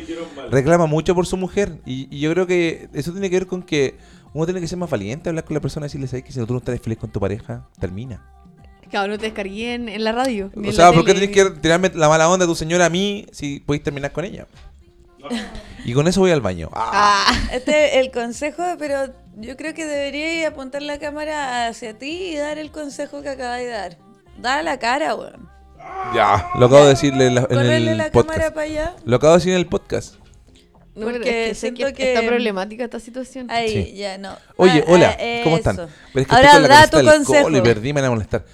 B: reclama mucho por su mujer. Y, y yo creo que eso tiene que ver con que uno tiene que ser más valiente, hablar con la persona, decirle, ¿sabes que si tú no estás feliz con tu pareja, termina?
C: Cabrón, no te descargué en, en la radio. ni
B: o
C: en
B: sea,
C: la
B: ¿por qué
C: tele.
B: tenés que tirarme la mala onda a tu señora a mí si podéis terminar con ella? y con eso voy al baño. Ah,
C: Ah,
D: Este es el consejo, pero yo creo que deberíais apuntar la cámara hacia ti y dar el consejo que acabáis de dar. Da la cara, weón.
B: ya, lo acabo de decirle en, la- en
D: Correrle
B: el
D: la cámara
B: podcast.
D: para allá.
B: Lo acabo de decir en el podcast.
C: no, pero
D: Porque
C: es que sé que,
D: siento que-
C: está problemática esta situación.
D: Ahí,
B: Sí.
D: ya no.
B: Oye,
D: Ah,
B: hola,
D: ah,
B: ¿cómo están?
D: eso.
B: Pero es que
D: Ahora
B: estoy con la
D: da tu
B: camiseta del
D: consejo.
B: Colo y perdí, me van a molestar.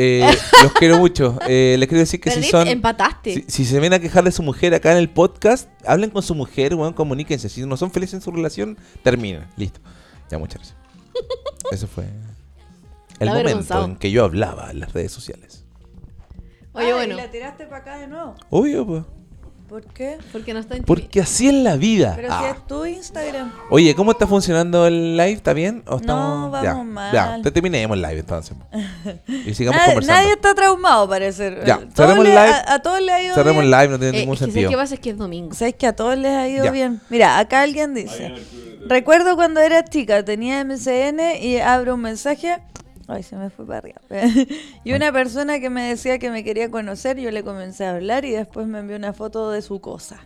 B: Eh, los quiero mucho. Eh, les quiero decir que si
C: Perdiste,
B: son.
C: empataste.
B: Si, si se ven a quejar de su mujer acá en el podcast, hablen con su mujer, weón, comuníquense. Si no son felices en su relación, terminen. Listo. Ya, muchas gracias. Eso fue el
C: Está
B: momento
C: avergonzado.
B: en que yo hablaba en las redes sociales.
C: Oye,
D: Ah,
C: bueno,
D: ¿y la tiraste para acá de nuevo?
B: Obvio, pues.
D: ¿Por qué?
C: porque no está en
B: Porque así es la vida.
D: Pero
B: Ah.
D: si es tu Instagram.
B: Oye, ¿cómo está funcionando el live? ¿Está bien? ¿O estamos...
D: No,
B: ya,
D: vamos mal.
B: Ya, te- terminemos el live entonces. Y sigamos
D: Nadie,
B: conversando.
D: nadie está traumado, parece.
B: Ya,
D: Todos
B: cerremos
D: le-
B: live.
D: A, a todos les ha ido
B: Cerremos el
D: bien.
B: live, no tiene
C: Eh,
B: ningún
C: es que sé
B: sentido.
C: que pasa es que es domingo.
D: ¿Sabes que a todos les ha ido
B: Ya.
D: bien? Mira, acá alguien dice, recuerdo cuando era chica, tenía MCN y abro un mensaje, ay, se me fue para arriba, y una persona que me decía que me quería conocer, yo le comencé a hablar y después me envió una foto de su cosa.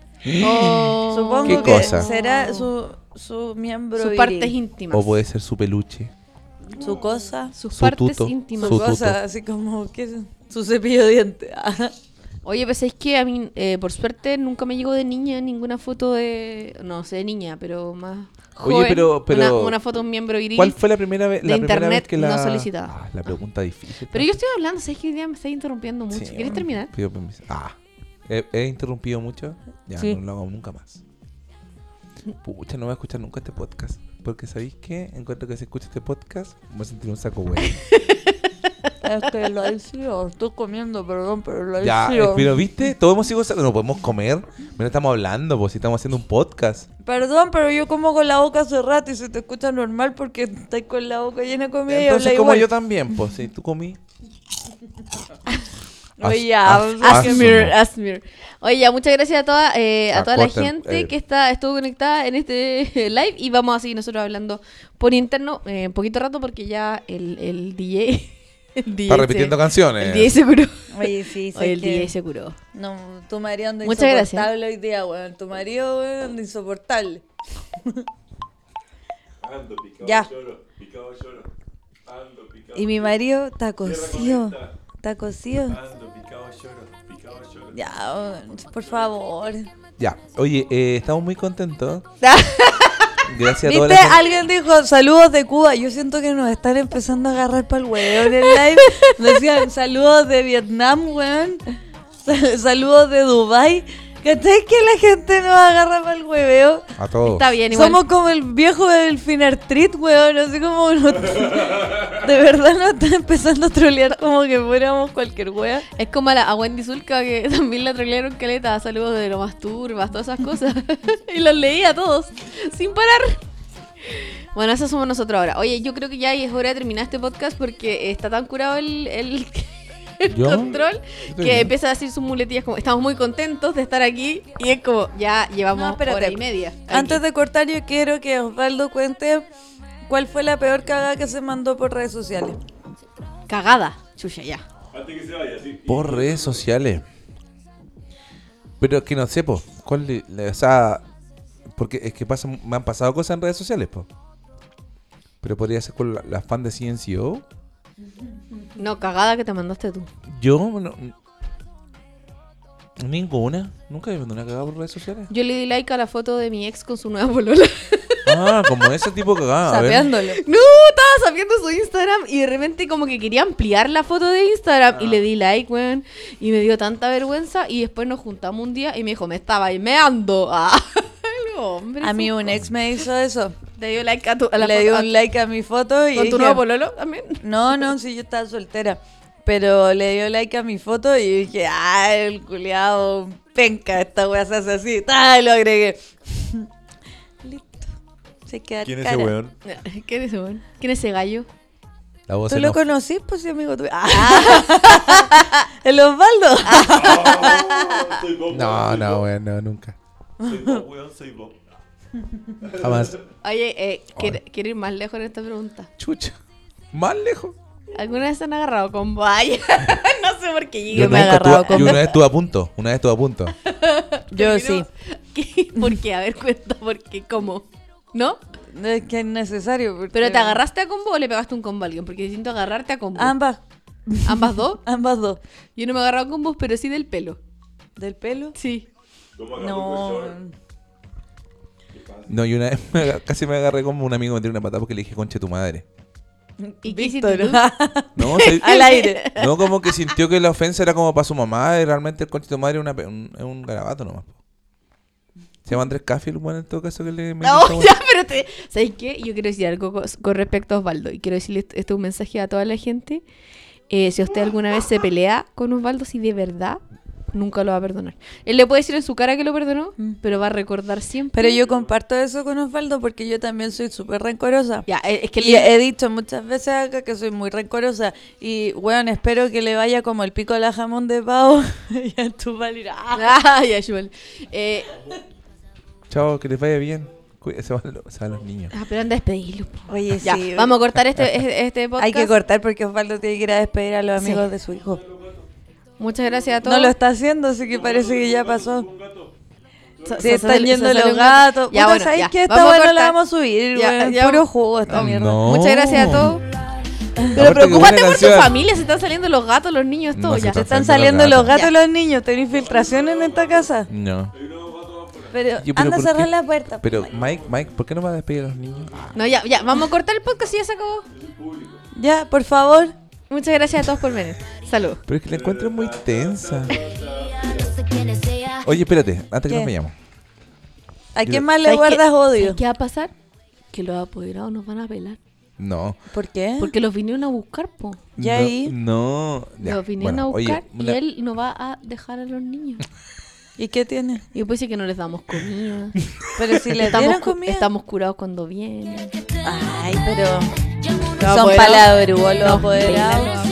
C: Oh,
D: Supongo
B: ¿Qué
D: que
B: cosa?
D: será su, Oh. su miembro
C: Sus
D: viril.
C: partes íntimas.
B: O puede ser su peluche.
D: su cosa,
C: Sus
B: su
C: partes
B: tuto,
D: su
C: íntimas.
B: su-
D: cosa,
B: tuto.
D: así como ¿qué es? su cepillo de dientes.
C: Oye, pues es que a mí, eh, por suerte, nunca me llegó de niña ninguna foto de. No sé, de niña, pero más.
B: Oye,
C: Joven,
B: pero- pero-
C: Una, una foto de un miembro viril.
B: ¿Cuál fue la primera vez,
C: de
B: la primera vez
C: internet
B: que la...
C: no solicitada.
B: Ah, la pregunta difícil.
C: Pero yo estoy hablando, ¿sabes que hoy día me estás interrumpiendo mucho?
B: Sí,
C: ¿Quieres
B: bueno,
C: terminar?
B: pido permiso. Ah, ¿he, he interrumpido mucho? Ya,
D: Sí.
B: no lo hago nunca más. Pucha, no voy a escuchar nunca este podcast. Porque ¿sabéis qué? En cuanto que se escuche este podcast, voy a sentir un saco huevo.
D: es que Este, lo hice, estoy comiendo, perdón, pero lo
B: Ya,
D: hice.
B: eh, pero viste, todos hemos sido no podemos comer, no estamos hablando, pues si estamos haciendo un podcast.
D: Perdón, pero yo como con la boca cerrada y se te escucha normal porque estoy con la boca llena de comida
B: Entonces
D: y habla
B: como
D: igual.
B: yo también, pues si tú comí.
D: Oye, ya,
B: As-
D: vamos a
B: as-
C: Asmir,
B: as-
C: Asmir. Oye, ya, muchas gracias a toda, eh, a
B: Ah,
C: toda la
B: corten,
C: gente
B: eh.
C: que está estuvo conectada en este live y vamos a seguir nosotros hablando por interno eh, un poquito rato porque ya el, el DJ El DJ
B: Está repitiendo
C: se- El
B: canciones.
C: DJ se curó.
D: Oye, sí, sé
C: Oye, el
D: que-
C: DJ se curó.
D: No, tu marido anda
C: Muchas gracias.
D: insoportable hoy día, weón. Tu marido, weón, anda insoportable. ya. Y mi marido está cosido. Está cosido. Ya, weón, por favor.
B: Ya. Oye, eh, estamos muy contentos. Gracias a
D: ¿Viste?
B: toda la gente-
D: Alguien dijo saludos de Cuba. Yo siento que nos están empezando a agarrar para el weón en el live. Decían saludos de Vietnam, weón. Sal- Saludos de Dubai. ¿Cachai que la gente nos agarra para el hueveo?
B: A todos.
C: Está bien, igual.
D: Somos como el viejo del Finartrit, weón. Así como. nos- de verdad nos están empezando a trolear como que fuéramos cualquier wea.
C: Es como a, la- a Wendy Zulka que también la trolearon caleta, saludos de lo más turbas, todas esas cosas. y los leía todos, sin parar. Bueno, eso somos nosotros ahora. Oye, yo creo que ya es hora de terminar este podcast porque está tan curado el, el- el
B: ¿Yo?
C: control
B: estoy
C: que
B: bien.
C: empieza a decir sus muletillas como estamos muy contentos de estar aquí y es como ya llevamos
D: No, espérate.
C: hora y media. aquí.
D: Antes de cortar, yo quiero que Osvaldo cuente cuál fue la peor cagada que se mandó por redes sociales.
C: cagada, chucha ya.
B: Por redes sociales. Pero es que no sé, po. ¿Cuál le- le- o sea, porque es que pasan, me han pasado cosas en redes sociales, po. Pero podría ser con la, la fan de CNCO.
C: No, cagada que te mandaste tú.
B: Yo no, ninguna. Nunca me mandado una cagada por redes sociales.
C: Yo le di like a la foto de mi ex con su nueva polola.
B: Ah, como ese tipo de cagada. a ver.
D: Sapeándolo.
C: No, estaba sabiendo su Instagram y de repente como que quería ampliar la foto de Instagram y le di like, weón. Y me dio tanta vergüenza y después nos juntamos un día y me dijo, me estaba meando. Ah, el hombre.
D: A mí un ex me hizo eso.
C: Le dio like a, tu, a la
D: Le
C: foto.
D: di
C: a-
D: un like a mi foto y
C: ¿Con tu
D: dije,
C: nuevo pololo también?
D: No, no, sí, yo estaba soltera. Pero le dio like a mi foto y dije, ah, el culiado, penca, esta wea se hace así. ¡Ah! Lo agregué. Listo. Se queda
E: ¿Quién es
D: cara.
E: ese weón?
C: ¿Quién es ese weón? ¿Quién es ese gallo?
B: La voz
D: ¿Tú
B: en
D: lo
B: off.
D: conocís? Pues sí, amigo tuyo.
C: Ah.
D: el Osvaldo.
E: Soy Bob,
B: No,
E: weón,
B: no, weón, no, nunca.
E: soy Bob, weón, soy Bob.
B: Jamás.
C: Oye, eh, quiero,
B: Ay.
C: quiero ir más lejos en esta pregunta.
B: Chucha. Más lejos.
C: ¿Alguna vez se han agarrado con vaya? no sé por qué llegué.
D: Yo me he
B: nunca
D: agarrado
B: estuve-
D: con-
B: yo una vez estuve a punto. Una vez estuve a punto.
D: Yo sí.
C: ¿Qué? ¿Por qué? A ver, cuenta, ¿por qué? ¿Cómo? ¿No?
D: Es que es necesario. porque-
C: ¿Pero te agarraste a combo o le pegaste un combo a alguien? Porque siento agarrarte a combo.
D: Em. Ambas,
C: Ambas dos.
D: ambas dos.
C: Yo no me he agarrado a combos, pero sí del pelo.
D: ¿Del pelo?
C: Sí.
D: No.
B: No, y una vez me aga- casi me agarré como un amigo me tiró una patada porque le dije, conche tu madre.
C: ¿Y qué hiciste
D: Víctor.
C: tú?
B: No, se-
D: Al aire.
B: no como que sintió que la ofensa era como para su mamá y realmente el conche tu madre es, una pe- un, es un garabato nomás. po. Se llama Andrés Caffield, bueno, en todo caso que le... me hizo esta
C: No,
B: weá.
C: ya, pero te... ¿Sabes qué? Yo quiero decir algo co- con respecto a Osvaldo. Y quiero decirle est- este es un mensaje a toda la gente. Eh, si usted alguna vez se pelea con Osvaldo, si de verdad, nunca lo va a perdonar. Él le puede decir en su cara que lo perdonó, pero va a recordar siempre.
D: Mm. Pero yo comparto eso con Osvaldo porque yo también soy súper rencorosa.
C: Ya, eh, es que...
D: Y
C: le-
D: he dicho muchas veces acá que soy muy rencorosa. Y, weón, espero que le vaya como el pico a la jamón de pavo. y a tu valira.
C: Ay, ayúdale. Eh,
B: Chao, que les vaya bien. Cuida- Se van, los- se van los niños.
C: ah, pero anda a despedirlo. po.
D: Oye,
C: Ya,
D: sí.
C: vamos a cortar este, este- este podcast.
D: Hay que cortar porque Osvaldo tiene que ir a despedir a los
C: Sí.
D: amigos de su hijo.
C: Muchas gracias a todos.
D: No lo está haciendo, así que parece que ya pasó.
C: Sa-
D: Se
C: sa-
D: están
C: sale-
D: yendo
C: sale
D: los
C: un gato.
D: gatos.
C: Ya,
D: Puta,
C: bueno,
D: ¿sabes
C: ya.
D: qué? Esta
C: Vamos a
D: weón no la
C: cortar.
D: vamos a subir,
C: Ya,
D: weón.
C: ya.
D: Puro jugo esta mierda.
B: No.
C: Muchas gracias a todos. Pero
B: Oh. Aparte que
C: preocúpate
B: buena
C: por tu
B: canción.
C: familia, se están saliendo los gatos, los niños,
B: No
C: todo
B: se
C: ya.
D: Se
B: está-
D: están
B: Saliendo
D: saliendo
B: los
D: los
C: gatos.
D: gatos y los niños. ¿Tenés infiltración en esta casa?
B: No.
D: Pero
B: Yo, pero
D: anda a
B: ¿por
D: cerrar
B: qué?
D: la puerta.
B: Pero, Mike, Mike, ¿por qué no vas a despedir a los niños?
C: No, ya, ya, vamos a cortar el podcast y ya se acabó.
D: Ya, por favor.
C: Muchas gracias a todos por venir. Saludos.
B: Pero es que la encuentro muy tensa.
G: sé quién es ella.
B: Oye, espérate, antes que
D: ¿Qué?
B: nos vayamos.
D: ¿A quién
B: Yo-
D: más le
C: ¿Sabes
D: guardas
C: qué-
D: odio?
C: ¿sabes ¿Qué va a pasar? Que los apoderados nos van a pelar.
B: No.
D: ¿Por qué?
C: Porque los vinieron a buscar, po.
D: Ya
B: no,
D: ahí.
B: No. ya,
C: Los vinieron
B: bueno,
C: a
B: oye,
C: buscar
B: una-
C: y él no va a dejar a los niños.
D: ¿Y qué tiene?
C: Y pues sí que no les damos comida.
D: Pero si le
C: estamos,
D: dieron
C: cu-
D: comida.
C: estamos curados cuando vienen.
D: Ay, pero
G: Yo no
D: son palabras, lo apoderado.